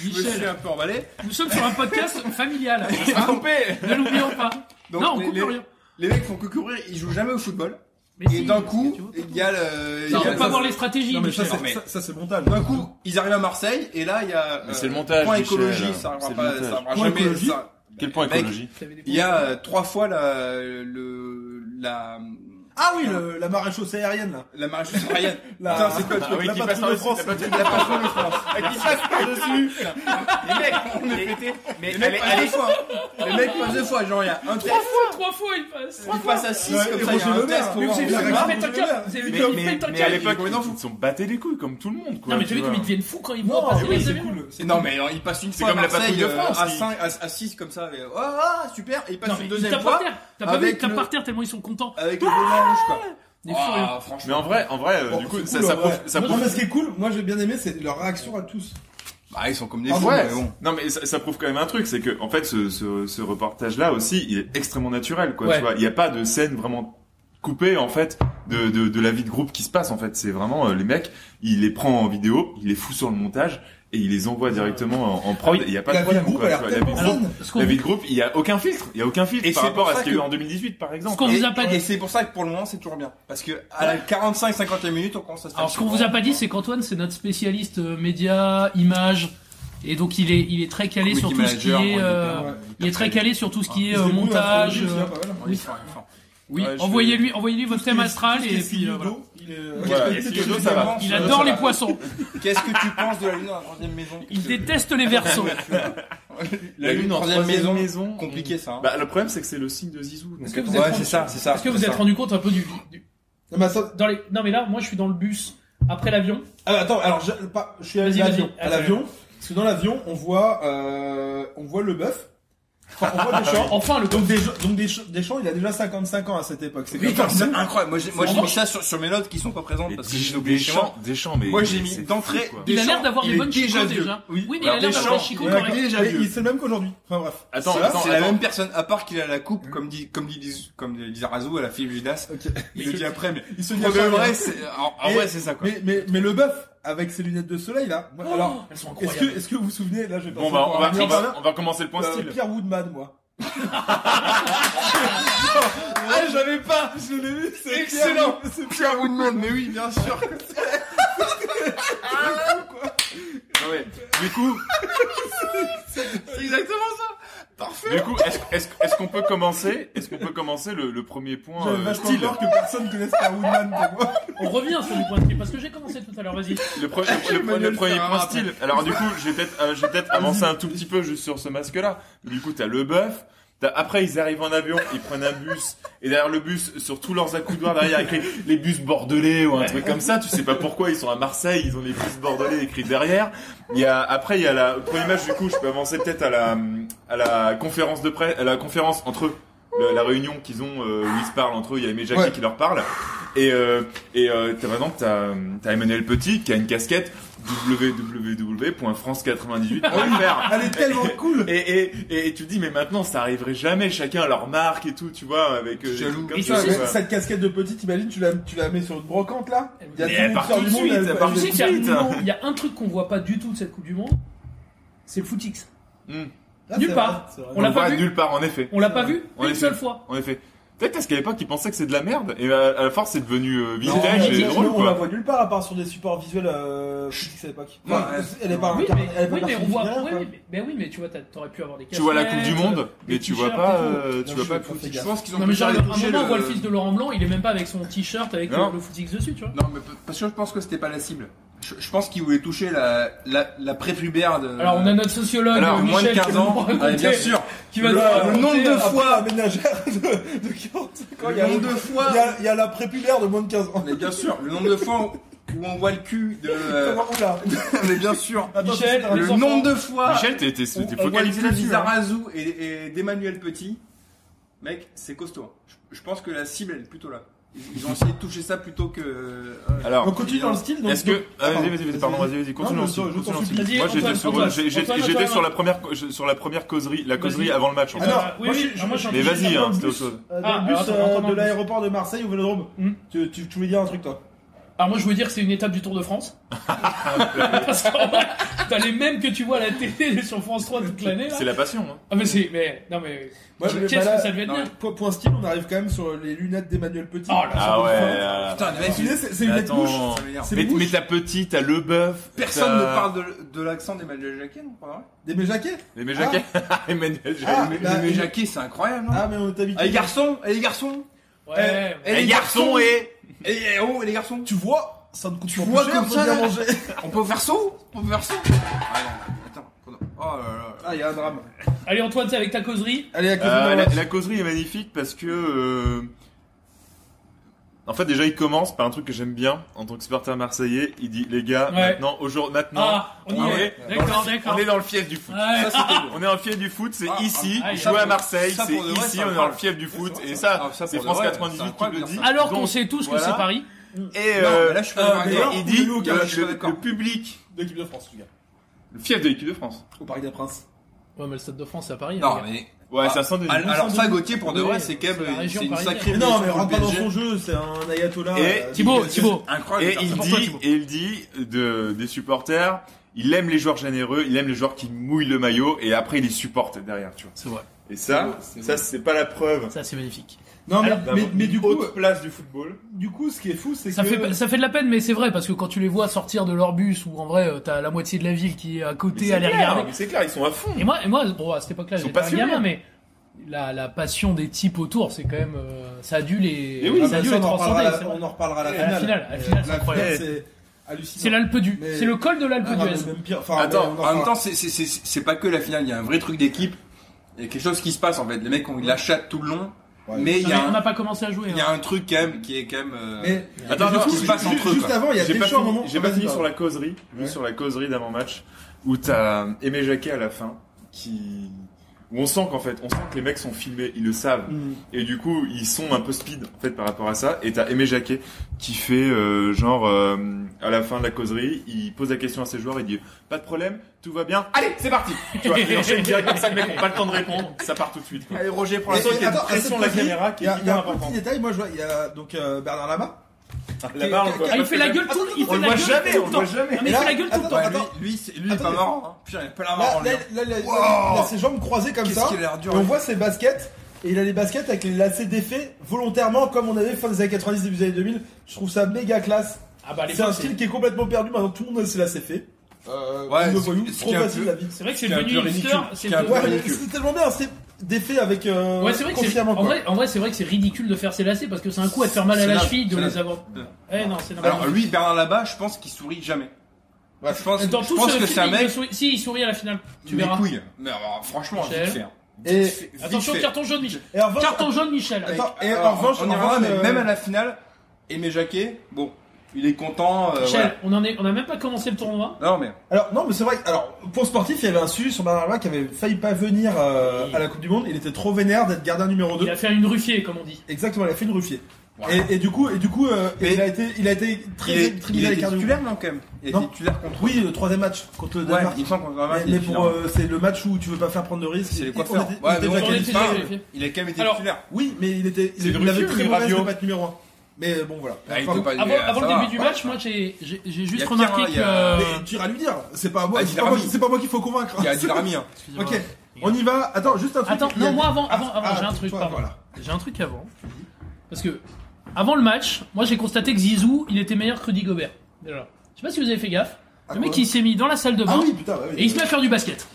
B: me suis
H: Michel,
B: un peu emballé.
H: nous sommes sur un podcast familial.
B: Coupé.
H: Ne l'oublions pas.
B: Donc,
H: non, on
B: les-
H: coupe
B: les-
H: rien.
B: Les mecs font que courir, ils jouent jamais au football.
H: Mais
B: Et
H: si,
B: d'un
H: parce que
B: coup,
H: tu vois,
B: il y a le, il y
H: Non,
B: a
H: on peut
B: le-
H: pas voir les stratégies.
I: Non mais ça,
H: Michel.
I: c'est-
B: mais-
I: ça, ça, c'est montage.
B: D'un coup, ils arrivent à Marseille et là il y a euh,
E: Mais c'est le montage,
B: point
E: Michel.
B: écologie, ça
E: C'est
B: arrivera
E: le
B: pas,
E: montage.
B: ça arrivera
I: Point
B: jamais.
I: écologie.
B: ça-
E: Quel point
B: Mec,
E: écologie
B: Il y a euh, trois fois la, le, la,
I: Ah oui, le- la maréchaussée aérienne, là.
B: la maréchaussée aérienne.
I: La-
B: Putain, c'est quoi le
I: Ah
B: truc
I: oui,
B: La
I: qui
B: patrouille
I: passe par
B: de
I: le-
B: France.
I: la patrouille-
B: La patrouille de France.
I: Ah,
B: qui passe par-dessus. Les mecs, on est pété. Mais le mec passe deux fois. Le mec passe deux fois, genre, il y a un test.
H: Trois fois, il passe.
B: Il passe à 6
I: Ouais,
B: comme ça,
I: et
B: il y a
I: Roger
B: un
I: Le Maire.
B: test pour
I: Mais
B: voir.
I: vous
B: où
I: avez vu
B: ça
I: la
B: va.
I: réaction de Lemaire.
H: C'est
B: Mais-
H: le
B: mais-
H: fait
B: mais à
H: de
B: l'époque,
E: ils se sont battés les couilles comme tout le monde quoi.
H: Non, mais t'as vu
E: vois.
H: comme ils deviennent fous quand ils
I: Non,
H: voient passer
I: mais
H: les
I: c'est
H: avions
I: cool, c'est
B: Non, mais alors, il passe une
E: C'est
B: fois
E: comme la
B: à Marseille,
E: patrouille de
B: euh,
E: France,
B: à
E: qui-
B: 5, à 6 comme ça, et oh, ah, super, et il passe
H: Non,
B: une
H: mais ils
B: deuxième
H: tapent par
B: fois.
H: terre. T'as pas vu,
B: avec
H: ils tapent
B: le-
H: par terre tellement ils sont contents.
B: Avec le volant rouge, quoi.
H: Des
B: Ah,
H: furieux.
B: franchement.
E: Mais en vrai, en vrai, euh,
I: Bon,
E: du coup,
I: Oh, c'est
E: ça,
I: cool,
E: ça
I: en
E: prouve,
I: vrai.
E: ça
I: Non,
E: prouve
I: mais ce qui est cool, moi j'ai bien aimé, c'est leur réaction à tous.
B: Bah, ils sont comme des
I: Ah,
B: fous,
I: ouais.
B: mais bon.
E: Non mais ça, ça prouve quand même un truc, c'est que en fait ce, ce, ce reportage là aussi il est extrêmement naturel quoi.
H: Ouais.
E: Tu vois, il n'y a pas de scène vraiment coupée en fait de, de, de la vie de groupe qui se passe en fait. C'est vraiment euh, les mecs, il les prend en vidéo, il les fout sur le montage et il les envoie directement en, en prod. Il n'y a pas
I: la
E: de
I: vie de
E: problème
I: groupe
E: quoi.
I: a
E: tu vois.
I: l'air
E: la vie
I: tellement
E: de groupe,
I: saine.
H: Ce qu'on
E: la vie de groupe, il n'y a aucun filtre, il n'y a aucun filtre
B: Et
E: par
B: c'est
E: rapport
B: pour
E: à ce
B: ça
E: qu'il y a eu
B: que-
E: en 2018 par
H: ce
E: exemple.
H: qu'on
B: Et-
H: vous a pas
B: Et
H: dit.
B: c'est pour ça que pour le moment, c'est toujours bien. Parce que à la 45-50e minute, on commence à se faire
H: Alors ce qu'on
B: chier.
H: vous a pas dit, c'est qu'Antoine c'est notre spécialiste euh, média, image, et donc il est il est très calé
B: Community
H: sur tout ce qui
B: manager,
H: est
B: moi,
H: euh,
I: ouais.
H: il est très calé sur tout ce qui
I: Ils
H: est
I: se
H: euh,
I: débrouillent,
H: montage.
I: ils font des
H: euh,
I: trucs, voilà.
B: Ouais, ils sont- ils sont-
H: Oui,
E: Ouais, je
H: envoyez-lui envoyez-lui votre thème astral
I: Tout ce qui
H: et
I: est
H: puis euh,
I: Sylvie
H: voilà.
I: Hugo, il est-
E: Voilà,
I: Qu'est-ce que
E: Sylvie
I: tu
E: Hugo,
I: dis,
E: ça va.
I: Clément
H: Il
B: Ouais,
H: adore
B: ça
H: les
B: va.
H: poissons,
B: Qu'est-ce que tu penses de la lune dans la troisième maison
H: il
B: Qu'est-ce que-
H: déteste les versos.
B: La lune dans la troisième maison. Compliqué ça. hein.
E: Bah, le problème c'est que c'est le signe de Zizou. donc
H: Est-ce que vous
B: Ouais,
H: êtes
B: c'est
H: rendu-
B: ça, c'est ça.
H: est-ce que
B: c'est
H: vous êtes
B: ça.
H: rendu compte un peu du, du-
I: Non, mais attends- euh,
H: dans les non mais là moi je suis dans le bus après l'avion.
I: ah, attends, alors je, pas- je suis à
H: Vas-y,
I: l'avion.
H: vas-y.
I: À l'avion, parce que dans l'avion, on voit, euh, on voit le bœuf. Enfin, on voit des champs.
H: [laughs] Enfin le
I: Donc, des, donc des, Ch- Deschamps, il a déjà 55 ans à cette époque. C'est
B: Putain,
I: comme ça.
B: c'est incroyable. Moi, j'ai- Moi,
H: En
B: j'ai mis
H: revanche-
B: ça sur, sur mes notes qui sont pas présentes
E: Mais
B: parce que j'ai
E: Deschamps-
B: oublié chez moi.
E: Deschamps, Deschamps, mais
B: Moi, j'ai mis
E: c'est fou,
B: d'entrée.
E: quoi.
H: il a
B: Deschamps,
H: l'air d'avoir
B: il
H: des
B: est
H: bonnes
B: déjà
H: chicots
B: vieux.
H: déjà.
I: Oui.
H: Oui mais il a
E: Alors,
H: l'air d'avoir des
E: Deschamps,
H: chicots
I: Ouais,
H: corrects.
B: déjà
I: mais
B: vieux.
I: il- c'est le même qu'aujourd'hui. Enfin bref.
E: Attends,
I: C'est
E: attends,
B: C'est la
E: attends.
B: même personne, à part qu'il a la coupe, comme dit, comme dit, comme dit Razou, elle a Philippe Gidas. Il le dit après, mais
I: Il se dit
B: en
I: après,
B: vrai,
I: hein.
B: c'est, en, en
I: Et-
B: vrai, c'est ça, quoi.
I: Mais, mais, mais le bœuf, avec ses lunettes de soleil, là. moi, alors,
H: Elles sont
I: est-ce que,
H: incroyables.
I: est-ce que vous vous souvenez, là, je vais
E: Bon
I: passer
E: bah
I: pour
E: on
I: un
E: va, on
I: mur,
E: va-
I: voilà.
E: on va commencer le point
I: Euh,
E: style.
I: Pierre Woodman, moi.
B: Ah, j'avais pas! Je l'ai vu, c'est excellent! C'est Pierre Woodman, mais oui, bien sûr!
E: Ah ouais. Du coup,
B: C'est [laughs] exactement ça! Parfait!
E: Du coup, est-ce est-ce- est-ce qu'on peut commencer Est-ce qu'on peut commencer le, le premier point
I: J'avais
E: euh,
I: vachement
E: style
I: peur que personne connaisse Pierre Woodman pour moi.
H: On revient sur du point de vue parce que j'ai commencé tout à l'heure. Vas-y.
E: Le, pre- le- le- le premier point style. Alors du coup, je vais peut-être euh, je vais peut-être avancer un tout petit peu juste sur ce masque-là. Du coup, t'as le bœuf. t'as- Après, ils arrivent en avion, ils prennent un bus, et derrière le bus, sur tous leurs accoudoirs, derrière, il y a écrit les bus bordelais ou un truc comme ça. Tu sais pas pourquoi, ils sont à Marseille, ils ont les bus bordelais écrits derrière. Il y a, après, il y a la au premier match. Du coup, je peux avancer peut-être à la à la conférence de presse, à la conférence entre eux, la, la réunion qu'ils ont euh, où ils se parlent entre eux. Il y a Aimé Jacquet
I: Ouais.
E: qui leur parle. Et euh, et euh, t'as par exemple t'as euh, t'as Emmanuel Petit qui a une casquette www.france98.fr.
I: [laughs] Elle
E: [laughs]
I: est tellement cool.
E: Et, et, et, et tu te dis mais maintenant ça arriverait jamais chacun à leur marque et tout tu vois avec euh,
B: Jaloux.
E: comme
H: Et
E: ça,
H: tu
E: quoi.
I: Mais Cette casquette de petite, t'imagines, tu la, tu la mets sur une brocante, là. Il y a
E: Mais
I: tout
E: elle
I: le
E: part
I: monde
E: tout de
I: du monde,
E: suite,
I: elle-
E: elle part
I: elle-
H: Tu sais
E: tout
H: qu'il y a un
E: Ensuite.
H: moment- il y a un truc qu'on voit pas du tout de cette Coupe du Monde, c'est le footix.
E: Hmm.
I: Ah,
H: Nulle
I: c'est
H: part.
I: vrai, c'est vrai.
H: On l'a
E: le
H: pas
E: voit
H: vu.
E: nulle part en effet
H: On l'a pas vu
E: On
H: une
E: est
H: seule
E: fait.
H: fois.
E: en effet peut-être parce qu'à l'époque ils pensaient que c'est de la merde et à, à la force c'est devenu euh,
I: Non,
E: vintage
I: mais
E: et drôle
I: on
E: quoi
I: la voit nulle part à part sur des supports visuels euh, critiques à l'époque. Enfin,
B: Ouais.
I: Elle est pas
H: Oui,
I: incarnée-
H: mais,
I: elle est pas
H: oui, mais on voit.
I: personifiée, rien,
H: oui,
I: quoi.
H: oui, mais, ben oui, mais tu vois, t'as- t'aurais pu avoir des
E: tu vois la coupe
H: casquettes,
E: du monde
H: des
E: mais tu vois
H: t-shirts et
E: pas
H: tout.
E: euh, tu
I: Non,
E: vois
I: je
E: pas
I: suis
E: tout.
I: fait
B: Je
I: gaffe.
B: pense qu'ils ont
H: Non mais genre, à
B: déjà
H: un moment,
B: touché
H: on voit le
B: le-
H: fils de Laurent Blanc, il est même pas avec son t-shirt avec
E: Non.
H: le, le footix dessus, tu vois.
B: Non, mais p- parce que je pense que c'était pas la cible. Je, je pense qu'ils voulaient toucher la, la, la prépubère de.
H: Alors on a notre sociologue
E: Alors,
H: euh,
B: moins de
H: Michel
B: 15
H: qui [laughs] va nous
B: ans.
H: raconter-
B: Ouais, bien sûr.
H: qui va
B: Le-
H: nous
B: le
H: raconter,
B: nombre de
H: euh,
I: Après,
B: fois.
I: la ménagère de, de 45 ans, il y
B: Le
I: a-
B: nombre de fois.
I: il y a- il y a la prépubère de moins de 15 ans.
B: Mais bien sûr, le nombre de fois où, où on voit le cul de.
I: [laughs] Comment- oula.
B: [laughs] mais bien sûr.
I: Attends,
H: Michel,
I: c'est-
B: Le
H: enfants.
B: nombre de fois.
E: Michel t'es t'es-
B: où on
E: t'es
B: voit le
E: focalisé
B: cul
E: là-dessus hein.
B: d'Izarazu et, et d'Emmanuel Petit. Mec, c'est costaud. hein. Je, je pense que la cible, elle est plutôt là. Ils, ils ont essayé de toucher ça plutôt que. euh,
I: on
E: alors
I: continue dans le style. donc-
E: Est-ce que ah, vas-y vas-y vas-y pardon
I: Vas-y,
E: vas-y vas-y continue
I: Non,
E: en
I: je-
E: style,
I: je t'en
E: continue en style.
H: supplie.
E: moi j'étais
H: Vas-y,
E: sur
H: Antoine,
E: j'ai- j'ai-
H: Antoine,
E: j'étais
H: Antoine,
E: sur la première co- sur la première causerie la causerie avant le match en
H: Ah
E: fait.
H: non,
I: Alors,
H: oui,
I: moi,
H: oui,
I: je-
H: ah, moi,
I: je-
H: j'en
E: mais
H: dis-
E: vas-y,
I: dans
E: hein,
I: le
E: c'était autre
I: bus,
E: chose.
I: euh, dans
H: Ah,
I: le bus
H: alors,
I: euh,
H: attends, attends,
I: de l'aéroport de Marseille au Vélodrome.
H: Hmm.
I: Tu, tu, tu voulais dire un truc toi
H: Alors Ah, moi je veux dire que c'est une étape du Tour de France. [laughs] Parce qu'en vrai, t'as les mêmes que tu vois à la télé sur France 3 toute l'année. là.
E: C'est la passion. Hein.
H: Ah mais c'est... Mais, non mais...
I: Ouais, mais
H: Qu'est-ce
I: bah là,
H: que ça devait être
I: non,
H: bien
I: point, point style, on arrive quand même sur les lunettes d'Emmanuel Petit.
H: Oh là là.
E: Ah ouais. euh,
B: Putain,
I: mais tu sais, c'est- c'est une lettre
E: attends.
B: bouche.
I: C'est
E: Mais,
I: une bouche.
E: mais t'as petit, t'as le bœuf.
B: Personne ne parle de, de l'accent d'Emmanuel Jacquet, non pendant
I: Des méjaquets
E: Mais mais Jacquet, [laughs] Emmanuel Jacquet.
I: Ah, bah,
B: Emmanuel Jacquet, c'est incroyable, non
I: Ah, mais on est habitué.
B: Eh, les garçons Eh, les garçons
H: Ouais.
B: Eh,
E: Les garçons et
B: Eh, eh, oh, eh, les garçons
I: Tu vois, ça ne coûte
B: Tu
I: pas
B: vois
I: plus
B: comme
I: cher, on peut
B: ça,
I: bien
B: là
I: manger.
B: On peut faire ça On peut faire ça Ah non, attends. Oh là là.
I: Ah, il y a un drame.
H: Allez Antoine, c'est avec ta causerie.
I: Allez, à cause
E: Euh,
I: de
E: la,
I: la-
E: la causerie est magnifique parce que. euh, En fait, déjà, il commence par un truc que j'aime bien en tant que supporter marseillais. Il dit, les gars,
H: Ouais.
E: maintenant, aujourd'hui, maintenant,
H: Ah, on y
E: on,
H: est.
E: est,
H: D'accord,
E: on est-
H: d'accord.
E: on est dans le fief du foot.
H: Ouais.
E: On est dans le fief du foot, c'est
B: Ah,
E: ici.
H: ah, ah,
E: jouer
B: ça,
E: à Marseille,
B: ça,
E: c'est
B: pour de vrai,
E: ici.
B: c'est
E: on est dans le
B: incroyable.
E: fief du foot.
B: c'est
E: Et
B: vrai.
E: ça,
B: Ah, ça,
E: c'est
B: pour
E: France
B: de vrai,
E: 98
B: c'est
E: qui le
B: incroyable,
E: dit.
B: ça.
H: Alors qu'on
E: Donc,
H: sait tous
E: voilà.
H: que c'est Paris.
E: Et
B: Non,
E: euh,
B: mais là, je suis
I: euh,
B: pas
I: d'ailleurs,
B: d'accord.
E: il dit,
I: Ouh,
E: le,
I: là, je suis
E: le-
B: pas d'accord.
E: le public,
I: de l'équipe de France, les gars.
E: le fief de l'équipe de France.
I: Au Parc des Princes.
H: Ouais mais le Stade de France c'est à Paris. hein,
B: Non,
H: les gars.
B: mais.
E: Ouais,
B: Ah,
E: c'est un centre de
B: al- Alors, ça, Gauthier, pour de
H: Oui,
B: vrai, c'est quand
H: c'est la
B: même
H: région
B: c'est une
H: parisienne.
B: sacrée.
I: Mais non, mais
B: blessure pour
I: rentre pas
B: le
I: dans
B: PSG.
I: son jeu, c'est un ayatollah.
E: Et
I: euh,
H: Thibaut,
I: il-
H: Thibaut.
B: Incroyable.
E: Et il
B: putain,
E: dit, et il dit de, des supporters, il aime les joueurs généreux, il aime les joueurs qui mouillent le maillot et après il les supporte derrière, tu vois.
H: C'est vrai.
E: Et ça, ça c'est pas la preuve.
H: Ça c'est magnifique.
I: Non, mais,
E: d'avoir
I: mais, mais
E: une
I: du coup,
E: haute place du football.
I: du coup, ce qui est fou, c'est que.
H: Ça fait, ça fait de la peine, mais c'est vrai, parce que quand tu les vois sortir de leur bus, ou en vrai, euh, t'as la moitié de la ville qui est à côté à les regarder.
E: mais c'est clair, ils sont à fond.
H: Et moi, et moi bon, à cette époque-là,
E: Ils sont
H: j'étais un
E: passionnés.
H: gamin, mais la, la passion des types autour, c'est quand même. euh, ça a dû les,
E: Mais oui,
I: Ah,
H: ça a
I: bah,
H: dû
I: ça,
H: les
I: on, en reparlera à
H: transcender.
I: la-
H: c'est vrai.
I: on en reparlera à la
H: À la
I: finale.
H: finale, à la finale, c'est
I: La
H: incroyable.
I: c'est
H: C'est
I: hallucinant.
H: l'Alpe du.
I: Mais-
H: C'est le col de l'Alpe
I: Ah, non, mais
H: d'Huez.
I: même pire. Enfin,
E: Attends,
I: mais on
B: En
I: en
B: même
I: reparlera.
B: temps, c'est- c'est c'est- c'est pas que la finale, il y a un vrai truc d'équipe. Il y a quelque chose qui se passe en fait. Les mecs ont eu la chatte tout le long.
I: Ouais.
B: Mais il y,
H: Non, mais
B: a
H: On
B: un-
H: n'a pas commencé à jouer.
B: il y
H: hein.
B: a un truc quand même qui est quand même. euh,
I: Mais-
B: il y a
E: Attends,
B: quelque
E: attends,
B: chose qui se passe entre eux.
I: Juste
B: quoi.
I: avant, il y a
E: J'ai pas
I: Deschamps à un
E: fini,
I: moment.
E: j'ai
I: Ah,
E: pas
I: vas-y,
E: fini
I: pardon.
E: sur la causerie,
I: Ouais.
E: vu sur la causerie d'avant-match, où t'as Aimé Jacquet à la fin, qui... Où on sent qu'en fait, on sent que les mecs sont filmés, ils le savent.
I: Mm.
E: Et du coup, ils sont un peu speed en fait par rapport à ça. Et t'as Aimé Jacquet qui fait euh, genre euh, à la fin de la causerie, il pose la question à ses joueurs, il dit pas de problème, tout va bien. Allez, c'est parti. tu vois, il enchaîne direct comme ça, les mecs ont pas le temps de répondre, ça part tout de suite. Quoi.
B: Allez, Roger, prends
I: Et-
B: la
E: l'instant,
I: et
E: il y a une
I: attends, à
E: pression
I: cette
E: de la
I: causerie,
E: caméra qui est
I: il y a-
E: hyper
I: Il y a un
E: importante.
I: petit détail, moi je vois, il y a donc euh, Bernard Lama.
E: La barre, on le voit
H: Ah, il
E: pas
H: fait
E: très
H: la
E: bien.
H: gueule tout le temps. il
E: On
H: fait
E: le
H: la
E: voit
H: gueule
E: jamais,
H: tout
E: on
H: le
E: le
H: temps.
E: voit jamais.
H: Non, mais il fait la gueule tout le temps.
B: Ouais,
I: Attends,
B: lui, lui, c'est- lui, il est pas
I: Attendez.
B: marrant. hein. Putain, il est pas la
I: Là,
B: marrant.
I: là,
B: lui.
I: là, là, il
B: Wow.
I: a ses jambes croisées comme
B: Qu'est-ce
I: ça.
B: qu'il a l'air dur, hein.
I: Et on
B: lui.
I: voit ses baskets. Et il a les baskets avec les lacets défaits volontairement, comme on avait fin des années 90, début des années 2000. Je trouve ça méga classe.
H: Ah bah, à
I: C'est un
H: l'époque,
I: style qui est complètement perdu. Maintenant, tout le monde a ses lacets faits. Euh,
B: Ouais,
I: le
B: ce-
I: voyou,
B: ce
I: trop
B: qui est un
I: facile
B: peu-
I: la vie.
H: C'est vrai que c'est
B: qui est un
H: devenu
B: peu
H: hipster.
B: ridicule,
H: c'est
B: qui est un peu
I: Ouais,
H: devenu-
I: mais c'est tellement bien. C'est des faits avec euh,
H: Ouais, c'est vrai que c'est.
I: confiamment,
H: En
I: quoi.
H: vrai, en vrai, c'est vrai que c'est ridicule de faire ses lacets parce que c'est un coup à te faire mal à
B: C'est
H: la
B: là-
H: cheville de
B: c'est
H: les
B: là-
H: avoir. Eh non, c'est normal.
B: Alors lui, Bernard là-bas, je pense qu'il sourit jamais.
I: Ouais.
B: Je pense,
H: Dans
B: je
H: tout
B: pense
H: ce
B: que
H: film,
B: c'est un
H: il
B: mec.
H: sourit- euh, Si, il sourit à la finale. Tu
B: mes
H: verras.
B: couilles. Mais alors, franchement,
H: Michel.
B: vite fait. hein.
I: Et-
B: Vite fait, vite
H: Attention,
B: fait.
H: carton jaune, Michel.
I: Et en revanche,
H: Carton jaune, Michel.
I: Attends,
B: Avec-
I: et en
B: alors,
I: revanche-
B: on
I: en
B: y reviendra,
I: revanche,
B: mais
I: euh,
B: même à la finale, Aimé Jacquet, bon, il est content. euh,
H: Michel, on en est, on a même pas commencé le tournoi.
B: voilà. Non mais
I: Alors non mais c'est vrai. que- Alors pour sportif, il y avait un sujet sur Bernard Lama qui avait failli pas venir euh, à la Coupe du Monde. Il était trop vénère d'être gardien numéro
B: Euh.
I: 2.
H: Il a fait une ruffier, comme on dit.
I: Exactement, il a fait une ruffier.
B: Voilà.
I: Et, et du coup, et du coup, euh,
B: Mais-
I: il a été, il a été
B: il
I: très
B: est,
I: très
B: il
I: bien
B: est
I: les quarts de
B: titulaire non quand même. Il est
I: Non.
B: titulaire contre.
I: Oui, le troisième match contre le
B: Ouais,
I: Danemark.
B: il me semble qu'on va
I: mais,
B: marquer
I: mais
B: titulaire.
I: pour, euh, c'est le match où tu veux pas faire prendre de risques.
B: C'est les
I: Et-
B: coiffeurs.
I: on était-
B: Ouais,
I: on était
B: mais
I: déjà
B: on était
I: qualifiés.
H: déjà qualifiés.
B: Il a quand même été
H: Alors,
B: titulaire.
I: Oui, mais il était, il,
E: C'est
I: il avait
E: Druffier
I: très
E: ou
I: mauvaise de
E: Rabiot
I: pas être numéro 1 Mais euh, bon voilà.
B: Ah, il
I: Enfin,
B: peut pas-
H: Avant,
B: mais, euh,
H: avant
B: ça
H: le
B: va.
H: début du match, moi j'ai j'ai-
B: Il
H: j'ai
B: y
H: juste
B: a
H: remarqué
B: Pierre, il
H: que. euh,
B: y a-
I: mais tu iras lui dire. C'est pas à moi.
B: Ah,
I: c'est
B: il a
I: pas moi
B: remis.
I: qui- C'est pas moi qu'il faut convaincre.
B: Il y a du Rami. hein.
H: Excusez-moi.
I: Ok. On y va. Attends, juste un truc.
H: Attends,
I: Il y
H: non,
I: a des-
H: moi avant,
I: Ah,
H: avant, avant,
I: ah,
H: j'ai un truc,
I: toi,
H: pardon.
I: voilà.
H: J'ai un truc avant. Parce que, avant le match, moi j'ai constaté que Zizou, il était meilleur que Rudy Gobert. Déjà. Je sais pas si vous avez fait gaffe.
I: Ah,
H: Le mec,
I: quoi
H: il s'est mis dans la salle de
I: Ah
H: bain
I: oui, putain. bah oui.
H: et il se met à faire du basket.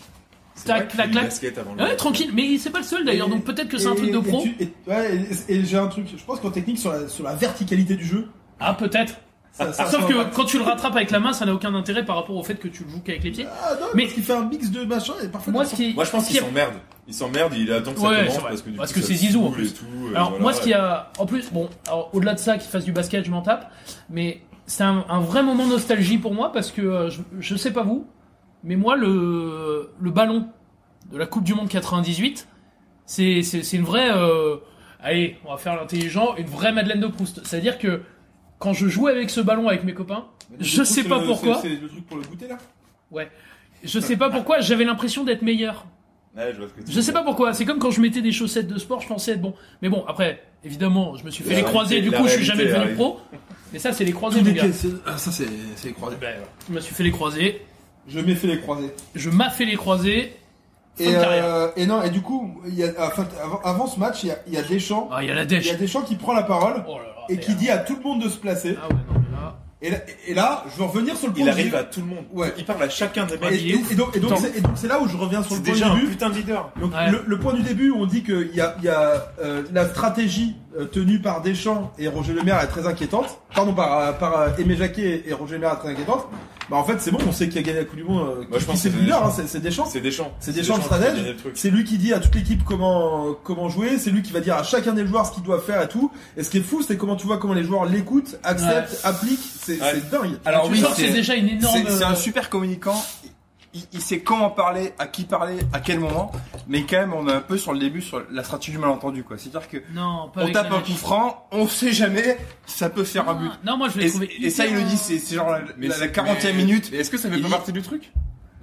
E: vrai
H: Tac,
E: qu'il y a
H: clac,
E: du
H: clac.
E: basket avant le
H: Ouais,
E: match.
H: tranquille, mais c'est pas le seul d'ailleurs, donc peut-être que c'est un
I: Et-
H: truc de
I: et
H: pro.
I: tu- et, ouais, et, et j'ai un truc. Je pense qu'en technique, sur la, sur la verticalité du jeu,
H: Ah, peut-être.
I: ça, ça
H: Sauf
I: ça-
H: que quand tu le rattrapes avec la main, ça n'a aucun intérêt par rapport au fait que tu le joues qu'avec les pieds.
I: Ah non,
H: Mais-
I: mais il fait un mix de machin et parfois.
H: Moi, ce qui est-
E: Moi je pense
H: ce
E: qu'il
H: qui est-
E: s'emmerde. Il s'emmerde, il attend que ça
H: Ouais, c'est
E: commence
H: vrai.
E: parce que du
H: Parce
E: coup,
H: que
E: ça
H: c'est Zizou, en
E: saoule et
H: plus.
E: tout, et
H: Alors
E: voilà,
H: moi ce
E: ouais.
H: qu'il y a en plus bon alors, au-delà de ça qu'il fasse du basket je m'en tape mais c'est un, un vrai moment nostalgie pour moi parce que euh, je, je sais pas vous mais moi le le ballon de la Coupe du Monde 98 c'est c'est c'est une vraie euh, allez on va faire l'intelligent une vraie Madeleine de Proust c'est à dire que quand je jouais avec ce ballon avec mes copains je sais
E: euh,
H: pas pourquoi
I: C'est le truc pour le goûter là.
H: ouais je sais pas pourquoi j'avais l'impression d'être meilleur
E: Ouais, je vois ce que tu
H: je sais
E: veux
H: pas pourquoi, c'est comme quand je mettais des chaussettes de sport, je pensais être bon. Mais bon, après, évidemment, je me suis fait
E: La
H: les croiser,
E: réalité,
H: du
E: la
H: coup, je suis jamais
E: réalité
H: devenu
E: arrive.
H: pro. Mais ça, c'est les croisés,
I: Tout
H: mon
I: des
H: gars.
I: pieds, c'est- ah, ça, c'est c'est les croisés.
H: Je me suis fait les croisés.
I: Je m'ai fait les croisés.
H: Je m'as fait les croisés. Fin
I: Et,
H: de carrière.
I: euh, et non, et du coup, il y a- enfin, avant, avant ce match, il y a, il y a Deschamps.
H: Ah, il y a la dèche.
I: Deschamps qui prend la parole
H: Oh
I: et
H: ah.
I: qui dit à tout le monde de se placer. Et là, et là, je veux revenir sur le point
E: Il
I: de
E: arrive
I: vue-
E: à tout le monde.
I: Ouais.
E: Il parle à chacun des mecs.
I: Et, et- et donc, et donc, c'est- et donc, c'est là où je reviens sur le
E: C'est
I: point
E: déjà
I: du
E: un
I: début.
E: putain de leader.
I: Donc,
E: Ouais.
I: le, le point du début, on dit qu'il y a, il y a, euh, la stratégie euh, tenue par Deschamps et Roger Le Maire est très inquiétante. Pardon, par, euh, par euh, Aimé Jacquet et Roger Le Maire est très inquiétante. Bah en fait, c'est bon, on sait qui a gagné la Coupe du Monde. euh,
E: Moi, je
I: qui-
E: pense
I: qui c'est
E: que
I: le
E: c'est
I: leader, hein,
E: Deschamps.
I: c'est c'est Deschamps.
E: C'est Deschamps.
I: C'est Deschamps le
E: qui a
I: stratège.
E: gagné le truc.
I: C'est lui qui dit à toute l'équipe comment comment jouer. C'est lui qui va dire à chacun des joueurs ce qu'ils doivent faire et tout. Et ce qui est fou, c'est comment tu vois comment les joueurs l'écoutent, acceptent, appliquent. C'est
B: Ouais.
I: c'est dingue.
B: Alors
I: Tu
B: oui,
I: sens que
B: c'est-
H: euh,
B: C'est un super communicant. Il, il sait comment parler, à qui parler, à quel moment. Mais quand même, on est un peu sur le début sur la stratégie du malentendu, quoi. C'est-à-dire que
H: Non, pas
B: on
H: avec
B: tape
H: la
B: un
H: dèche.
B: coup franc, on sait jamais, ça peut faire un but.
H: Non, moi je l'ai
B: Et,
H: trouvé. euh, hein.
B: et ça, il le dit, c'est c'est genre la,
H: Mais
B: la- la
H: c'est-
B: 40e
H: mais-
B: minute.
E: Est-ce que ça fait
B: pas partie
E: du truc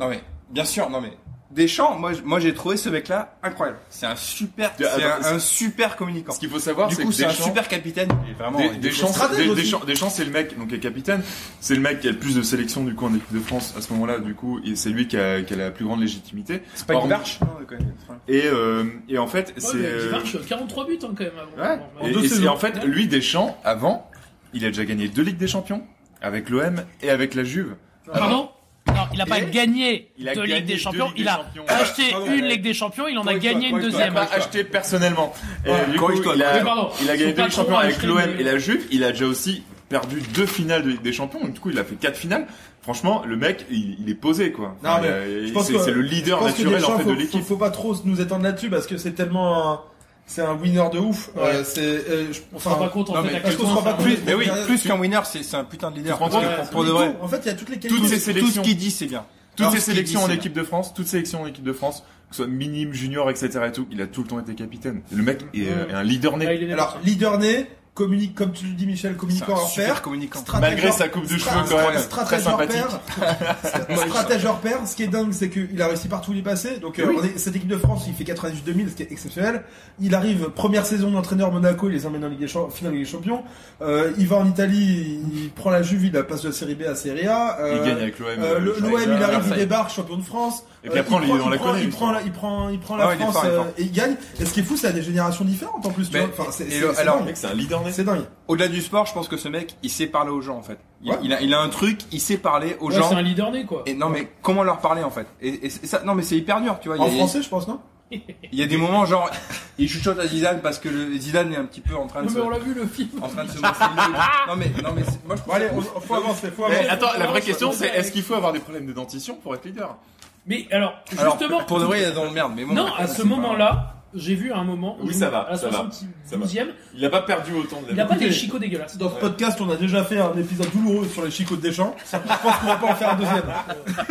B: Non mais, bien sûr, non mais. Deschamps, moi, j- moi j'ai trouvé ce mec-là incroyable. C'est un super, c'est un, un super communicant. Ce
E: qu'il faut savoir,
B: du
E: c'est
B: coup,
E: que
B: c'est un
E: Deschamps-
B: super capitaine. Il est vraiment. il
E: Des,
B: est
E: Deschamps,
B: stratège
E: Des-
B: aussi.
E: Deschamps- Deschamps, c'est le mec donc qui est capitaine, c'est le mec qui a le plus de sélections du coup en équipe de France à ce moment-là du coup et c'est lui qui a, qui a la plus grande légitimité.
B: C'est pas
E: Or-
B: une marche. Non, d'accord, c'est vrai.
E: Et euh, et en fait
H: Ouais,
E: c'est
H: mais il
E: euh,
H: marche 43 buts hein, quand même avant.
E: Ouais.
H: Bon,
E: Et,
H: bah,
E: et c'est- en fait, lui, Deschamps, avant, il a déjà gagné deux Ligues des Champions, avec l'OM et avec la Juve.
H: Pardon Non, il a pas
E: Et
H: gagné
E: il a
H: de
E: gagné
H: Ligue des
E: deux
H: Champions.
E: Ligues
H: Il
E: des
H: a
E: Champions.
H: acheté
E: Pardon.
H: une Ligue des Champions, il en a gagné une
E: Il a
H: deuxième.
E: pas acheté personnellement. Et
H: Voilà.
E: du coup,
H: Corrige-toi,
E: il a,
H: corrige-toi. Pardon.
E: il a gagné deux Ligues
H: Faut pas
E: des
H: trop
E: champions avec
H: acheter
E: l'OM
H: des-
E: et la Juve. Il a déjà aussi perdu deux finales de Ligue des Champions. Du coup, il a fait quatre finales. Franchement, le mec, il, il est posé, quoi.
I: Non,
E: Enfin,
I: mais
E: il a-
I: je pense
E: c'est
I: que-
E: c'est le
I: je
E: leader
I: pense que
E: naturel,
I: Deschamps,
E: en fait,
I: faut,
E: de l'équipe.
I: Faut, faut pas trop nous étendre là-dessus parce que c'est tellement un, c'est un winner de ouf. Euh, c'est, euh, je-
H: On se rend pas compte, en
I: non,
H: fait,
I: mais
H: à
I: parce
H: quel
I: qu'on se rend
H: point
I: pas
H: c'est un
I: compte.
H: winner.
B: Mais oui, plus qu'un winner, c'est c'est un putain de leader.
E: Tu te rends
B: Parce
E: compte
B: que Pour de vrai.
I: En fait, il y a toutes les
E: toutes
B: Tout- Tout
E: ces sélections.
B: ce qu'il dit, c'est bien.
E: Toutes
B: Alors,
E: ces
B: ce qu'il
E: sélections
B: dit,
E: en
B: c'est
E: équipe de France, toutes ces sélections en équipe de France, que ce soit minime, junior, etc. et tout, il a tout le temps été capitaine. Le mec est, euh, est un leader né.
I: Alors, leader né, communique, comme tu le dis, Michel, communicant
E: C'est un
I: hors
E: super
I: pair.
B: communicant.
I: stratège
E: Malgré
I: hors-
E: sa coupe de cheveux,
I: stra-
E: quand même,
I: stra-
E: très
I: Stratège hors
E: sympathique.
I: pair.
E: [laughs]
I: Stratège hors pair. Ce qui est dingue, c'est qu'il a réussi partout où il est passé. Donc, euh,
E: Oui.
I: on est- cette équipe de France, il fait 98-2000, ce qui est exceptionnel. Il arrive, première saison d'entraîneur Monaco, il les emmène en Ligue des Champions, finale Ligue des Champions. Euh, il va en Italie, il prend la Juve, il la passe de la Série B à Serie A. Euh,
E: Il gagne avec l'OM,
I: euh, le-
E: euh,
I: L'OM, il arrive, il
E: Marseille.
I: débarque, champion de France. Euh,
E: Et puis après, on
I: il
E: les-
I: prend-
E: on la hein.
I: il prend-
E: connaît,
I: Il prend, la- il prend, il prend la
E: Ah ouais, il est
I: France
E: fort, il est
I: euh,
E: fort.
I: et il gagne. Et ce qui est fou, c'est la génération différentes en plus. tu
B: Mais-
I: vois. Enfin, c'est-
B: et
I: c'est-
B: le-
I: c'est
B: alors-
I: dingue.
B: Mec,
E: c'est un leader né.
I: C'est dingue.
B: Au-delà du sport, je pense que ce mec, il sait parler aux gens en fait. Il,
I: Ouais.
B: il a, il a un truc, il sait parler aux
H: Ouais,
B: gens.
H: c'est un leader né quoi.
B: Et non mais comment leur parler en fait et, et c'est- ça, non mais c'est hyper dur, tu vois.
I: En
B: Il y a-
I: français, je pense, non
B: Il y a des moments genre [laughs] il chuchote à Zidane parce que le, Zidane est un petit peu en train de
H: Non,
B: se
H: mais on l'a vu le film.
B: en train de se morcer le
H: [laughs]
B: dos. Non mais non mais c'est- moi je pense
I: allez, on- faut avancer, faut
E: Mais
I: avancer.
E: attends, la vraie question c'est est-ce qu'il faut avoir des problèmes de dentition pour être leader
H: Mais alors,
B: Alors,
H: justement.
B: pour de vrai, il est dans le merde mais bon.
H: Non, à ce moment-là, j'ai vu à un moment.
E: Oui, ça va,
H: À la
E: ça va,
H: 72ème,
E: Il a pas perdu autant de la
H: il a pas des chicots dégueulasses.
I: Dans ce podcast, on a déjà fait un épisode douloureux sur les chicots de Deschamps. Je pense qu'on va pas en faire un deuxième.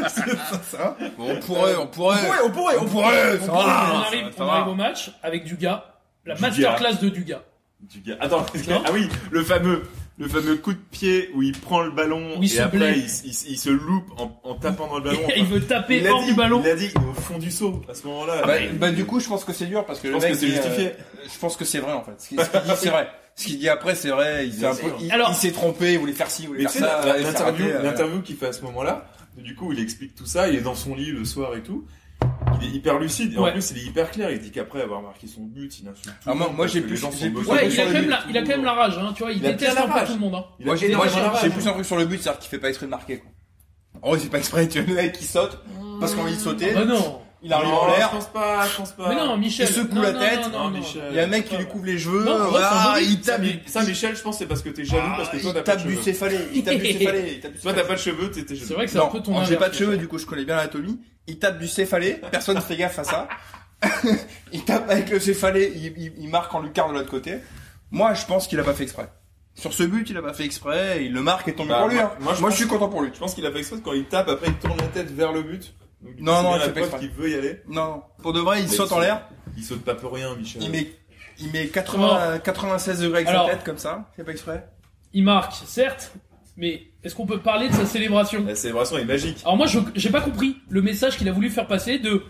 I: C'est pas ça.
B: on pourrait on pourrait
I: Ouais, on pourrait, on pourrait.
B: ça
H: on,
B: va,
H: arrive,
B: ça
H: on
B: va.
H: arrive au match avec Dugas, la
E: Dugas.
H: masterclass de Dugas.
E: Du gars. Attends, parce que- ah oui, le fameux, le fameux coup de pied où il prend le ballon
H: Où il
E: et
H: se blesse.
E: après il, se- il se- il se loupe en, en tapant dans le
B: [laughs]
E: ballon.
H: il
E: Enfin,
H: veut taper
E: il a
H: hors
E: dit-
H: du ballon.
E: Il a dit il est au fond du seau à ce moment-là.
B: Bah, bah, du coup, je pense que c'est dur parce que le
E: Je pense
B: mec
E: que c'est
B: dit, euh,
E: justifié.
B: je pense que c'est vrai en fait. Ce qu'il ce qu'il dit, c'est vrai. Ce qu'il dit après, c'est vrai. Il s'est
E: Bien
B: un peu-
E: sûr.
B: il-
H: Alors-
B: il s'est trompé, il voulait faire ci, il voulait
E: Mais
B: faire
E: tu sais, la-
B: ça.
E: la-
B: il s'est
E: l'interview,
B: raté, euh,
E: l'interview qu'il fait à ce moment-là, du coup, il explique tout ça, il est dans son lit le soir et tout. Il est hyper lucide et en
H: Ouais.
E: plus il est hyper clair. Il dit qu'après avoir marqué son but, il insulte tout.
B: Ah,
E: le
B: moi-
E: monde
B: moi,
E: parce
B: j'ai
E: que
B: plus-
E: les gens
B: j'ai
E: sont
B: plus-
E: bossés.
H: Ouais, il, a
E: Sur
H: quand
E: les
H: même la,
E: buts,
H: il a quand
E: tout le
H: même la
E: monde.
H: rage, hein, tu vois, il,
E: Il a
H: déteste
E: bien
H: un
E: la
H: peu
E: rage.
H: tout le monde. Hein.
E: Il
B: Moi, j'ai
E: a
B: moi, j'ai-
E: énormément la
B: j'ai
E: rage.
B: plus un truc sur le but, c'est-à-dire qu'il fait pas exprès de marquer. Quoi. En vrai, c'est pas exprès. Tu vois, le mec il saute parce qu'on envie de sauter.
H: Ah bah non
B: Il arrive
E: Non,
B: en l'air.
E: Je pense pas, je pense pas.
H: Mais non, Michel
B: Il secoue
H: non,
B: la
H: non,
B: tête.
H: non, non,
E: Non,
H: non.
E: Michel.
B: Il y a un mec qui lui couvre les cheveux.
H: Non, en vrai, c'est un
B: voilà,
H: bon but.
B: il tape,
E: Mais ça, Michel, je pense c'est parce que t'es jaloux, parce que toi
B: il
E: t'as pas
B: tape
E: de
B: du
E: cheveux.
B: céphalée. Il
H: [laughs]
B: tape du céphalée. il tape du
E: Toi t'as
B: céphalé.
E: pas de cheveux, t'es t'es
H: C'est
E: jaloux.
H: vrai que c'est un
B: Non,
H: peu ton
B: alors, j'ai
H: inverse,
B: pas de cheveux, E, du coup je connais bien l'anatomie. Il tape du céphalé, personne ne fait gaffe à ça. [laughs] il tape avec le céphalé, il, il- il marque en lucarne de l'autre côté. Moi je pense qu'il a pas fait exprès. Sur ce but, il a pas fait exprès, il le marque et tombe
E: Bah,
B: pour lui.
E: moi-
B: hein.
E: moi,
B: Moi,
E: je
B: je,
E: pense-
B: suis content pour lui.
E: Je pense qu'il a fait exprès quand il tape, après il tourne la tête vers le but. Donc,
B: Non,
E: c'est
B: non,
E: bien
B: il
E: la
B: fait pas
E: preuve
B: exprès.
E: qu'il veut y aller.
B: Non, non. Pour de vrai, il
E: Mais euh.
B: saute
E: il
B: en
E: saute.
B: l'air,
E: Il saute pas pour rien, Michel.
B: il met, il met 80, 96 degrés avec
H: Alors-
B: sa tête comme ça. C'est pas exprès.
H: Il marque, certes, mais est-ce qu'on peut parler de sa célébration
E: La célébration est magique.
H: Alors moi, je- j'ai pas compris le message qu'il a voulu faire passer de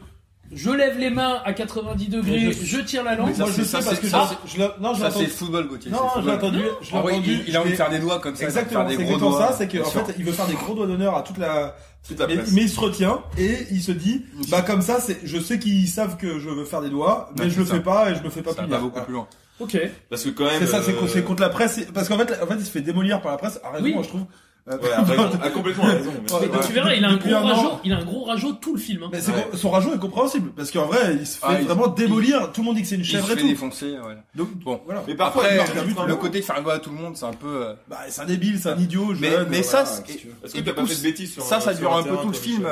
H: je lève les mains à 90 degrés,
I: Mais
H: je,
I: je-
H: tire la langue.
I: Moi, je sais parce que
H: ça,
I: je- je l'ai- non,
B: Ça,
I: je l'ai
B: c'est
I: entendu.
B: le football, Gauthier,
I: Non,
B: c'est le
I: je l'ai
B: football.
I: entendu. je l'ai
B: En vrai, il-
I: entendu,
B: il a envie
I: je
B: de
I: l'ai-
B: faire des doigts comme ça, il a envie de
I: Exactement.
B: faire des
I: C'est
B: gros
I: exactement
B: doigts,
I: ça. C'est qu'en
B: bien sûr.
I: fait, il veut faire des gros doigts d'honneur à toute la.
B: la
I: mais,
B: place.
I: mais il se retient et il se dit, bah comme ça, c'est. Je sais qu'ils savent que je veux faire des doigts, mais
B: Ouais,
I: je le
B: Bah, c'est ça.
I: fais pas et je me fais pas punir. Voilà.
B: loin.
H: Ok.
E: Parce que quand même.
I: C'est ça, c'est
E: euh,
I: c'est contre la presse. c'est- Parce qu'en fait, en fait, il se fait démolir par la presse. À raison,
H: Oui.
I: moi, je trouve. Euh,
E: Ouais, à raison, à complètement raison. mais-
I: Ouais,
H: Mais
I: ouais.
H: tu verras, il a un
I: Depuis
H: gros
I: un an.
H: rageau, il a un gros rageau tout le film. hein.
I: Mais c'est
B: Ouais.
I: que son rageau est compréhensible parce qu'en vrai, il se fait
B: Ah, il-
I: vraiment démolir. Tout le monde dit que c'est une
B: Il se
I: chèvre et
B: fait
I: tout.
B: défoncer, voilà.
I: Donc
B: Bon.
I: voilà.
B: Mais parfois,
I: Après,
B: le-
I: il a but,
B: le
I: vraiment.
B: côté faire un doigt à tout le monde, c'est un peu. euh,
I: Bah, c'est un débile, c'est un idiot.
B: Mais,
I: jeune,
B: mais
I: euh,
B: ça,
I: voilà,
B: c'est-
I: si tu veux.
E: Est-ce
B: et
E: que t'as
B: du
E: pas
B: coup,
E: fait de bêtises sur
B: ça,
E: un-
B: ça
E: sur
B: dure un peu
E: terrain,
B: tout le
E: toi,
B: film.
E: [laughs] Michel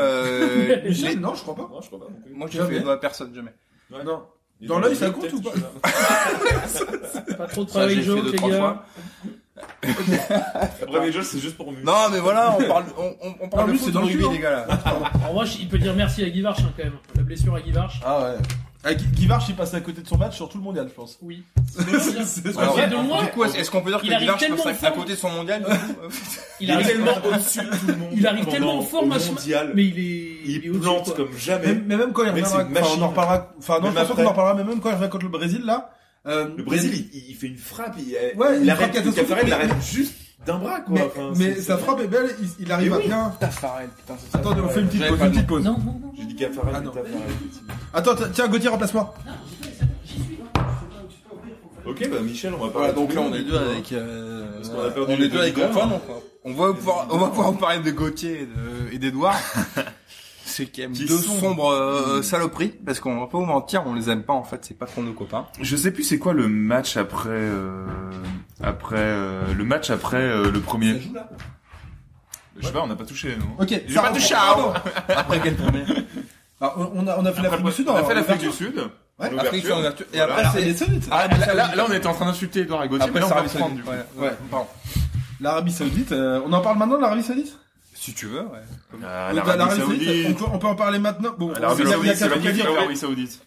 B: [laughs] euh,
I: Michel,
B: les-
I: non, je crois pas.
E: Non, je crois pas non plus.
B: Moi, je
I: Jamais.
B: fais doigts à personne, jamais.
E: Ouais.
I: Non.
E: Il
I: Dans
E: est
I: l'œil, ça
E: peut-être,
I: compte ou pas
E: je sais
H: Pas trop de
B: Ça, j'ai
H: travail
B: fait
H: joke,
B: deux,
H: les
B: trois
H: gars.
B: fois.
E: Après, mais Josh, c'est juste pour mieux.
B: Non, mais voilà, on parle, on, on, on parle
I: lui,
B: de
I: c'est
B: foot
I: dans
B: dans
I: le
B: le rugby,
I: cul, hein.
B: les gars, là.
H: Ah, bah, En revanche, il peut dire merci à Guy Varche, hein, quand même. La blessure à Guy Varche.
I: Ah ouais. Ah, Guy Guy Varche, il passe à côté de son match sur tout le mondial, je pense.
H: Oui. Mais non, c'est-
I: C'est-
H: Parce que de loin,
B: du coup, est-ce est-ce qu'on peut dire
H: il
B: que
H: arrive
B: Villard, je
H: tellement
B: passe à- à
H: fort.
B: côté de son mondial, du coup
H: il arrive,
E: au-dessus de tout le monde.
H: il arrive tellement en
E: Pendant-
H: forme
E: au
H: à ce
E: mondial.
H: mais il est,
E: Il,
H: est au-dessus,
E: plante
H: quoi.
E: comme
I: Mais,
E: jamais.
I: mais même quand il
E: Mais c'est
I: reviendra,
E: une
I: enfin, on
E: machine.
I: en reparlera, enfin, non,
E: Même
I: je pense pas
E: après.
I: qu'on en reparlera, mais même quand il reviendra contre le Brésil, là, euh,
E: Le Brésil, il, il fait une frappe. Il,
I: Ouais,
E: il,
I: une
E: arrête.
I: frappe
E: Le
I: catastrophique.
E: Caffarel l'arrête juste d'un bras, quoi.
I: mais,
E: Enfin,
I: mais
E: c'est-
I: sa frappe est belle, il, il arrive à bien.
B: Putain, Farrell, putain, c'est ça.
I: Attendez, on fait une petite
B: J'avais
I: pause,
B: pas
I: une
B: le
I: petite pause.
H: Non, non, non.
E: J'ai dit Caffarel,
I: Ah,
E: mais
I: non.
E: Caffarel.
I: Attends, t- tiens, Gauthier, remplace-moi.
E: Ok, bah Michel, on va parler.
B: Voilà, donc
E: de
B: là, on
E: lui,
B: est
E: du
B: deux
E: coup,
B: avec, euh,
E: Parce qu'on a
B: voilà.
E: perdu
B: on
E: les
B: est deux avec
E: auditeurs.
B: Antoine, donc, on va pouvoir, on va pouvoir vous parler de Gauthier et de- et [laughs] d'Edouard. C'est quand même
E: Qui
B: deux
E: sont-
B: sombres euh, saloperies, parce qu'on va pas vous mentir, on les aime pas, en fait, c'est pas trop nos copains.
E: Je sais plus c'est quoi le match après euh, après euh, le match après euh, le premier. Je sais pas, on n'a pas touché non.
I: Ok,
E: J'ai
I: ça
E: pas
I: reprend.
E: touché,
I: Pardon.
B: Après quel premier
I: Ah, on- on a, on a fait l'Afrique du Sud,
B: Oh,
E: on a
I: alors,
E: fait l'Afrique
I: l'ouverture.
E: du Sud.
I: Ouais,
E: l'ouverture.
B: Afrique sur ouverture. Et
E: Voilà.
B: après, c'est...
E: Ah,
B: Arabie
E: là, là,
B: Saoudite.
E: là, on était en train d'insulter Edouard et Gauthier,
B: Après,
E: mais là, on
B: c'est
E: va
B: Arabie
E: reprendre.
B: Saoudite.
E: du coup.
B: Ouais, ouais, pardon.
I: L'Arabie Saoudite, euh, on en parle maintenant de l'Arabie Saoudite
B: Si tu veux, ouais.
E: Ah,
I: Oui, bah,
E: L'Arabie
I: on
E: Saoudite.
I: peut, on peut en parler maintenant. Bon,
E: Ah, L'Arabie
I: il y a- il y
E: Saoudite,
I: a qu'à
E: c'est
I: tout
E: magnifique
I: dire.
E: l'Arabie Saoudite.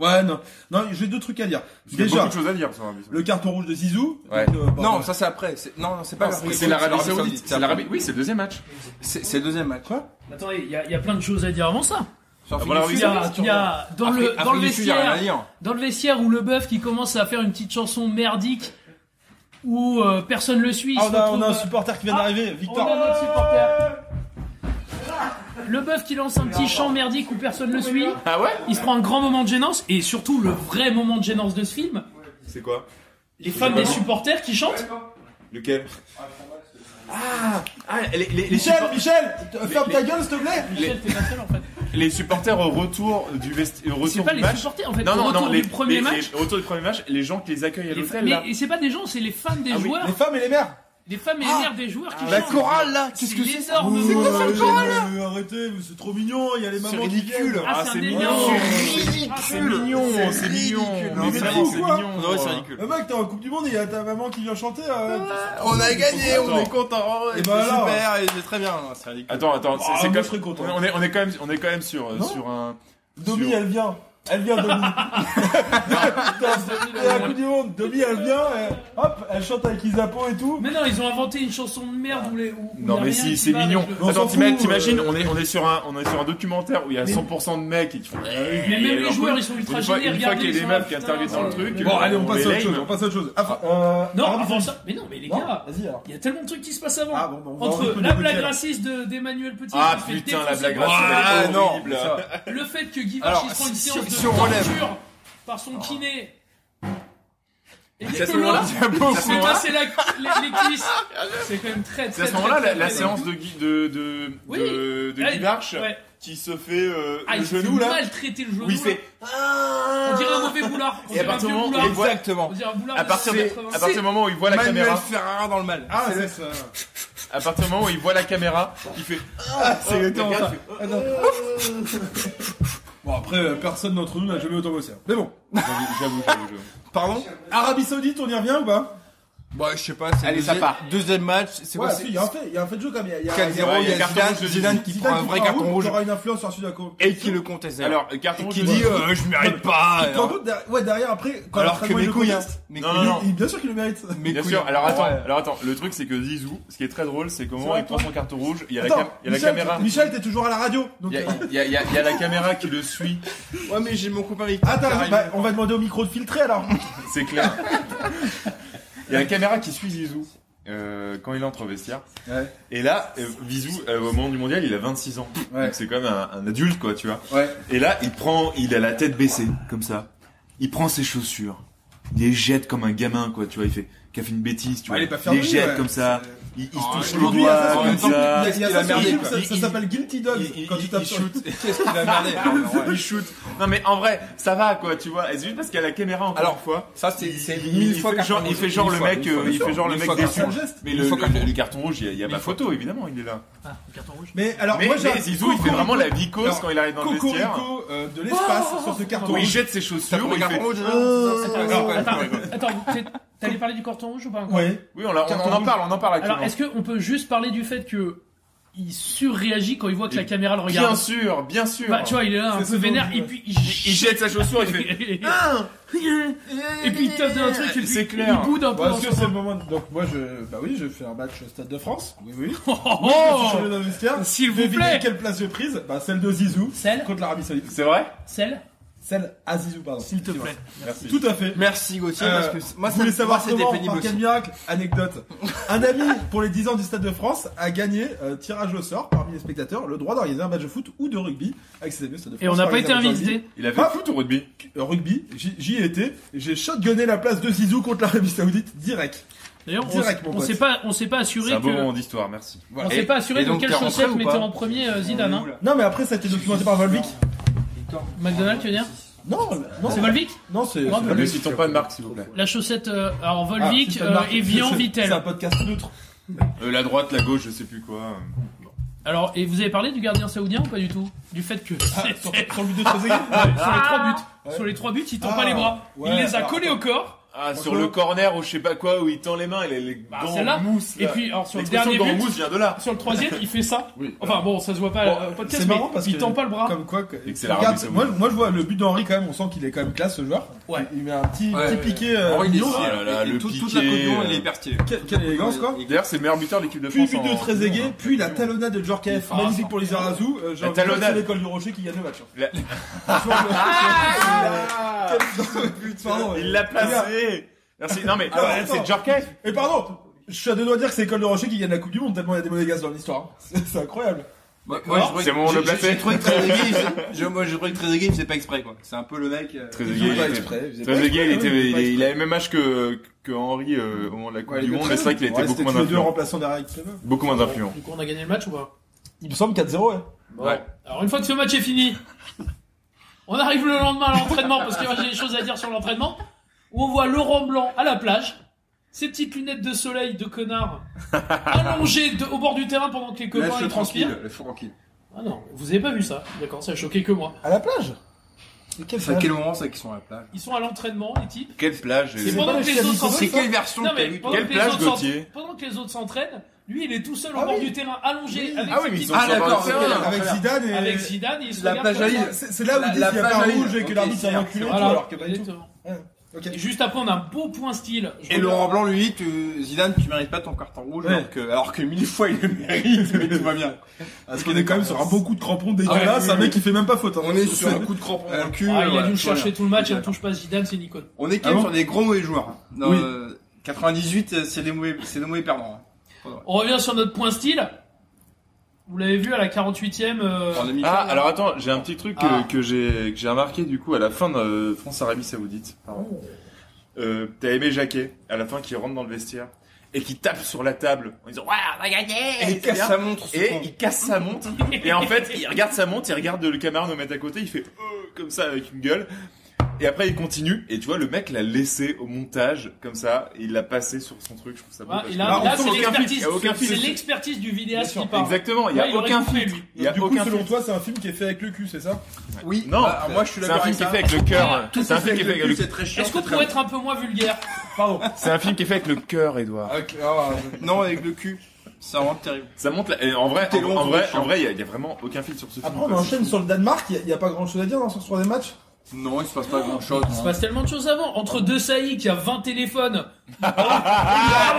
I: Ouais, non. Non, j'ai deux trucs à dire.
E: Il y a beaucoup
I: Déjà,
E: de choses à dire sur l'Arabie Saoudite.
I: le carton rouge de Zizou.
B: Ouais.
I: donc, euh, bon,
B: non,
I: bon.
B: ça c'est après. C'est- Non, non, c'est pas
E: Non,
B: l'Arabie
E: C'est
B: Saoudite,
E: l'Arabie
B: c'est
E: Saoudite. C'est l'Arabie. Oui, c'est le deuxième match.
B: C'est c'est le deuxième match. Quoi
H: Attendez, il y, a- il y a plein de choses à dire avant ça.
B: Sur
E: Ah, voilà,
B: Afrique
H: Il
B: du
H: y
B: Sud,
H: a,
B: sur-
H: il y a dans,
B: Afrique-
H: le, dans le
B: Afrique du Sud, y a rien à
H: vestiaire,
B: dire.
H: dans le vestiaire où le bœuf qui commence à faire une petite chanson merdique où euh, personne le suit. il
I: Ah,
H: se
I: on, a, on
H: retrouve,
I: a un
H: euh,
I: supporter qui vient
H: Ah,
I: d'arriver, Victor.
H: on a notre supporter. Le bœuf qui lance un petit chant merdique où personne le suit.
E: Ah ouais
H: Il se prend un grand moment de gênance et surtout le vrai moment de gênance de ce film,
E: C'est quoi
H: les femmes des supporters qui chantent.
E: Lequel Ah, les, les- les
I: Michel,
E: support-
I: Michel, te- ferme ta gueule, s'il te plaît.
H: Michel, t'es pas seul en fait.
E: les supporters au retour du vesti- au
H: C'est
E: retour
H: pas
E: du
H: les
E: match.
H: supporters en fait.
E: Non,
H: le
E: non,
H: retour
E: non,
H: du
E: les-
H: premier
E: les-
H: match.
E: les- au retour du premier match, les gens qui les accueillent à
H: les fa-
E: l'hôtel, là.
H: mais et c'est pas des gens, c'est les fans des
E: oui,
H: joueurs,
I: Les femmes et les mères.
H: les femmes et les mères des joueurs qui
E: Ah,
B: La
H: chantent.
B: chorale là, qu'est-ce que c'est
H: énorme.
I: Oh,
B: quoi cette
I: mais
B: chorale
I: mais Arrêtez, mais c'est trop mignon, il y a les
B: C'est
I: mamans qui viennent.
B: ridicule.
H: Ah, c'est un
E: mignon,
H: énorme.
E: c'est ridicule,
H: Ah,
E: c'est mignon, Oh, c'est mignon.
B: Non,
E: Mais
I: c'est
E: vraiment,
I: fou,
E: c'est
I: quoi.
E: mignon.
B: Non, ouais, c'est ridicule.
I: Le mec, t'es en Coupe du Monde et il y a ta maman qui vient chanter. euh,
B: On a gagné, on
E: Attends.
B: est content.
I: Et
B: Et
I: bah alors.
B: super, et c'est très bien. non, C'est ridicule.
E: Attends, attends, c'est-
I: Ah,
E: c'est
I: moi,
E: comme-
I: je serais content.
E: on est, on est quand même, on est quand même sur, euh,
I: Non.
E: sur un.
I: Domi,
E: Sur-
I: elle vient. Elle vient, Domi. Putain, c'est la Coupe du Monde. Domi, elle vient. elle- Hop, elle chante avec Isapo et tout.
H: Oh, Mais non, ils ont inventé une chanson de merde où les. où- où y
E: Non
H: a
E: mais
H: rien
E: si,
H: qui
E: c'est
H: va
E: mignon.
H: avec le-
I: On
E: Attends,
I: s'en
E: t'ima-
I: fout,
E: t'imagines,
I: euh.
E: on est, on est sur un, on est sur un documentaire où il y a 100% de mecs et qui font.
H: Mais même les joueurs, ils sont ultra
E: Une fois,
H: gênés.
E: une fois
H: regardez,
E: qu'il y a
H: ils
E: des
H: sont là,
E: meufs qui
H: putain,
E: interviennent dans le
H: c'est-
E: truc.
I: Bon, allez, on
E: les
I: passe à autre
E: lame.
I: chose. On passe à autre chose. Afri- euh,
H: Non,
I: Arabie
H: avant
I: Saoudite.
H: ça. Mais non, mais les
I: Non,
H: gars,
I: Vas-y, alors.
H: il y a tellement de trucs qui se passent avant.
I: Ah, bon, bah, on va en
H: Entre
I: rythme
H: la
I: de
H: blague
I: Gauthier, là.
H: raciste de- d'Emmanuel Petit,
E: Ah
H: qui se fait
E: putain, la
H: défoncer
E: blague
H: par-
E: raciste, elle est
B: Ah, non.
E: horrible.
H: Le fait que Guy
B: Alors,
H: Varch il se prend une
B: si-
H: séance de
B: si on relève-
H: torture par son kiné. Et
E: C'est Ah. à ce
H: que l'autre
E: moment-là,
H: se fait passer la- les, les cuisses. C'est quand même très
E: C'est
H: très.
E: à ce
H: très,
E: moment-là
H: très,
E: la, la
H: très-
E: séance de Guy- de de
H: Oui.
E: de, de
H: Ah,
E: Guy Barche
H: ouais.
E: qui se fait euh,
H: Ah,
E: le
H: il s'est
E: genou là.
H: maltraité le genou.
E: Oui,
H: là.
E: c'est.
H: On dirait un mauvais boulard. On
E: Et à
H: dirait un
E: partir
H: vieux
E: du moment-
H: boulard.
E: et voilà,
B: Exactement.
H: On dirait un boulard.
E: à
H: de
E: partir du
H: 80.
E: à partir du moment où il voit la
B: Manuel
E: caméra,
B: Ferrara dans le mal.
I: Ah, c'est ça.
E: à partir du moment où il voit la caméra, il fait.
B: c'est exactement ça.
I: Bon, après, euh, personne d'entre
B: [laughs]
I: nous n'a jamais autant bossé. hein. Mais bon.
E: J'avoue, j'avoue, j'avoue.
B: Pardon
I: Arabie Saoudite, on y revient ou pas
B: Bah, je sais pas, c'est
I: Allez,
B: deuxième,
I: ça part.
B: deuxième match. C'est
I: Ouais,
B: quoi
I: si,
B: c'est-
I: il y a un fait, il y a un fait de jeu quand même. Il y a,
B: 4-0, il y a Zidane- Zidane qui prend un vrai carton rouge.
I: Il aura une influence sur Sudako.
B: Et qui le conteste.
E: Alors, carton
B: Et
E: rouge
B: qui
E: de-
B: dit, euh, je mérite pas.
I: Qui prend un autre derrière- ouais, derrière après, quand
B: Alors
I: l'entraînement,
B: que
I: il
B: mes
I: le
B: couilles,
I: conteste.
B: hein. Mes
E: Non, couilles. non, non.
I: Il- Bien sûr qu'il le mérite.
B: Mais
E: Bien sûr, alors attends, alors attends, le truc c'est que Zizou, ce qui est très drôle, c'est comment
I: C'est
E: il prend son carton rouge, il y a la,
I: Attends,
E: cam- il y a la
I: Michel,
E: caméra, il
I: Michel, t'es toujours à la radio. Donc,
E: y a,
I: euh,
E: il y a- il y a- il y a la caméra qui le suit,
B: Ouais, Ah, mais j'ai mon copain avec
I: Attends, bah, on va demander au micro de filtrer alors.
E: c'est clair. Il y a la caméra qui suit Zizou euh, quand il entre au vestiaire.
I: Ouais.
E: Et là, euh, Zizou, euh, au moment du mondial, il a 26 ans.
I: Ouais.
E: Donc c'est quand même un, un adulte quoi, tu vois.
I: Ouais.
E: Et là, il prend, il a la tête baissée, comme ça. Il prend ses chaussures, il les jette comme un gamin quoi, tu vois, il fait, qui a fait une bêtise, tu vois.
B: Ouais, il est pas
E: il
B: fermé,
E: les jette
B: ouais.
E: comme ça, il, il se touche les
I: Oh, Aujourd'hui, il y a
E: doigts,
I: ça sur
E: comme
I: YouTube,
E: ça.
I: il y a- il y a
B: Il a
I: ça sur
B: merdé,
I: YouTube,
B: quoi.
I: ça-
E: Il-
I: ça s'appelle Guilty Dog.
E: il- il-
I: Quand tu
E: il
I: tapes sur
B: [laughs]
E: shoot.
B: Qu'est-ce qu'il a merdé alors, Ah, [laughs] ouais.
E: [laughs] Il shoot. Non mais en vrai, ça va quoi, tu vois. Et C'est juste parce qu'il y a la caméra encore
B: Alors,
E: une fois.
B: Ça, c'est c'est
E: il,
B: mille
E: il
B: fois
E: fait genre,
B: carton
E: il
B: rouge.
E: fait genre
B: Mille
E: le
B: fois,
E: mec,
B: mille fois
E: euh, il fait genre le
B: Mille
E: mec
B: fois
E: déçu.
B: carton rouge.
E: Mais
B: Mille
E: le,
B: fois
E: le-
B: carton
E: le carton rouge, il y a, il y a pas photo évidemment, il est là.
H: Ah, le carton rouge.
I: Mais alors,
E: mais,
I: moi, j'ai
E: mais
I: un-
E: Zizou, il fait
I: Cocorico-
E: vraiment la vicose quand il arrive dans le vestiaire.
I: Cocorico, euh, de l'espace sur ce carton.
E: Où il
I: rouge.
E: jette ses
B: Ça prend
E: chaussures,
B: le
E: il
B: carton
E: fait... Oh,
B: rouge, alors
H: Alors,
B: ouais,
H: attends,
B: ouais, ouais.
H: attends, t'es- t'allais parler du carton rouge ou pas encore
I: Ouais.
E: Oui, on, l'a- on- on
I: Carton
E: en
I: rouge.
E: parle, on en parle
H: Alors,
E: actuellement.
H: est-ce qu'on peut juste parler du fait que il surréagit quand il voit que la
E: Et-
H: caméra le
E: Bien
H: regarde
E: sûr, bien sûr.
H: Bah, tu vois, il est là un
I: C'est
H: peu
I: ce
H: vénère
I: dont-
H: et puis il
E: Il
H: [laughs]
E: jette sa chaussure, il fait...
H: Et puis il tape dans un truc et puis
E: C'est clair.
H: il boude un peu.
I: Bon,
H: dans
I: est-ce
H: son
I: que c'est le
H: coin.
I: moment de- Donc moi je bah oui je fais un match au Stade de France. Oui [laughs] oui.
H: Oh,
I: Je suis
H: oh,
I: champion d'un vestiaire.
H: [laughs] S'il vous
I: Devinez
H: plaît.
I: Quelle place j'ai prise Bah celle de Zizou
H: Celle
I: contre l'Arabie Saoudite.
E: C'est vrai
H: Celle
I: Celle à Zizou pardon.
H: S'il te plaît.
E: Merci.
I: Tout à fait.
B: Merci Gauthier, parce
I: Euh,
B: que moi,
I: vous voulez savoir
B: c'était
I: comment,
B: pénible
I: par quel
B: aussi.
I: miracle Anecdote. Un ami, pour les 10 ans du Stade de France, a gagné, euh, tirage au sort, parmi les spectateurs, le droit d'organiser un match de foot ou de rugby avec ses amis au Stade de France.
H: Et on n'a
I: par
H: pas été
I: exemple,
H: invité.
E: Il avait
I: Ah.
E: foot au rugby.
I: le Rugby, j'y j'y ai été, et j'ai shotgunné la place de Zizou contre l'Arabie Saoudite, direct.
H: D'ailleurs, on,
I: Direct, mon
H: on
I: pote.
H: s'est pas, on s'est pas assuré
E: C'est un beau
H: que,
E: moment d'histoire, merci.
H: on
B: Voilà.
H: s'est
B: Et-
H: pas assuré
B: et
H: de
B: donc,
H: quelle
B: t'es rentré
H: chaussette
B: ou
H: mettait
B: pas
H: en premier euh, Zidane. Hein.
I: Non, mais après, ça a été documenté par Volvic.
H: McDonald's, tu veux dire
I: Non, non,
H: C'est Volvic
I: non, c'est.
H: Non,
I: c'est
H: mais
I: pas
E: Ne
I: lui.
E: citons pas de marque, s'il vous plaît.
H: La chaussette, euh, alors
I: Ah,
H: Volvic,
I: c'est pas une marque.
H: euh, Evian,
I: [laughs] C'est- c'est- C'est un
H: Vitel.
I: podcast neutre.
E: Euh, la droite, la gauche, je sais plus quoi.
H: Alors, et vous avez parlé du gardien saoudien ou pas du tout Du fait que
I: Sur
H: c'était-
I: sur le but de Trezeguet.
H: sur les trois buts,
I: Ouais.
H: sur les trois buts, il tend
I: Ah. Ah.
H: pas les bras.
I: Ouais,
H: il les a
I: alors,
H: collés au corps.
E: Ah,
I: Franchement-
E: sur le corner ou je sais pas quoi, où il tend les mains, il a les
I: Ah,
H: Bah,
E: gants
H: celle-là.
E: en mousse.
H: Et
E: là.
H: puis, alors sur le
E: L'expression
H: dernier
E: gants en
H: but,
E: mousse vient de là.
H: sur le troisième, il fait ça.
E: Oui.
H: Enfin bon, ça se voit pas
E: Bon,
H: euh, au podcast,
I: C'est
H: mais
I: marrant parce
H: il
I: que-
H: tend pas le bras.
I: Comme quoi, que-
E: Et que c'est la
I: regarde,
E: Arabie Saoudite.
I: moi, moi je vois le but d'Henri quand même, on sent qu'il est quand même classe ce joueur.
H: Ouais.
I: Il, il met un petit,
B: Ouais,
I: petit
B: ouais.
I: piqué. euh,
B: Oh, il est
I: mignon.
E: Ah là là,
B: Et
E: le
B: tout- toute la
E: piqué,
B: Côte d'Or,
E: euh,
B: il est hyper stylé.
I: Quelle, quelle élégance quoi.
E: D'ailleurs, c'est le meilleur buteur de l'équipe de
I: Puis
E: France.
I: but de
E: en-
I: Trezeguet, puis la talonnade de Djorkaeff,
B: Ah,
I: magnifique
B: ça.
I: pour les Arazou. Euh, j'ai
E: La
I: envie de dire que
E: talonnade.
I: C'est l'école du Rocher qui gagne le match. hein.
E: La-
I: Franchement, le-
E: Ah
I: Quel but, pardon.
E: Il l'a placé. Merci. Non mais
I: Ah,
E: ah,
I: attends.
E: c'est Jorquet.
I: Et pardon, je suis à deux doigts de dire que c'est l'école de Rocher qui gagne la Coupe du Monde tellement il y a des monégasques dans l'histoire. hein. C'est c'est incroyable.
B: Moi, moi, je trouvais-
E: C'est bon, on
B: j'ai-
E: le plaçait.
B: J'ai trouvé que Trezeguet,
E: [laughs]
B: il faisait- je- moi, je trouvais que Trezeguet, il faisait pas exprès, quoi. C'est un peu le mec. euh,
E: Trezeguet,
I: Ils font
E: il
I: pas
E: était-
I: exprès, ils faisaient pas
E: Trezeguet, il
I: exprès, oui,
E: était,
I: ils font pas
E: il, il
I: exprès.
E: avait le même âge que que Henri euh, au moment de la Coupe
I: Ouais,
E: du
I: il était
E: Monde.
I: très
E: Mais c'est vrai
I: bon.
E: qu'il était
I: Ouais,
E: beaucoup
I: c'était
E: moins
I: tous les deux
E: influent.
I: remplaçants derrière avec Clément.
E: Beaucoup moins influent.
H: Du coup, on a gagné le match ou pas
I: Il me semble 4-0, ouais.
B: Ouais.
H: Alors, une fois que ce match est fini, on arrive le lendemain à l'entraînement parce que moi j'ai des choses à dire sur l'entraînement. Où on voit Laurent Blanc à la plage, ses petites lunettes de soleil de connard allongées de- au bord du terrain pendant que les copains
B: Lâche-le
H: ils transpirent.
B: tranquille, lâche-le tranquille.
H: Ah non, vous avez pas vu ça D'accord, ça a choqué que moi.
I: À la plage. C'est quelle
B: C'est à
I: plage
B: quel moment, ça, qu'ils sont à la plage?
H: Ils sont à l'entraînement, les types.
E: Quelle plage
H: Et
E: euh,
I: pas
H: pendant
I: la
H: que les
I: Chine,
H: autres
I: c'est
H: s'entraînent-
B: C'est quelle version
H: Non,
B: que t'as
H: mais
B: vue, toi
H: pendant
E: Quelle
H: que les
E: plage,
H: autres s'entra-
E: Gauthier
H: pendant que les autres s'entraînent, lui il est tout seul au
I: Ah
H: bord
I: oui.
H: du terrain allongé avec,
E: Ah oui, mais ils
H: ses petites-
E: sont
B: Ah,
E: sur le
B: d'accord,
E: terrain.
B: ok, d'accord.
I: Avec
B: Voilà.
I: Zidane et.
H: avec Zidane, il se
B: La plage
H: regarde comme
B: à
H: ça.
B: l'île.
I: C'est c'est là où
B: La-
I: ils disent
B: la
I: qu'il y avait
B: plage à
I: un
B: Lille.
I: rouge et que
B: Ok,
I: l'arbitre
B: c'est
I: a
B: un-
I: reculé.
B: c'est
I: et
B: un-
I: tout,
H: Voilà,
I: alors que pas du tout.
H: exactement.
I: Ouais, ok.
H: Et juste après, on a un beau point style. Je
B: Et
H: regarde-
B: Laurent Blanc, lui, tu, Zidane, tu mérites pas ton carton rouge,
I: Ouais.
B: alors que, alors que mille fois il le mérite, mais tout va bien.
I: Parce qu'on est quand même sur un beau coup de crampon dégueulasse,
B: oui,
I: un mec
B: oui.
I: qui fait même pas faute. hein.
B: [laughs] Ah On est sur un euh, coup de crampon dans le cul.
H: Ah, il a
B: ouais,
H: dû
B: tout va
H: le chercher
B: bien.
H: tout le match, il ne touche pas Zidane, c'est une icône.
B: On est quand même
I: Ah bon
B: sur des gros mauvais joueurs. Dans,
I: Oui.
B: euh, 98, euh, c'est des mauvais, c'est des mauvais perdants. hein.
H: On revient sur notre point style. Vous l'avez vu à la 48ème. euh,
B: En demi-
E: Ah alors attends, j'ai un petit truc que-
H: Ah.
E: que j'ai que j'ai remarqué du coup à la fin de euh, France Arabie Saoudite.
B: Oh.
E: Pardon. Euh, T'as aimé Jacquet à la fin qui rentre dans le vestiaire et qui tape sur la table en disant ouais on va gagner
B: Et casse
E: etc.
B: sa montre, ce
E: Et
B: con.
E: il casse sa montre. et en fait, il regarde sa montre, il regarde le camarade au mettre à côté, il fait Euh comme ça avec une gueule. Et après, il continue. Et tu vois, le mec l'a laissé au montage comme ça. Et il l'a passé sur son truc. Je trouve ça beau.
H: voilà,
E: parce
H: et
E: que-
H: là,
E: on
H: là,
E: sent
H: c'est
E: aucun filtre,
H: l'expertise.
E: il y a aucun
H: C'est
E: filtre.
H: l'expertise du vidéaste qui parle.
E: Exactement. Il y
H: Là,
E: a
H: il aurait
E: aucun
H: coupé,
E: filtre.
H: lui.
E: Il y a
I: du coup,
E: aucun
I: selon
E: filtre.
I: toi, c'est un film qui est fait avec le cul, c'est ça
B: Oui.
E: Non,
B: bah, moi, je suis
E: c'est un
B: d'accord avec
E: film qui est
B: ça.
E: fait avec le cœur.
B: Tout
E: C'est un film qui est fait avec le
B: C'est très chiant.
H: Est-ce qu'on
B: c'est très
H: pourrait être un peu moins vulgaire
I: Pardon.
E: C'est un film qui est fait avec le cœur, Edouard.
B: Avec- ah, non, avec le cul. C'est vraiment terrible.
E: Ça montre. la- et En vrai,
B: Tout est
E: en,
B: long,
E: en
B: tout est
E: vrai,
B: chiant.
E: en vrai, il y, a- il y a vraiment aucun fil sur ce film.
I: Après, on
E: quoi.
I: enchaîne sur le Danemark. Il n'y a, pas grand chose à dire dans ce troisième match.
B: Non, il se passe pas hein. grand chose.
H: Il se passe tellement de choses avant. Entre deux saillies qui a 20 téléphones. Ah,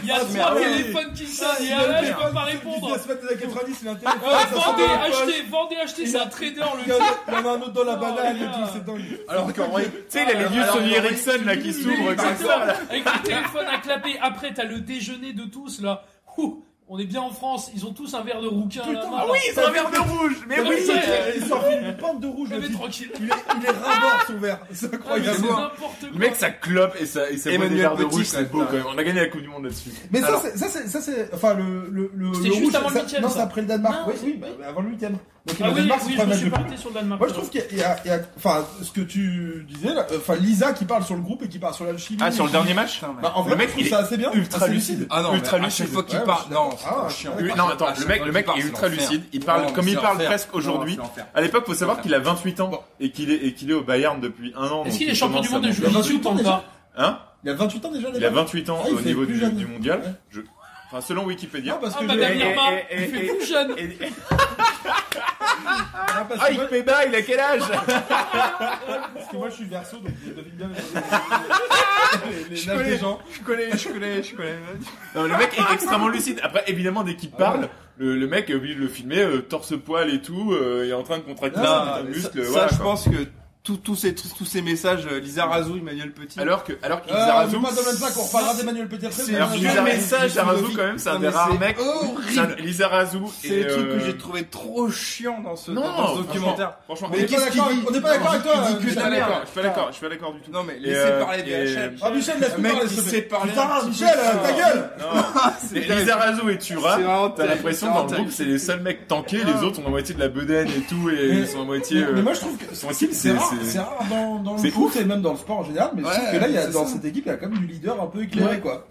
H: Il y a
I: mais
H: 3
I: oui.
H: téléphones qui sonnent.
I: il
H: Et
I: y a
H: là,
I: le
H: je
I: père.
H: peux pas répondre.
I: La semaine des années 90, il a un
H: Ah,
I: téléphone. ça
H: vendez,
I: sonne.
H: achetez, vendez, achetez, c'est un trader le
I: Il y en a- il y en a un autre dans
B: Oh,
I: la banane et tout, c'est dingue.
B: Alors qu'en vrai,
E: Tu sais, il a les vieux
B: Alors,
E: Sony
B: alors,
E: Ah, Ericsson là qui s'ouvrent comme
H: Exactement,
E: ça. là.
H: Avec le téléphone à clapper. Après, t'as le déjeuner de tous là. Ouh, on est bien en France. Ils ont tous un verre de rouquin. là,
I: Putain,
H: là.
E: Ils ont un verre de rouge. Mais oui.
H: Ouais.
I: Il s'enfile une pente de rouge.
H: Mais
I: le type.
H: tranquille.
I: Il est, il est ras-bord, son verre. C'est
H: Ah, mais
I: incroyable.
H: c'est n'importe quoi. Ah
E: Le mec, ça clope et ça, et ça boit des
B: Emmanuel
E: verres de
B: Petit,
E: rouge, c'est
B: ouais,
E: beau
B: ouais.
E: quand même. On a gagné la Coupe du Monde là-dessus.
I: Mais ça,
B: Alors.
I: c'est, ça, c'est, ça, c'est, enfin, le, le, le,
H: C'était
I: le
H: juste
I: rouge,
H: avant le
I: ça-
H: huitième,
I: Non,
H: ça.
I: c'est après le Danemark.
H: Ah,
I: oui, oui, bah, avant le huitième. Donc,
H: Ah
I: le
H: oui,
I: Danemark,
H: oui,
I: c'est
H: je
I: pas
H: me
I: mal
H: suis
I: de
H: planté sur le Danemark.
I: Moi, je trouve qu'il y a- il y a, il y a- enfin, ce que tu disais, là, euh, enfin, Lisa qui parle sur le groupe et qui parle sur l'alchimie.
E: Ah, sur le dernier match
I: Bah, en vrai,
E: Le mec,
I: je trouve
E: il est
I: ça assez bien.
E: ultra
I: assez
E: lucide.
B: Ah non,
E: Ultra
B: mais à
E: lucide.
B: chaque fois qu'il
I: Ouais,
B: parle.
I: je suis
B: Non,
I: d'accord.
B: c'est
I: Ah,
B: un
I: je suis
B: chiant.
I: d'accord.
E: Oui,
B: À
E: non,
B: chaque-
E: attends,
B: à
E: le
B: chaque
E: mec,
B: fois
E: le
B: qu'il
E: mec
B: parle,
E: est
B: c'est
E: ultra
B: l'enfer.
E: lucide. Il
B: Non,
E: parle,
B: mais
E: comme
B: c'est
E: il parle
B: l'enfer.
E: presque
B: Non,
E: aujourd'hui.
B: c'est l'enfer.
E: À l'époque, faut savoir
B: C'est
E: qu'il a 28 ans et qu'il est, et qu'il est au Bayern depuis un an. donc
H: Est-ce qu'il est
E: il
H: champion du
E: commence
H: monde
E: à
H: de
E: monter.
H: Jiu-Jitsu ou
I: Il a
H: pas
E: Hein?
I: Il a 28 ans déjà, les
E: Il a
I: mecs.
E: 28 ans
I: Ah, il
E: au
I: fait
E: niveau
I: plus
E: du,
I: jeune.
E: du
I: Ouais.
E: mondial. Je- Enfin, selon Wikipédia.
I: Non, parce
H: Ah,
I: que
H: Madame
I: j'ai-
H: Irma,
E: eh, eh,
H: il fait
E: eh,
H: plus jeune.
E: Et- et-
I: Ah, parce
E: Ah,
I: que
E: il
I: moi-
E: fait bas, il a quel âge
I: parce que moi, je suis verso, donc je devine bien les- les les nages
E: connais.
I: des gens.
E: Je connais, je connais, je connais. Non, le mec est extrêmement lucide. Après, évidemment, dès qu'il parle, le, le mec est obligé de le filmer, euh, torse poil et tout, euh, il est en train de contracter
B: Non,
E: un
B: mais ça,
E: muscle.
B: ça,
E: voilà,
B: je
E: quoi.
B: pense que tous tous ces, tous, tous ces messages, euh, Lisa Razou, Emmanuel Petit.
E: Alors que, alors que
I: Euh,
E: Lizarazu-
I: on peut pas dans le même sac, on reparlera d'Emmanuel Petit après. mais-
E: alors
B: C'est
E: que
B: un
E: Lizarazu-
B: message
E: Lizarazu,
B: philosophique.
E: quand même, c'est un
B: Non,
E: des
B: mais
E: rares
B: c'est
E: mecs.
B: horrible.
E: c'est un- Lizarazu
B: C'est
E: et,
B: le truc
E: euh,
B: que j'ai trouvé trop chiant dans ce,
E: Non,
B: dans ce documentaire.
E: Franchement,
I: Mais
E: franchement,
I: qu'est-ce qu'il dit On est pas d'accord avec toi.
B: Il dit
I: hein,
B: que
E: je suis
I: Michel.
E: pas
B: ta
E: d'accord,
B: merde.
E: je suis pas d'accord, je suis pas d'accord du tout.
B: Non, mais
E: Et,
B: laissez
E: euh,
B: parler VHL.
E: et-
I: Ah, Michel, laisse
B: Un
I: nous
B: mec
I: parler,
B: qui
I: s'il te
B: sait
I: plaît.
B: parler.
I: Putain, Michel, euh, ta gueule
E: Les Lizarazu hein. et Tura,
B: C'est vraiment
E: t'as
B: terrible, c'est
E: l'impression dans
B: vraiment
E: le groupe,
B: terrible.
E: c'est les seuls mecs tankés, les autres ont la moitié de la bedaine et tout, et
I: Mais-
E: ils sont à moitié.
I: Mais, mais
E: euh,
I: moi je trouve que
E: son style, c'est-
I: rare,
E: c'est-
I: c'est rare dans, dans le
E: c'est
I: foot et même dans le sport en général, mais je
B: Ouais,
I: trouve que là, il y a,
B: c'est
I: dans
B: ça.
I: cette équipe, il y a quand même du leader un peu éclairé, quoi.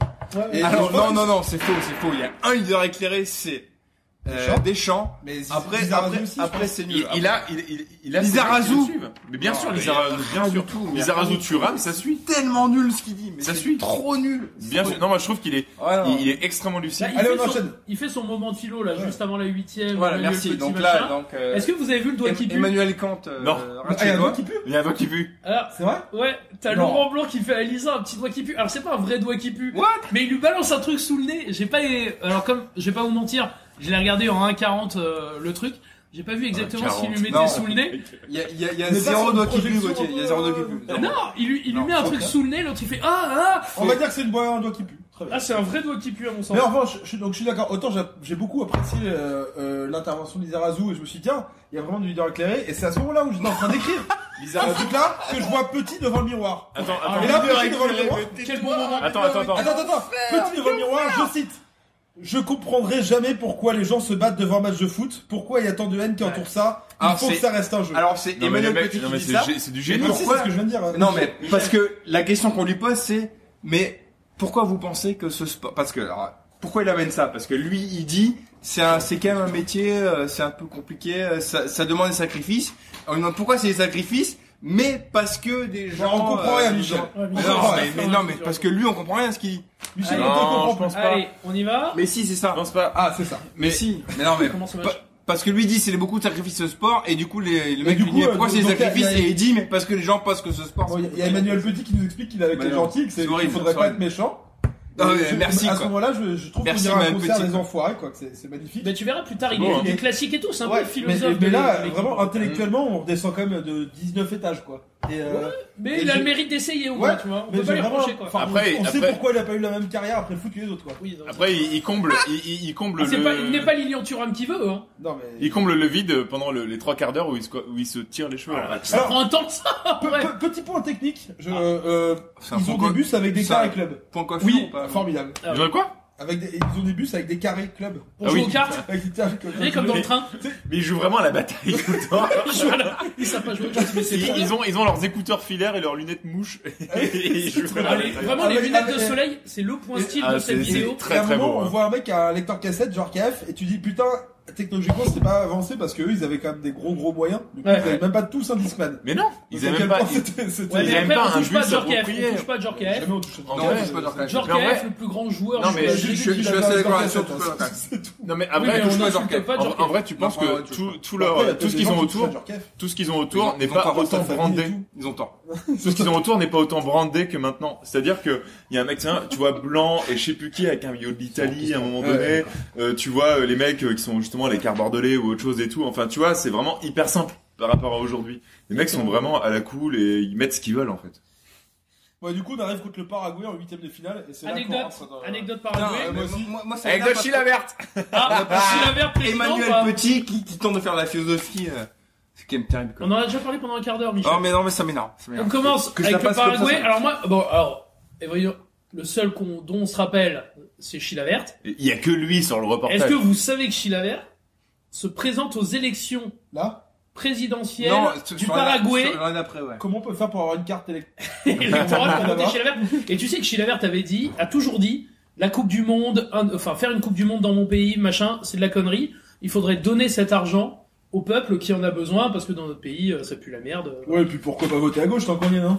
I: Et
B: Alors,
I: je pense-
B: non, non, non, c'est faux, c'est faux. Il y a un leader éclairé, c'est euh,
I: Deschamps.
B: Deschamps.
I: Mais c'est
B: Après,
I: bizarre
B: après,
I: aussi, je
B: après, c'est nul.
E: Il, il a, il, il, il a.
B: Lizarazu.
E: ses mecs qui le suivent. Mais bien
B: Non,
E: sûr,
B: mais
E: Lizarazu, bien
B: rien
E: sûr.
B: du tout, mais
E: Lizarazu
B: rien du
E: Thuram, ça suit.
B: tellement nul ce qu'il dit. Mais
E: Ça
B: c'est
E: suit.
B: Trop nul.
E: Bien sûr. Non, moi je trouve qu'il est,
B: Voilà.
E: il, il est extrêmement lucide.
H: Là, il,
I: Allez,
H: fait
I: on
H: son,
I: enchaîne.
H: il fait son moment de philo là, juste avant la huitième.
B: Voilà,
H: Emmanuel
B: merci.
H: Petit,
B: Donc
H: machin.
B: là, donc. euh,
H: Est-ce que vous avez vu le doigt qui
B: Em-
H: pue
B: Emmanuel Kant. euh,
E: Non.
I: Ah, il y a un
B: Ratchet-Doigt.
I: doigt qui pue
E: Il y a un voix qui pue.
H: Alors,
I: C'est vrai
H: ouais, t'as
I: Non.
H: Laurent Blanc qui fait à Lisa un petit doigt qui pue. Alors c'est pas un vrai doigt qui pue,
B: What
H: mais il lui balance un truc sous le nez. J'ai pas, alors comme je vais pas vous mentir, je l'ai regardé en 1,40 euh, le truc. J'ai pas vu exactement ce qu'il lui
E: 1,40.
H: mettait
B: Non.
H: sous le nez.
B: Il y a, il y a, il y a
I: Mais pas sur
B: zéro
I: une
B: doigt qui pue,
I: projection,
B: Gauthier. Il y a zéro doigt qui pue.
H: Euh,
B: Zéro.
H: non, il lui, il lui
B: Non,
H: met un
B: ok.
H: truc sous le nez, l'autre il fait ah ah.
I: On va dire que c'est une boire un doigt qui pue. Très bien.
H: Ah c'est un vrai doigt qui pue à mon sens.
I: Mais en revanche, je suis, donc je suis d'accord. Autant j'ai- j'ai beaucoup apprécié euh, euh, l'intervention d'Izarazu et je me suis dit tiens, il y a vraiment du leader éclairé et c'est à ce moment-là où j'étais en train d'écrire un truc là que je vois petit devant le miroir.
E: Attends,
I: Et
E: attends.
I: là, petit devant le miroir,
H: Quel bon moment.
E: Attends, attends, attends.
I: Attends, attends, attends. Petit devant le miroir, je cite. Je comprendrai jamais pourquoi les gens se battent devant un match de foot, pourquoi il y a tant de haine qui entoure ça, il
B: Alors,
I: faut que
B: c'est-
I: ça reste un jeu.
B: Alors c'est
E: Non, mais le
B: Emmanuel
E: mec,
B: Petit
E: non,
B: qui
E: mais
B: dit
E: c'est
B: ça.
E: gé- c'est du
I: Mais
E: génie.
I: non, c'est ce que je viens de dire. hein.
B: Non mais parce que la question qu'on lui pose c'est mais pourquoi vous pensez que ce sport parce que alors, pourquoi il amène ça parce que lui il dit c'est un c'est quand même un métier euh, c'est un peu compliqué euh, ça, ça demande des sacrifices on lui demande pourquoi c'est des sacrifices mais parce que des gens
I: on comprend rien,
B: des
I: Michel.
B: gens-
H: Ouais,
B: Mais
H: Michel,
B: non,
H: c'est
B: mais,
H: ça,
B: mais
H: hein,
B: non
H: c'est
B: mais
H: sûr.
B: parce que lui on comprend rien à ce qu'il dit
I: Michel,
H: Allez.
I: on te
E: Non, je
I: comprend.
E: pense pas.
H: Allez, on y va.
B: mais si c'est ça
E: Je pense pas.
I: Ah, c'est ça.
B: mais si mais non mais
H: Comment ça
B: pa-
H: marche
B: parce que lui dit c'est beaucoup de sacrifices au sport et du coup les, le mec
I: du
B: lui
I: coup,
B: dit mais
I: euh,
B: pourquoi c'est des
I: donc, il y a-
B: sacrifices
I: il y a-
B: et il dit mais parce que les gens pensent que ce sport
I: Bon,
B: c'est
I: Il y a- il y a
B: compliqué.
I: Emmanuel Petit qui nous explique qu'il est avec
B: Bah
I: les
B: non.
I: gentils, que c'est-
B: C'est
I: qu'il
B: horrible,
I: faudrait
B: c'est
I: pas
B: horrible.
I: être méchant.
B: Ah
I: Et
E: Euh,
B: ouais,
I: je-
B: merci,
I: À ce
B: quoi.
I: moment-là, je, je trouve
B: Merci,
I: qu'il y a un
B: Emmanuel
I: concert
B: Petit,
I: des
B: quoi.
I: enfoirés, quoi. que C'est c'est magnifique.
H: Ben, tu verras plus tard, il,
E: Bon,
H: est,
E: hein.
H: il est classique et tout, c'est un
I: Ouais,
H: peu le
I: mais,
H: philosophe.
I: mais
H: de-
I: là,
H: de l'équipe. Mmh.
I: vraiment intellectuellement, on redescend quand même de 19 étages, quoi. Et, euh,
H: Mais
I: Et
H: il a
I: je-
H: le mérite d'essayer au
I: Ouais,
H: moins, tu vois. On
I: mais
H: peut pas
I: j'ai
H: les
I: vraiment.
H: reprocher quoi.
I: enfin,
E: Après-
I: on, on sait
E: après-
I: pourquoi il a pas eu la même carrière après le foot que les autres, quoi.
H: Oui, non.
E: Après, il, il comble, il, il, il comble
H: Ah, c'est
E: le.
H: pas, il n'est pas Lilian Thuram qui veut, hein.
I: Non mais.
E: Il comble le vide pendant le- les trois quarts d'heure où il se, où il se tire les cheveux.
B: Ah,
E: en fait.
H: Ça prend un temps, ça.
I: Pe-
H: ouais.
I: pe- Petit point technique, je, euh,
B: C'est un
I: ils
B: point
I: ont
B: quoi-
I: des bus avec des
B: ça-
I: carrés clubs.
B: point coiffure ou
I: Oui,
B: pas
I: formidable.
H: Ah,
E: Ils ont quoi
I: Avec des, ils ont des bus avec des carrés clubs. [laughs]
H: Pour
E: Ah
H: jouer
E: oui.
H: aux cartes.
I: Avec des carrés
H: Vous voyez, comme dans le train.
E: Mais ils jouent vraiment à la bataille [laughs] tout le temps.
H: [laughs] Voilà. Ils savent pas jouer aux cartes, mais c'est
E: Ils,
H: trop
E: ils
H: bien.
E: ont, ils ont leurs écouteurs filaires et leurs lunettes mouches. et ils jouent à la
H: Allez,
E: bataille.
H: vraiment,
I: Ah,
H: les
I: mais-
H: lunettes
I: ah,
H: de
I: mais-
H: soleil, c'est le point style
E: Ah,
H: de cette
E: c'est- c'est
H: vidéo.
E: très
I: Et à un
E: très
I: moment,
E: beau.
I: on
E: hein.
I: voit un mec qui a un lecteur cassette, genre KF, et tu dis putain, technologiquement, c'était pas avancé parce que eux, ils avaient quand même des gros gros moyens. Du coup,
H: Ouais.
I: ils avaient même pas tous un Discman.
E: Mais non, ils avaient même pas- ils- Ouais, mais après,
H: on touche pas
E: bus
H: Djorkaeff,
E: approprié.
H: on touche pas Djorkaeff.
I: Jamais on touche à
E: Non, on touche pas Djorkaeff. Mais en vrai-
H: Djorkaeff, le plus grand joueur.
E: Non, mais
H: joueur
E: je-
H: de
E: je-
H: l'équipe,
E: je
H: il
E: suis
H: a
E: assez d'accord
H: pas
E: sur
H: Djorkaeff.
E: tout le temps. Non mais
H: Oui,
E: après,
H: mais
E: touche
H: on
E: pas
H: insulte
E: Djorkaeff.
H: pas Djorkaeff.
E: en, en vrai, tu penses que tout, tout leur,
I: Après, il y a
E: tout ce
I: des
E: qu'ils
I: gens
E: ont
I: qui touchent
E: autour,
I: à Djorkaeff.
E: tout ce qu'ils ont
I: Ils
E: autour
I: ont-
E: n'est
I: ils ont
E: pas
I: tort, ils
E: autant
I: ont tort,
E: brandé.
I: ils ont
B: Ils ont tort.
E: Tout ce qu'ils ont autour n'est pas autant brandé que maintenant. C'est-à-dire que il y a un mec, tiens, tu vois blanc et je sais plus qui avec un maillot de l'Italie à un moment
B: Ouais,
E: donné.
B: ouais.
E: Euh, tu vois euh, les mecs euh, qui sont justement les quarts bordelais ou autre chose et tout. Enfin, tu vois, c'est vraiment hyper simple par rapport à aujourd'hui. Les mecs sont vraiment à la cool et ils mettent ce qu'ils veulent en fait.
I: Ouais, du coup, on arrive contre le Paraguay en huitième de finale. Et c'est là qu'on rentre dans-
H: Anecdote, anecdote
B: Ah
H: Paraguay.
B: euh,
E: euh,
I: Putain, moi aussi.
B: Anecdote Sheila Verte.
H: Ah, Sheila Verte, président,
B: Emmanuel
H: bah.
B: Petit qui, qui tente de faire de la philosophie. euh, C'est quand même terrible. quoi.
H: On en a déjà parlé pendant un quart d'heure, Michel.
B: Oh mais non mais ça m'énerve. ça
H: On
B: m'énerve.
H: commence
B: Que je la
H: avec le
B: passe comme ça,
H: Paraguay.
B: ça m'énerve.
H: alors moi, bon, alors, et voyons, le seul qu'on, dont on se rappelle, c'est Chilavert.
E: Et Il y a que lui sur le reportage.
H: Est-ce que vous savez que Chilavert se présente aux élections
I: Là
H: présidentielles
B: Non, sur-
H: du
B: sur la-
H: Paraguay
B: sur l'année d'après, ouais.
I: Comment on peut faire pour avoir une carte électrique
H: électorale pour voter
I: D'abord.
H: Chilavert Et tu sais que Chilavert avait dit, a toujours dit, la Coupe du Monde, un- enfin faire une Coupe du Monde dans mon pays, machin, c'est de la connerie. Il faudrait donner cet argent au peuple qui en a besoin parce que dans notre pays, euh, ça pue la merde.
I: Ouais, et puis pourquoi pas voter à gauche tant qu'on y est, non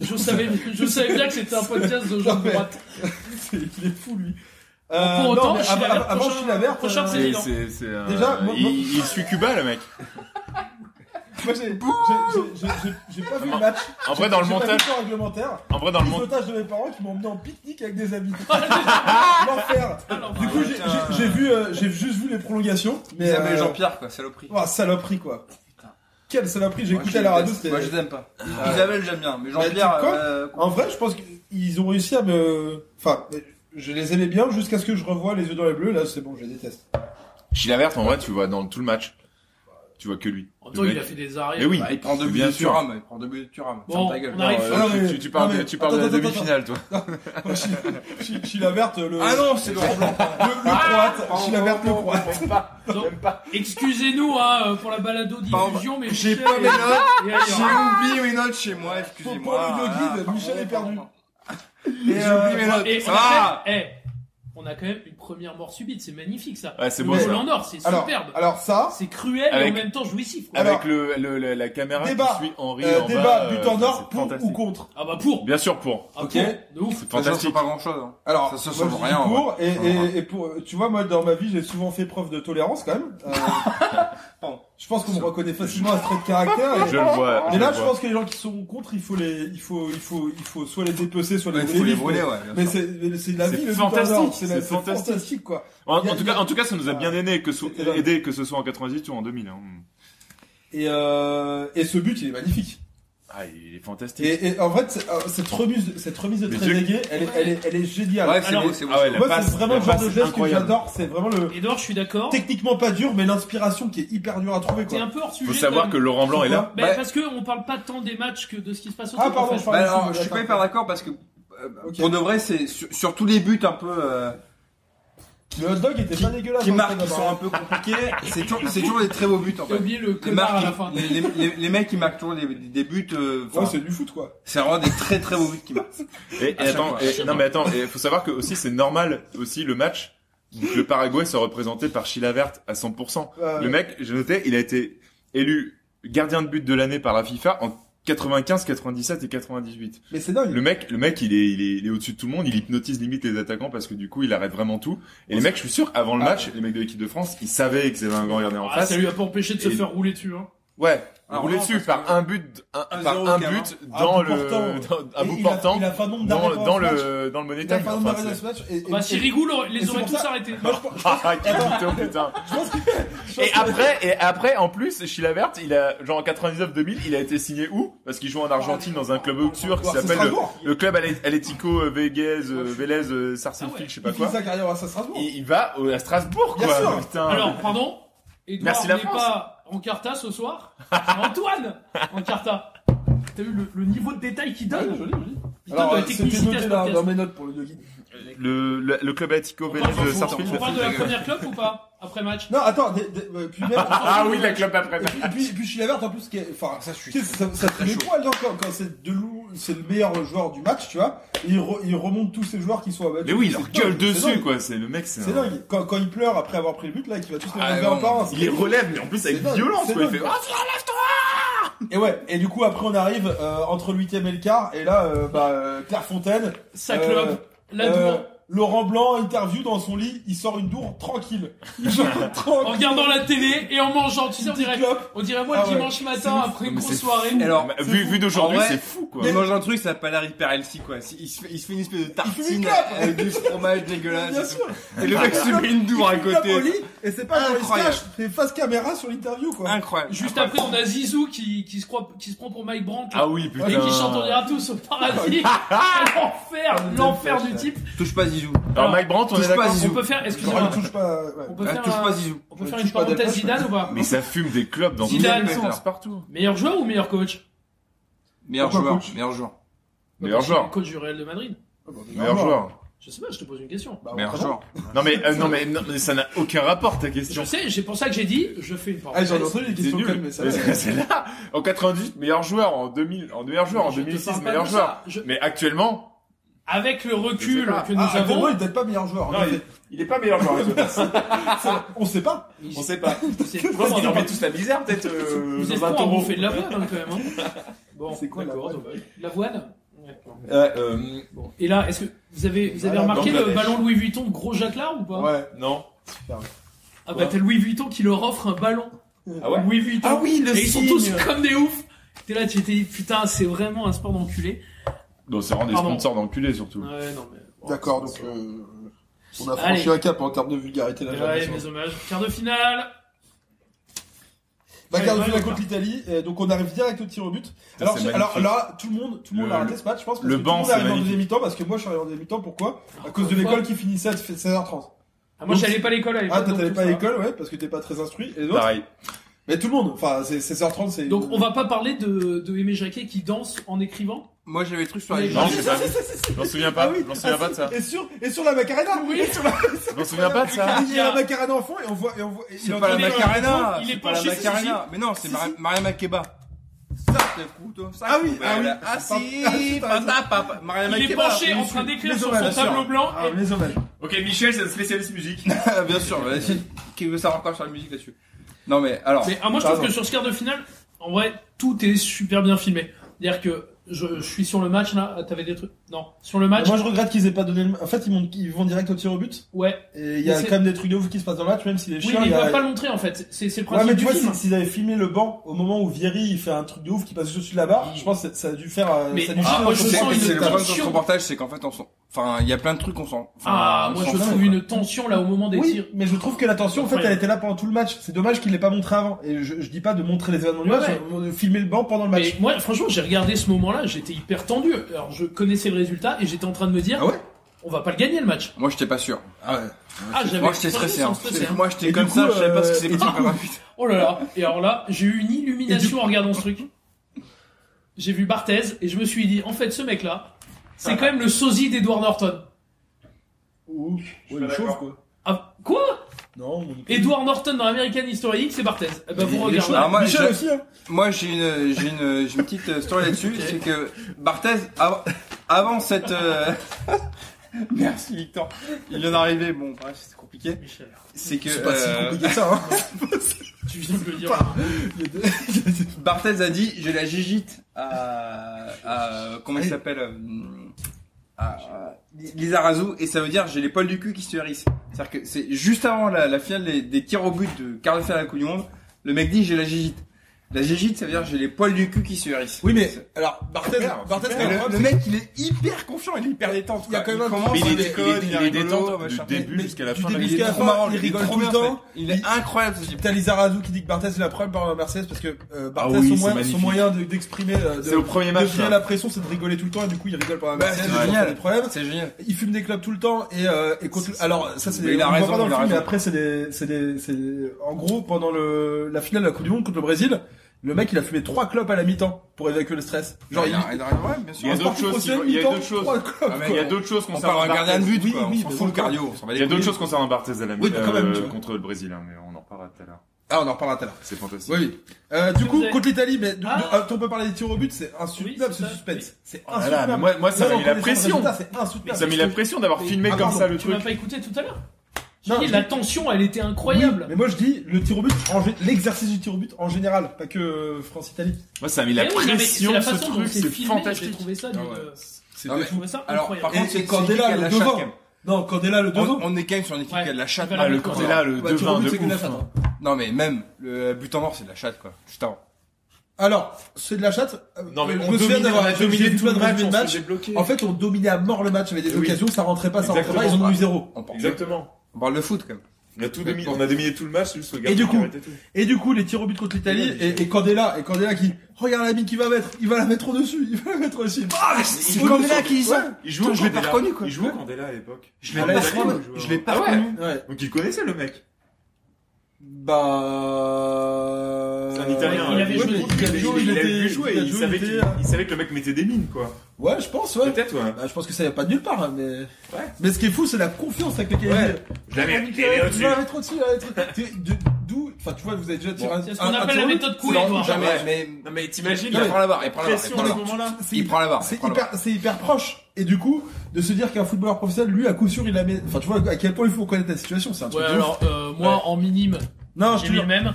H: Je savais, je savais bien que c'était un podcast de gens de droite.
I: [laughs] C'est- Il est fou, lui.
H: Bon,
I: Euh,
H: pour
I: non,
H: autant,
I: mais
H: Sheila
I: avant-
H: Verte,
I: avant
H: prochain-
I: Sheila Verte,
H: prochain
I: euh,
E: C'est,
H: président.
E: c'est, c'est, euh,
I: Déjà, moi-
E: il,
I: moi-
E: il suit Cuba, le mec.
I: Moi, j'ai- j'ai- j'ai j'ai- j'ai pas vu le [laughs] match.
E: En vrai, dans le
I: J'ai pas vu
E: montage,
I: le temps réglementaire.
E: en vrai, dans le
I: Prise
E: montage,
I: d'otage de mes parents qui m'ont emmené en pique-nique avec
H: [laughs]
I: des amis.
H: Ah,
I: [laughs] L'enfer. Du coup, j'ai- j'ai- j'ai vu, euh, j'ai juste vu les prolongations. Mais
B: Ils appellent
I: euh,
B: Ah, Jean-Pierre quoi, saloperie.
I: ouah, saloperie quoi. Quelle saloperie. J'ai
B: Moi,
I: écouté
B: je
I: à la radio.
B: déteste.
I: c'était-
B: Moi je les aime pas.
I: Ah.
B: Isabelle j'aime bien, mais
I: Bah, tu sais
B: Jean-Pierre.
I: quoi
B: euh,
I: En vrai, je pense qu'ils ont réussi à me. Enfin, je les aimais bien jusqu'à ce que je revoie les yeux dans les bleus. Là, c'est bon, je les déteste.
E: Chilavert, en vrai, tu vois dans tout le match, tu vois que lui.
H: En
E: Le
H: même temps, il
E: mec-
H: a fait des arrêts.
E: Mais oui,
B: bah, il prend deux buts
E: bien
B: de
E: sûr.
B: Thuram, il prend deux buts de Thuram. Ferme
H: Bon,
B: ta gueule.
H: on arrive.
E: Euh,
I: Ah, non,
E: tu-
I: mais-
E: tu, tu parles,
I: non, mais-
E: de, tu parles de
I: attends,
E: la
I: attends,
E: demi-finale, toi.
I: Moi, Chi- Chi- Chila Verte, le.
B: Ah non, c'est Ah, Laurent Blanc.
I: Le, le croate. Chila Verte, le croate.
H: Donc, Excusez-nous hein, euh, pour la balado d'illusion, mais
B: J'ai
H: Michel
B: pas
H: est-
B: mes notes.
H: est
B: J'ai
H: ailleurs.
B: oublié mes notes chez moi,
I: Pour le
B: excusez-moi.
I: guide,
B: Ah,
I: Michel est perdu. euh,
B: J'ai oublié mes
H: Et
B: notes. Ah, Ça
H: on a,
B: va
H: fait, eh, on a quand même une première mort subite, c'est magnifique ça.
E: Ouais, c'est
H: Le
E: beau, ça.
H: Roland Nord, c'est
I: Alors,
H: superbe.
I: alors ça,
H: C'est cruel et
E: Avec-
H: en même temps jouissif. quoi.
I: Alors,
E: Avec le, le- le- la caméra
I: débat.
E: qui suit Henri
I: euh,
E: en
I: débat
E: bas,
I: but
E: euh,
I: en or
E: c'est
I: pour
E: fantastique.
I: ou contre.
H: Ah bah pour
E: Bien sûr pour.
H: Ah
I: Ok.
H: pour, De ouf
E: C'est
B: Ça change
E: fantastique.
B: pas grand chose. Ça,
I: Alors,
B: ça
I: moi,
B: change
I: je dis
B: rien, en
I: Pour,
B: vrai. Ça
I: et,
B: change rien.
I: et, et pour, tu vois, moi, dans ma vie, j'ai souvent fait preuve de tolérance quand même. Euh, pardon. je pense qu'on me reconnaît facilement à ce trait de caractère. et-
E: Je le vois.
I: mais là,
E: le
I: je
E: vois.
I: pense que les gens qui sont contre, il faut les, il faut, il faut, il faut soit les dépecer, soit les
B: Il
I: brûler.
B: faut les
I: vite,
B: brûler,
I: mais-
B: ouais. bien
I: Mais
B: sûr.
I: c'est, mais c'est de la
E: C'est
I: vie, le but en
E: fantastique,
I: or, C'est la-
E: c'est
I: c'est fantastique. quoi.
E: En,
I: Il y a-
E: en tout
I: il y a-
E: cas, en tout cas, ça nous a bien aidé que, so-
I: euh, C'était dingue.
E: aidé, que ce soit en 98 ou en 2000. hein.
I: Et, euh, et ce but, il est magnifique.
E: Ah, il est fantastique.
I: Et, et en fait, c'est- euh, cette remise, cette remise de
E: Mais
I: Trezeguet, elle est, elle est, elle est géniale.
B: Ouais, c'est
H: Alors,
B: beau, c'est beau.
E: ah ouais, la
I: Moi,
E: passe,
I: c'est vraiment
E: la
I: le genre
E: passe
I: de geste que
E: incroyable.
I: j'adore. C'est vraiment le
H: Edouard, je suis d'accord.
I: techniquement pas dur, mais l'inspiration qui est hyper dure à trouver.
H: T'es
I: Quoi.
H: un peu hors sujet.
E: Faut savoir
H: quand
E: que
H: même.
E: Laurent Blanc est là.
I: Pourquoi
H: Bah,
B: Ouais.
H: Parce que on parle pas tant des matchs que de ce qui se passe autour.
I: Ah, pardon,
H: en fait.
I: je parle-
B: Bah alors, je suis pas hyper d'accord parce que euh,
I: Ok.
B: pour de vrai, c'est sur, sur tous les buts un peu euh,
I: Le hot dog était
B: qui,
I: pas dégueulasse.
B: qui
I: hein,
B: marquent, qui
I: d'abord.
B: sont un peu compliqués, c'est toujours, c'est toujours des très beaux buts en
H: J'ai
B: fait.
H: oublié le
B: Bah, Les,
H: connard à la
B: marques,
H: fin.
B: ils- les, les- les mecs qui marquent toujours des, des buts, euh, enfin,
I: Ouais, c'est du foot quoi.
B: c'est vraiment des très très beaux buts qui marquent.
E: Et, et
B: À chaque
E: attends,
B: fois, à
E: et-
B: chaque
E: non mais attends, il faut savoir que aussi c'est normal aussi le match que le Paraguay soit représenté par Chilavert à 100%.
I: Euh,
E: Le mec, j'ai noté, il a été élu gardien de but de l'année par la FIFA en 95, 97 et 98.
I: mais c'est dingue.
E: Le mec, le mec, il est, il est, il est au-dessus de tout le monde. Il hypnotise limite les attaquants parce que du coup, il arrête vraiment tout. Et les mecs, je suis sûr, avant
I: Ah.
E: le match, les mecs de l'équipe de France, ils savaient que c'était un grand gardien en
H: Ah,
E: face.
H: ça lui a pas empêché de se
E: Et-
H: faire rouler dessus. Hein.
E: Ouais,
I: Ah,
B: Alors
E: roulé
B: non,
E: dessus
B: parce
E: par
B: que-
E: un but, un,
B: Un
E: par
B: zéro
E: un
B: quand même,
E: but
I: hein.
E: dans
I: À bout
E: le,
I: portant.
E: [laughs] dans- à
I: Et
E: bout
I: il a-
E: portant,
I: il a pas nombre
E: dans,
I: d'arrêts
E: dans
I: pendant ce match.
E: le, dans le
I: Il a
E: monétaire.
I: pas
E: Enfin,
I: d'arrêt dans
E: c'est-
I: ce match. et- et-
H: Bah,
I: et-
H: Sirigu l'aurait- les
I: c'est
H: aurait
I: pour
H: tous
I: ça-
H: arrêtés.
I: Moi, je pense-
E: [laughs] Ah, ah, quel mytho, putain.
I: [laughs] je pense que- je pense
E: Et
I: que-
E: après, et après, en plus, Chilavert, il a, genre en 99-2000, il a été signé où? Parce qu'il joue en Argentine dans un club obscur qui
I: Ouah, Ah, c'est
E: s'appelle le,
I: Strasbourg.
E: le club Ale- Atlético euh, Vélez, euh, Vélez, euh, Sarsfield,
H: Ah ouais.
E: je sais pas
I: Il finit
E: quoi.
I: sa carrière à Strasbourg.
E: Il, il va au- à Strasbourg,
I: Bien
E: quoi.
I: sûr.
E: Putain.
H: Alors, pardon, Edouard
E: Ah, Merci, la
H: n'est
E: France.
H: pas en carta
E: [laughs]
H: ce soir. C'est Antoine en carta. T'as vu le, le niveau de détail qu'il donne
I: joli, joli.
H: Putain,
I: Alors,
H: de
I: euh,
H: technicité
I: c'était noté
H: à ce
I: dans,
H: podcast.
I: dans mes notes pour le Yogi.
E: Le, le, le club euh, attico
H: On
E: belge
H: parle
E: de
H: de- on
E: Sarsfield.
H: parle de la première club ou pas Après match
I: Non, attends, des- des- euh, puis même-
E: [laughs] Ah oui, la club après
I: Et puis, et puis, et puis je suis la verte en plus, qui est- enfin, ça, je suis, ça, ça te met poil dans le corps quand c'est Delou, c'est le meilleur joueur du match, tu vois. et il, re- il remonte tous ces joueurs qui sont abattus.
E: Mais oui, il
I: C'est
E: leur
I: dingue,
E: gueule
I: c'est
E: dessus,
I: dingue.
E: quoi. C'est le mec, c'est
I: C'est
E: un-
I: dingue. Quand, quand il pleure après avoir pris le but, là, qu'il va tous les
E: Ah,
I: relever
E: non.
I: un par un.
E: Il les relève, mais en plus avec
I: C'est dingue,
E: violence,
I: c'est
E: quoi. Il
I: dingue.
E: fait, ah,
I: Et ouais, et du coup, après, on arrive euh, entre le 8ème et le quart, et là, euh, bah, euh, Claire Fontaine.
H: Ça
I: euh,
H: clope. La
I: euh,
H: douleur.
I: Laurent Blanc interview dans son lit, il sort une dour
H: [laughs]
I: tranquille. Genre,
H: En
I: tranquille.
H: regardant la télé et en mangeant, tu sais, on dirait,
I: clope.
H: on dirait moi
I: Ah
H: le
I: ouais,
H: dimanche matin après une
E: mais
H: grosse
E: c'est
H: soirée.
B: Alors,
E: Bah, vu, vu d'aujourd'hui,
B: En vrai,
E: c'est fou, quoi.
B: Il mange un truc, ça s'appelle Harry Perelsi, quoi. Il il se, fait, il se fait une espèce de
I: fume
B: tartine
I: une clope.
B: avec du fromage dégueulasse.
I: Bien
B: et tout.
I: sûr.
B: Et le mec se met une doure à
I: Il tape au
B: côté.
I: lit, et c'est pas dans les
B: Incroyable.
I: stages, c'est face caméra sur l'interview, quoi.
B: Incroyable.
H: Juste après, on a
I: euh,
H: Zizou qui, qui, se, croit, qui se prend pour Mike Brandt. là,
E: Ah oui, putain.
H: Et qui chante, on ira tous au
I: [laughs]
H: paradis.
I: Ah,
H: l'enfer, l'enfer du type.
B: Touche pas Zizou.
E: Alors, Mike Brandt, on
B: touche pas
E: est d'accord.
B: Zizou.
H: On peut faire,
I: Genre,
H: excusez-moi,
I: il touche pas, ouais.
H: on peut
B: Ah,
H: faire,
B: touche
H: un-
B: pas Zizou.
H: on peut faire
I: touche
H: une
I: pas
H: parenthèse
I: Delpech,
H: Zidane ou pas
E: Mais ça fume des clubs dans
B: Zidane,
E: tous les
B: Peter.
E: sens, partout.
H: Meilleur joueur ou meilleur coach
B: Meilleur
I: Pourquoi
B: joueur,
I: coach
B: meilleur joueur.
E: Meilleur
H: Coach-
E: joueur.
H: Bah, Coach du Real de Madrid.
I: Ah bah,
E: Meilleur joueur.
H: Je sais pas, je te pose une question.
I: Bah,
B: Meilleur
I: vraiment.
B: joueur.
E: Non, mais, euh, non, mais, non, mais ça n'a aucun rapport, ta
H: Je
E: question.
H: sais, c'est pour ça que j'ai dit, je fais une
I: Ah,
H: parenthèse.
I: j'ai entendu des
E: C'est
I: questions
E: nul.
I: comme mais
E: [laughs]
I: ça.
E: C'est- c'est là. En 98, meilleur joueur. En 2000, en meilleur joueur. En
H: Je te parle
E: 2006,
H: pas
E: meilleur
H: de
E: joueur.
H: ça. Je-
E: Mais actuellement,
H: Avec le
E: Je
H: recul
E: sais pas.
H: que nous
I: Ah,
H: avons,
I: Ademo, il peut-être pas meilleur joueur.
E: Non,
I: en effet.
E: il est pas meilleur joueur.
I: Ça, on sait pas.
H: ils-
B: On sait pas.
H: [laughs] c'est
B: Parce
H: vraiment
B: qu'ils en
H: normal.
B: mettent tous la misère, peut-être, euh,
H: Vous êtes
B: dans
H: pas
B: un
H: à
B: taureau.
H: bouffer de l'avoine hein, quand même. Hein. Bon,
I: C'est quoi,
H: d'accord,
I: l'avoine
H: dommage. L'avoine Ouais.
B: Ouais, euh,
H: Bon. Et là, est-ce que vous avez, vous avez
I: Voilà,
H: remarqué le
B: Bangladesh.
H: ballon Louis Vuitton de gros Jacquelard ou pas
I: Ouais.
B: non.
H: Ah bah t'as Louis Vuitton qui leur offre un ballon.
B: Ah ouais
H: Louis Vuitton.
B: Ah oui, le
H: Et ils sont
B: signe.
H: tous comme des oufs. T'es là, tu t'es dit, putain, c'est vraiment un sport d'enculé.
E: Non, c'est vraiment des
H: Pardon.
E: sponsors d'enculés, surtout.
H: Ouais, non, mais. bon,
I: D'accord,
H: c'est-
I: donc,
H: c'est-
I: euh, on a
H: Allez.
I: franchi un cap en termes de vulgarité là. j'ai
H: Ouais,
I: l'impression.
H: mes hommages. Quart de finale.
I: Bah,
H: Ouais,
I: garde
H: ouais,
I: la
H: ouais.
I: contre l'Italie, et donc on arrive direct au tir au but. Alors,
E: c'est
I: j'ai-
E: magnifique.
I: alors là, tout le monde, tout le monde
E: Le-
I: a raté ce match, je pense, parce
E: le
I: que
E: banc,
I: tout
E: c'est
I: le monde arrive en
E: magnifique.
I: deuxième mi-temps, parce que moi je suis arrivé en deuxième mi-temps, pourquoi À cause de
H: Encore une
I: l'école qui finissait à 16h30.
H: Ah, moi, j'allais pas à l'école à l'époque.
I: Ah, toi,
H: donc
I: t'allais
H: tout
I: pas à
H: ça.
I: l'école, ouais, parce que t'es pas très instruit, et les autres.
E: Pareil.
I: Mais tout le monde, enfin, c'est 16h30, c'est...
H: Donc,
I: [laughs]
H: on va pas parler de, de Aimé Jacquet qui danse en écrivant.
B: Moi, j'avais le truc sur
H: Mais
B: les
H: non.
E: Non,
B: gens.
E: je sais
I: Ça,
E: pas.
I: ça, ça, ça, ça.
E: Je m'en souviens
I: Ah
E: pas.
I: oui,
E: Je m'en souviens
I: ah,
E: pas de ça.
I: Et sur, et sur la Macarena Oui, sur la...
E: [laughs] Je m'en souviens pas de ça.
I: [laughs] Ah Il y a la Macarena en fond, et on voit... Et on voit et il
B: C'est
I: entend
B: pas la
I: bien-
B: Macarena.
H: il est
B: C'est pas la
H: penché, si, si,
B: Macarena. Mais non, c'est
I: Si,
B: Mar-
I: si.
B: Maria Makeba. Ça, c'est le coup, toi. Ça,
I: Ah oui,
B: c'est-
I: ah oui.
B: Ah si,
I: Ah, si, t'as raison.
B: papa, papa. Maria
H: Il est
B: Makeba.
H: penché en train d'écrire
I: ah, Les
H: sur
I: hommages,
H: son
I: bien sûr.
H: tableau blanc.
I: Ah,
H: et-
I: les hommages.
E: Ok, Michel, c'est un spécialiste musique.
B: [laughs] Ah, Bien sûr, vas-y. Qui veut savoir quoi sur la musique là-dessus Non mais alors,
H: Mais ah, moi, je trouve
I: Pardon.
H: que sur ce quart de finale, en vrai, tout est super bien filmé. C'est-à-dire que je, je suis sur le match là. Ah, T'avais des trucs Non, sur le match.
I: Ah, Moi, je regrette qu'ils aient pas donné le... En fait, ils, montent- ils vont direct au tir au but,
H: Ouais.
I: et il y a
H: Mais c'est-
I: quand même des trucs de ouf qui se passent dans le match, même si les
H: Oui,
I: chiens...
H: mais
I: il
H: ils
I: y a-
H: peuvent pas le montrer en fait. C'est c'est le
I: Ouais,
H: principe
I: mais tu
H: du
I: vois,
H: film.
I: si- s'ils avaient filmé le banc au moment où Vieri il fait un truc de ouf qui passe au-dessus de la barre, je pense que ça a dû faire. euh,
H: Mais-
I: ça a dû
H: Ah,
I: chier
H: moi,
I: dans
H: je
I: le
B: c'est
H: sens
I: côté.
H: une
B: c'est le problème de ce
H: tension.
B: reportage, c'est qu'en fait on s'en... Enfin, il y a plein de trucs qu'on s'en... Enfin,
H: Ah,
B: on
H: moi
B: s'en
H: je
B: fout,
H: trouve
B: quoi.
H: une tension là au moment des tirs.
I: Oui, mais je trouve que la tension, en fait, elle
H: Incroyable.
I: était là pendant tout le match. C'est dommage qu'il l'ait pas montré avant. Et je, je dis pas de montrer les événements du
H: Ouais,
I: match,
H: ouais.
I: mais de filmer le banc pendant le
H: Mais
I: match.
H: moi, franchement, j'ai regardé ce moment-là, j'étais hyper tendu. Alors, je connaissais le résultat et j'étais en train de me dire,
B: Ah ouais
H: on va pas le gagner le match.
B: Moi j'étais pas sûr. Ah ouais.
H: Ah, j'avais
B: Moi j'étais
H: franchement,
B: stressé.
H: sans
B: Hein.
H: stressé, hein.
B: Moi
I: Et
B: j'étais
I: du
B: comme
I: coup,
B: ça, je savais pas ce qui
I: euh,
B: s'est passé.
I: [laughs]
H: Oh là là. Et alors là, j'ai eu une illumination en regardant ce truc. J'ai vu Barthez et je me suis dit, en fait, ce mec-là, c'est quand même le sosie d'Edward Norton.
I: Ouh, ouais, le chauve, quoi.
H: Ah, quoi
I: Non, mon-
H: Edward Norton dans American History X, c'est Barthez. Eh ben, vous regardez.
B: Alors, moi,
I: Michel
B: j'ai-
I: aussi, hein.
B: Moi, j'ai une, j'ai une, j'ai une petite euh, story là-dessus, c'est que Barthez, av- avant cette, euh, [laughs] merci Victor, il vient d'arriver, bon, bref, c'est compliqué,
H: Michel,
B: c'est que
I: C'est pas si
B: euh,
I: compliqué que ça, hein.
H: tu viens de le dire.
B: Barthez a dit, j'ai la gigite à, à- comment il s'appelle, euh, à Lisa Razou, et ça veut dire j'ai les poils du cul qui se hérissent. C'est-à-dire que c'est juste avant la, la finale des, des tirs au but de quart de finale de la Coupe du Monde, le mec dit j'ai la gigite. La gigite, ça veut dire j'ai les poils du cul qui se hérissent.
I: Oui, mais alors, Barthez,
E: Super,
I: Barthez,
E: super.
I: quand même,
B: Le, le mec, il est hyper confiant, il est hyper détente.
I: Il y a
B: quoi.
I: quand même un-
B: commence,
E: Mais il
B: il
E: est, il est-
B: déconne,
E: il
B: il
E: est
B: est rigolo,
E: détente du
B: machin.
E: début
I: mais-
E: jusqu'à la
I: du
E: fin de la
B: Il
I: début
E: vidéo.
B: est
I: Jusqu'à la
B: trop
I: fin,
B: marrant,
I: il
B: il
I: rigole
B: est trop
I: tout le
B: bien, ce
I: temps.
B: mec. Il est incroyable ce type.
I: T'as Lizarazu qui dit que Barthez est la preuve par Mercedes parce que euh, Barthez
E: Ah oui,
I: son,
E: c'est
I: moyen, son
E: magnifique.
I: moyen de- d'exprimer euh, de-
E: C'est au premier
I: de
E: match,
I: créer
E: là.
I: la pression c'est de rigoler tout le temps et du coup il rigole par la
B: Bah,
I: Mercedes,
B: c'est
I: il a
B: génial.
I: des problèmes.
B: C'est génial.
I: Il fume des clubs tout le temps et, euh, et quand- alors ça c'est
B: Mais
I: des-
B: il a
I: on le voit
B: raison,
I: pas dans
B: il
I: le
B: a
I: film mais
B: raison.
I: après c'est des c'est des c'est des- en gros pendant le la finale de la Coupe du monde contre le Brésil Le mec, il a fumé trois clopes à la mi-temps pour évacuer le stress. Genre,
B: Ouais,
I: il,
B: non, ouais, non, ouais, bien sûr.
E: Il y a
I: On
E: d'autres
I: se
E: choses.
I: partit
E: Il y a
I: procès,
E: d'autres
I: mi-temps,
E: choses.
I: trois clubs,
E: Ah, mais Il y a
I: quoi.
E: d'autres choses
B: On
E: concernant
B: parle d'un gardien de but,
I: Oui,
B: quoi.
I: oui,
B: on
I: mais
B: s'en fout le
I: bon.
B: cardio. on s'en bat
E: Il
B: les
E: y a d'autres
B: couilles.
E: choses concernant Barthez à la
I: Oui, mais quand même, tu vois.
E: contre le Brésil, hein, mais on en reparlera tout à l'heure.
B: Ah, on en reparlera tout à l'heure.
E: C'est fantastique.
I: Oui, oui. Euh, du coup,
H: Vous avez-
I: contre l'Italie, mais de- de-
H: Ah.
I: euh, on peut parler des tirs au but, c'est insoutenable
H: Oui, c'est
I: ce
H: ça.
I: suspense. C'est
E: Ah là là,
I: insoutenable.
E: mais moi- moi, ça
I: Même
E: m'a
I: en
E: mis la
I: connaissant le
E: pression.
I: résultat, C'est insoutenable.
E: Ça a mis la pression d'avoir
H: Mais-
E: filmé
I: Ah,
E: comme
I: pardon,
E: ça le
H: Tu m'as
E: truc.
H: pas écouté tout à l'heure J'ai
I: Non,
H: dit,
I: je-
H: La tension, elle était
I: Oui,
H: incroyable.
I: mais moi je dis le tir au but, en gé- l'exercice du tir au but en général, pas que euh, France-Italie.
E: Moi, ça a mis la
H: Mais Eh oui, non, mais
E: pression,
H: c'est la
E: ce
H: façon dont
E: truc,
H: c'est
E: c'est
H: filmé, J'ai
E: fantastique.
H: trouvé ça, d'une-
B: Ah ouais.
H: euh,
I: C'est
B: Non,
I: des
B: mais-
H: j'ai trouvé ça
B: Alors,
H: incroyable.
B: par
I: Et-
B: contre, c'est
I: et
B: une équipe qui
I: Candela
B: a de
I: le
B: la chatte, quand
I: devant.
B: même.
I: Non, Candela le devant.
B: On on est quand même sur une équipe
H: Ouais.
B: qui a de la chatte.
H: Tu vas
E: Ah, le
H: Bah,
E: côté là, le
I: Bah, tir au
E: devin
I: but,
E: de
I: c'est que de la
E: ouf.
I: chatte.
E: hein.
I: hein.
B: Non, mais même, le but en mort, c'est de la chatte, quoi. Juste avant.
I: Alors, c'est de la chatte. euh,
E: Non, mais
I: je
E: on
I: me souviens
E: dominait,
I: d'avoir
E: on a
I: j'ai
E: dominé
I: vu
E: tout
I: plein
E: le
I: de
E: match,
I: reviews de
E: on
I: match.
E: s'est débloqué.
I: En fait, on dominait à mort le match, avait des
E: Oui.
I: occasions, ça rentrait pas, ça rentrait pas, ils en ont eu zéro.
B: On parle,
E: Exactement.
B: on parle de foot, quand même.
E: On a tout dominé, on a dominé tout le match, juste le gars
I: Et du
E: qui
I: coup-
E: arrêtait tout.
I: Et du coup, les tirs au but contre l'Italie, et, et Candela, et Candela qui, regarde la mine qu'il va mettre, il va la mettre au-dessus, il va la mettre au-dessus. Ah,
B: C'est Candela qui y sont.
E: Il jouait au
B: Toujours pas
E: Candela.
B: reconnu, quoi.
E: Il jouait au Candela à l'époque.
B: Je
E: Ah,
B: l'ai pas
E: d'accord,
B: reconnu.
E: le joueur.
B: Je l'ai pas
E: Ah ouais.
B: reconnu.
I: Ouais.
E: Donc il connaissait le mec.
I: Bah.
E: C'est un Italien. hein.
H: il avait
E: Il
H: joué
E: jouait-
H: contre
E: il avait-
I: l'Italie,
E: il
I: il
E: avait
I: était-
E: vu jouer.
I: il a
E: Il
I: joué,
E: savait
I: il
E: qu'il-
I: était-
E: il savait que le mec mettait des mines, quoi.
I: Ouais, je pense, ouais.
E: Peut-être, ouais.
I: Bah, je pense que ça vient pas de nulle part, hein, mais.
E: Ouais.
I: Mais ce qui est fou, c'est la confiance avec laquelle
E: Ouais.
I: il
E: Je l'avais
I: dit,
E: il l'avait
I: Je
E: au-dessus.
I: vais la mettre au-dessus, je vais la mettre au-dessus. Tu- de- D'où, enfin, tu vois, vous avez déjà tiré un.
H: C'est ce
I: un-
H: qu'on
I: un
H: appelle la
I: tir au but.
H: méthode Coué,
B: Non,
H: Edouard.
B: Jamais, mais
E: Non, mais t'imagines,
B: il
E: la
B: prend la barre, il prend la barre, il
E: pression
B: prend
E: à
B: la
E: ce
B: barre.
E: moment-là.
I: C'est
B: Il prend la barre. il
I: C'est
B: prend la
I: hyper, c'est hyper proche. Et du coup, de se dire qu'un footballeur professionnel, lui, à coup sûr, il la met. Enfin, tu vois, à quel point il faut connaître la situation, c'est un truc
H: Ouais,
I: de ouf.
H: alors, euh, moi,
E: Ouais.
H: en minime,
I: Non, je
H: j'ai
I: te
H: mis
I: jure.
H: le même.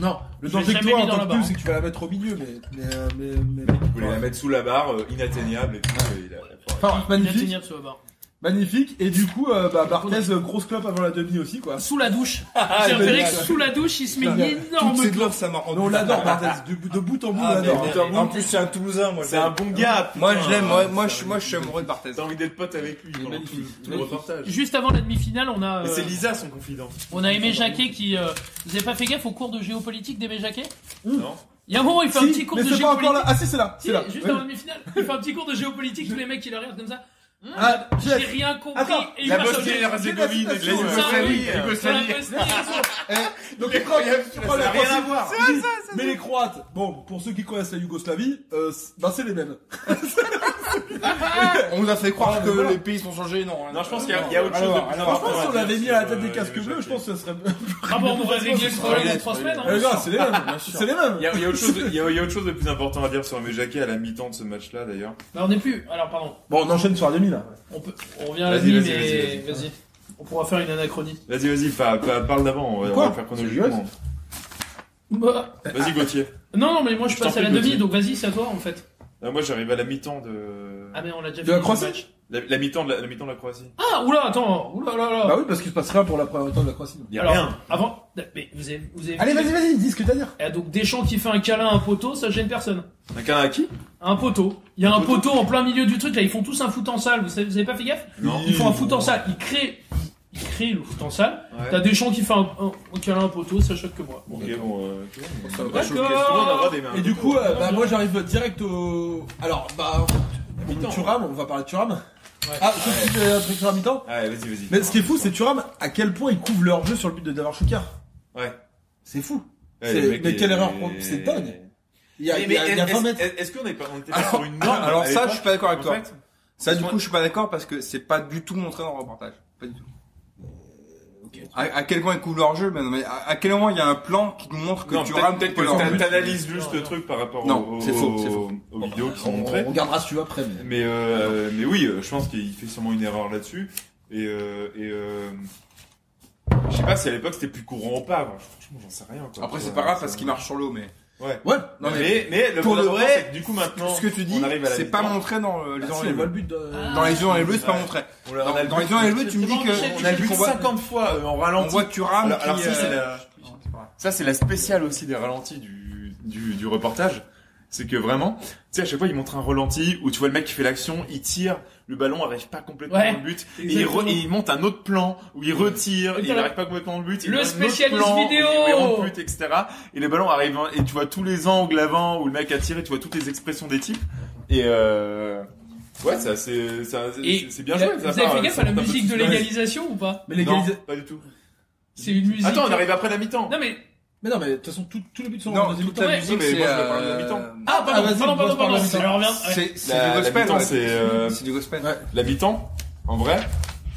I: Non, le
H: Je
I: danger
H: l'ai
I: que
H: jamais mis dans
I: toi, en tant
H: la
I: que
H: barre,
I: plus,
H: hein.
I: c'est que tu vas la mettre au milieu, mais, mais, euh, mais, mais,
E: Il voulait la mettre sous la barre, euh, inatteignable et tout. et il a-
I: Enfin, magnifique,
H: Inatteignable, ce bavard.
I: magnifique. Et du coup, euh, bah, Barthez, euh, grosse clope avant la demi aussi, quoi.
H: Sous la douche. J'ai
I: génial.
H: repéré que sous la douche, il se met une
B: barre. Toutes
H: énorme
B: ces gloves, ça m'a rendu.
I: Non, on l'adore, Barthez. De, bout- de bout en bout, on
B: Ah, mais
I: l'adore.
B: merde. En plus, c'est un Toulousain, moi. je
E: C'est
B: l'aime.
E: un bon gars.
B: Moi,
E: putain.
B: je l'aime. Moi,
E: Ah,
B: moi, je suis, moi, je suis amoureux de
E: [laughs]
B: Barthez.
E: T'as envie d'être pote avec lui pendant tout, tout le reportage.
H: Juste avant la demi-finale, on a,
E: Et
H: euh,
E: c'est Lisa son confident.
H: on a Aimé Jacquet qui. euh, vous avez pas fait gaffe au cours de géopolitique d'Aimé Jacquet
E: Non
H: Il y a un moment, il fait un petit
I: Si,
H: cours
I: mais
H: de
I: c'est pas encore là.
H: géopolitique.
I: Ah, si, c'est là.
H: Si,
I: C'est là.
H: juste
I: Ouais.
H: avant la demi-finale, il fait un petit cours de géopolitique, tous les mecs qui le regardent comme ça. Hum,
I: Ah,
H: J'ai
I: Jeff.
H: rien compris.
I: Attends,
H: et il
E: La
H: passe au
E: Bosnie et
I: Ah,
H: geste.
E: Herzégovine, la
I: C'est la
E: Yougoslavie,
H: Ça, oui.
E: la
H: Sur la
E: Yougoslavie.
H: Bosnie.
I: Eh, Donc, les Croates,
E: ça
I: oh, la
E: n'a rien à
I: Croatie.
E: voir.
I: Oui, Mais les Croates, bon, pour ceux qui connaissent la Yougoslavie, euh, c'est- ben, c'est les mêmes.
B: On nous a fait croire
I: Ah,
B: que
I: mais voilà.
B: les pays sont changés, non. hein. Euh,
E: Non, je pense qu'il y a- il y a autre chose de
I: Alors,
E: plus
I: franchement,
E: important
I: si on
E: à
I: l'avait
E: dire
I: mis à la
E: sur,
I: tête des
E: euh,
I: casques
E: Aimé
I: bleus, je
E: Jacquet.
I: pense que ce serait.
H: Ah bon, on va régler ce problème en trois semaines.
I: Eh,
H: hein.
I: non, c'est les [laughs] mêmes. C'est les mêmes.
E: Il y, a, il y a autre chose de, il y a- il y a autre chose de plus important à dire sur Aimé Jacquet à la mi-temps de ce match-là d'ailleurs.
H: Bah, on n'est plus. Alors, pardon.
I: Bon, on enchaîne sur la demi, là.
H: On, peut, on revient à la
E: Vas-y,
H: demi,
E: vas-y,
H: mais
E: vas-y,
H: vas-y. On pourra faire une anachronie.
E: Vas-y, vas-y, pa- pa- parle d'avant, on va, on
I: Quoi Euh, ah.
E: va faire chronologiquement.
H: Bah,
E: Vas-y Gauthier.
H: non, non, mais moi je,
E: Je t'en
H: passe à la
E: prie,
H: demi,
E: Gauthier.
H: donc vas-y, c'est à toi en fait.
E: Ah, moi j'arrive à la mi-temps de...
H: Ah, mais on l'a déjà
I: De
H: fait.
I: la
H: ce
I: Croatie
H: match.
E: La, la mi-temps de la, la mi-temps de la Croatie.
H: Ah, oula, attends, oula, là, là.
I: Bah oui, parce qu'il se passe rien pour la première temps de la Croatie.
E: Il y a
H: Alors,
E: rien.
H: Avant, mais vous avez, vous avez
I: Allez,
H: vu-
I: vas-y, vas-y, dis ce que t'as à dire.
H: Et donc Deschamps qui fait un câlin à un poteau, ça gêne personne.
E: Un câlin à qui
H: Un poteau. Il y a un poteau en plein milieu du truc, là, ils font tous un foot en salle, vous savez, vous avez pas fait gaffe
E: Non.
H: Ils font un foot en salle, ils créent, ils créent le foot en salle.
E: Ouais.
H: T'as Deschamps qui fait un, un- un câlin à un poteau, ça choque que moi. Bon,
E: Ok, bon, euh, ok.
I: Ça va
E: Bah,
I: pas
E: je
H: choquer.
E: trouve qu'on a le droit d'aimer un
I: Et
E: peu.
I: du coup, euh, bah, moi j'arrive direct au. Alors, bah.
E: Mi-temps.
I: Turam, on va parler de Turam. Ah, sauf si tu as un truc sur la mi-temps.
E: Ah, Ouais, vas-y, vas-y.
I: Mais ce qui est fou, c'est Turam, à quel point ils couvrent leur jeu sur le but de Davor Shukar.
E: Ouais.
I: C'est fou.
E: Ouais,
I: C'est-
E: le mec
I: mais
E: est-
I: quelle erreur pro- c'est dingue. Il y a,
E: Mais-
I: il y a-
E: mais
I: il y a 20
E: est-ce-
I: mètres.
E: est-ce- Est-ce qu'on est pas, on était pas sur une norme
B: alors
E: à
B: ça,
E: l'époque,
B: je suis pas d'accord avec
E: en
B: toi.
E: fait
B: Ça, du coup, je suis pas d'accord parce que c'est pas du tout montré dans le reportage. Pas du tout.
E: Euh,
B: À, à quel point ils couvrent leur jeu, mais non, mais à, à quel moment il y a un plan qui nous montre que
E: Non,
B: tu
E: peut-être
B: rames
E: peut-être que
B: leur
E: t'an-
B: but.
E: t'analyses juste le truc par rapport
B: Non,
E: au-
B: c'est
E: au-
B: faux, c'est faux.
E: aux vidéos qui sont
I: On,
E: montrées.
I: on regardera si tu veux après. Mais...
E: Mais, euh, mais oui, euh, je pense qu'il fait sûrement une erreur là-dessus. Et, euh, et euh, je sais pas si à l'époque c'était plus courant ou pas. Moi, Franchement, j'en sais rien. Quoi.
B: Après,
E: Tu
B: c'est pas
E: vois,
B: grave
E: ça-
B: parce qu'il marche sur l'eau, mais
E: Ouais.
I: Ouais.
B: non mais,
E: mais, mais le
B: pour
E: point
B: de
E: important,
B: vrai,
E: c'est que du coup maintenant,
B: ce que tu dis,
E: on arrive à la
B: c'est pas
E: mi-temps.
B: montré dans euh, les
I: Si,
B: oranges
I: on
B: et
I: voit le
B: bleus.
I: but de.
B: Dans les yeux et les bleus, c'est pas
E: Ouais.
B: montré.
E: On l'a- on a
B: Dans,
E: le
B: dans
E: but-
B: les yeux et les bleus, tu me dis que
E: on a le but
B: qu'on voit-
E: 50 fois euh, en
B: on
E: ralenti.
B: voit que tu
H: Ah,
B: rames.
E: Alors- alors
B: qui,
E: ça, c'est
B: euh,
E: la- Ça, c'est la spéciale aussi des ralentis du, du, du reportage. C'est que vraiment, tu sais, à chaque fois, il montre un ralenti où tu vois le mec qui fait l'action, il tire, le ballon arrive pas complètement
H: Ouais,
E: dans le but, et il,
H: exactement.
E: re- et il monte un autre plan où il retire,
H: Et
E: et il
H: t'as la-
E: arrive pas complètement dans le but, il
H: Le
E: met un autre
H: spécialiste
E: plan où il-
H: vidéo
E: où il rentre but, etc. Et le ballon arrive, en- et tu vois tous les angles avant où le mec a tiré, tu vois toutes les expressions des types, et euh, ouais, ça, c'est, ça, c'est-
H: Et
E: c'est bien
H: la-
E: joué.
H: Vous
E: ça
H: avez
E: part, euh,
H: fait
E: ça
H: gaffe à la
E: monte un peu
H: musique de
E: suspense.
H: l'égalisation ou pas
I: Mais
E: Non,
I: l'égalisa-
E: pas du tout.
H: C'est une musique.
E: Attends, on arrive après la mi-temps.
H: Non mais
I: Mais non, mais de toute façon, tout, tout le but de son
B: Non,
I: dans les
B: toute
I: habitants,
B: la
I: ouais.
B: musique,
I: mais
B: c'est,
I: moi, je
B: euh,
I: parle de l'habitant.
H: Ah, pardon, pardon,
I: vas-y, moi, je
H: pardon,
I: parle de
H: pardon,
I: l'habitant.
H: alors, reviens.
B: C'est c'est
E: La-
B: du gospel.
E: l'habitant,
B: ouais.
E: c'est, euh,
B: C'est du gospel.
E: L'habitant, en vrai,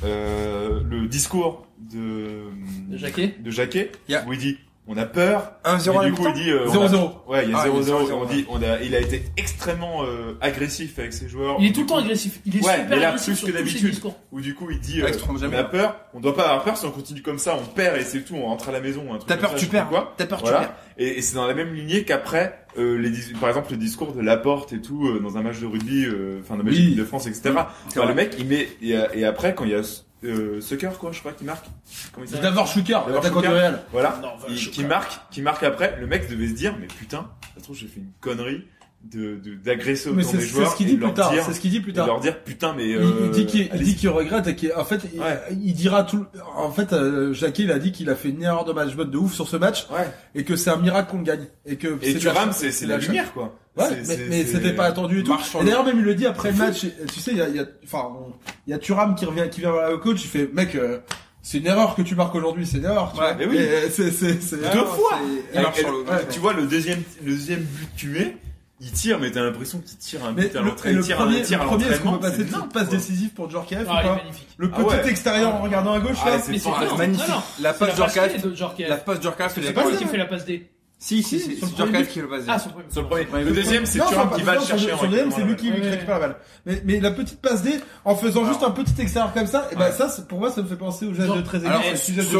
E: euh, le discours de,
H: De Jacquet
E: de Jacquet,
B: Yeah.
E: où il dit on a peur.
B: 1-0 à
E: mais du coup,
B: l'habitant.
E: il dit euh, on a-
I: 0-0.
E: Ouais, il y a
B: Ah,
E: 0-0.
B: il y a
E: on dit, on a, il a été extrêmement euh, agressif avec ses joueurs.
H: Il est tout le temps agressif. Il est
E: Ouais, mais
H: super
E: là,
H: agressif
E: plus
H: sur
E: que
H: tous ses
E: d'habitude.
H: discours.
E: Où du coup, il dit
B: Ah, il
E: euh,
B: se trompe
E: on
B: jamais.
E: a peur. On doit pas avoir peur si on continue comme ça, on perd et c'est tout. On rentre à la maison. un truc
B: T'as
E: comme
B: peur,
E: ça,
B: tu
E: je sais pas
B: perds.
E: quoi.
B: T'as peur, tu perds.
E: Voilà. Et, et c'est dans la même lignée qu'après, euh, les dis- par exemple, le discours de Laporte et tout, euh, dans un match de rugby, euh, enfin, d'un match
I: Oui.
E: de France, etc. Enfin, le mec, il met, et, euh, et après, quand il y a euh, Sucker, quoi, je sais pas, qui marque. Comment il
I: C'est
E: s'appelle
I: d'abord Schlucker,
E: Davor
I: attaquant du
E: Schuker.
I: Real.
E: Voilà.
I: Non,
E: Et
I: Schlucker.
E: qui marque, qui marque après, le mec devait se dire, mais putain, ça se trouve, j'ai fait une connerie de, de, d'agresser
I: Mais
E: autant
I: c'est
E: des
I: c'est
E: joueurs.
I: ce
E: et
I: qu'il dit
E: de leur
I: plus tard.
E: dire-
I: C'est ce qu'il dit plus
E: et de leur
I: tard.
E: dire, putain, mais,
I: Il,
E: euh,
I: il dit qu'il il
E: allez,
I: dit qu'il regrette et qu'en fait il,
E: Ouais.
I: il dira tout. le- En fait, euh, Jacquet il a dit qu'il a fait une erreur de match de ouf sur ce match
E: Ouais.
I: et que c'est un miracle qu'on le gagne et que
E: Et
I: c'est
E: tu
I: la-
E: rames, c'est, c'est la
I: la-
E: lumière, quoi.
I: Ouais,
E: C'est-
I: mais,
E: c'est-
I: mais
E: c'est-
I: c'était pas attendu du tout.
B: Marche sur
I: Et
B: le-
I: d'ailleurs, même il le dit après le match, et- tu sais, il y a, il y a- enfin, on- il y a Thuram qui revient, qui vient voir le coach, il fait, mec, euh, c'est une erreur que tu marques aujourd'hui, c'est une erreur, tu
B: Ouais,
I: vois.
E: mais oui.
I: Et, euh, c'est, c'est, c'est,
E: Deux fois
I: c'est-
E: Et-
B: Il marche
E: et-
B: sur le-
E: ouais, tu vois, le deuxième, le deuxième but tué, il tire, mais t'as l'impression qu'il tire un
I: Mais
E: but à
I: le,
E: l'entrée,
I: et
E: il
I: le
E: tire
I: premier,
E: un tir à
I: le premier, est-ce qu'on
E: l'entraînement,
I: peut passer
E: c'est
I: de
E: dingue,
I: passe
E: quoi.
I: décisive pour Djorkaeff
H: Ah,
I: ou
H: il est
I: pas?
H: magnifique.
I: Le
E: Ah
I: petit
E: ouais.
I: extérieur en regardant à gauche,
E: Ah,
I: là.
E: c'est
H: Mais c'est
E: fort,
H: pas
E: hein.
B: magnifique.
H: Non, non.
B: La
H: C'est
B: passe
H: la passe
B: Djorkaeff.
H: D de Djorkaeff.
B: La passe Djorkaeff, c'est
H: C'est
B: la
H: pas
I: pas
H: lui qui
I: ça.
H: fait la passe D.
B: Si, si, c'est
H: sur le
B: c'est
H: premier
B: Djorkaeff
H: but.
B: qui le passe.
H: Ah, son premier.
E: Sur le premier.
B: Ouais,
E: le
B: le
E: deuxième, c'est
I: Non,
E: Thuram
I: enfin,
E: qui va
I: non,
E: le
I: sur
E: chercher. en
I: Sur le deuxième, c'est lui
E: récupérant la balle.
I: qui qui
H: Ouais.
I: récupère la balle. Mais, mais la petite passe D, en faisant juste un petit extérieur comme ça, et ben ça, c'est- pour moi, ça me fait penser au geste
H: Genre-
I: de très
B: Alors, sur,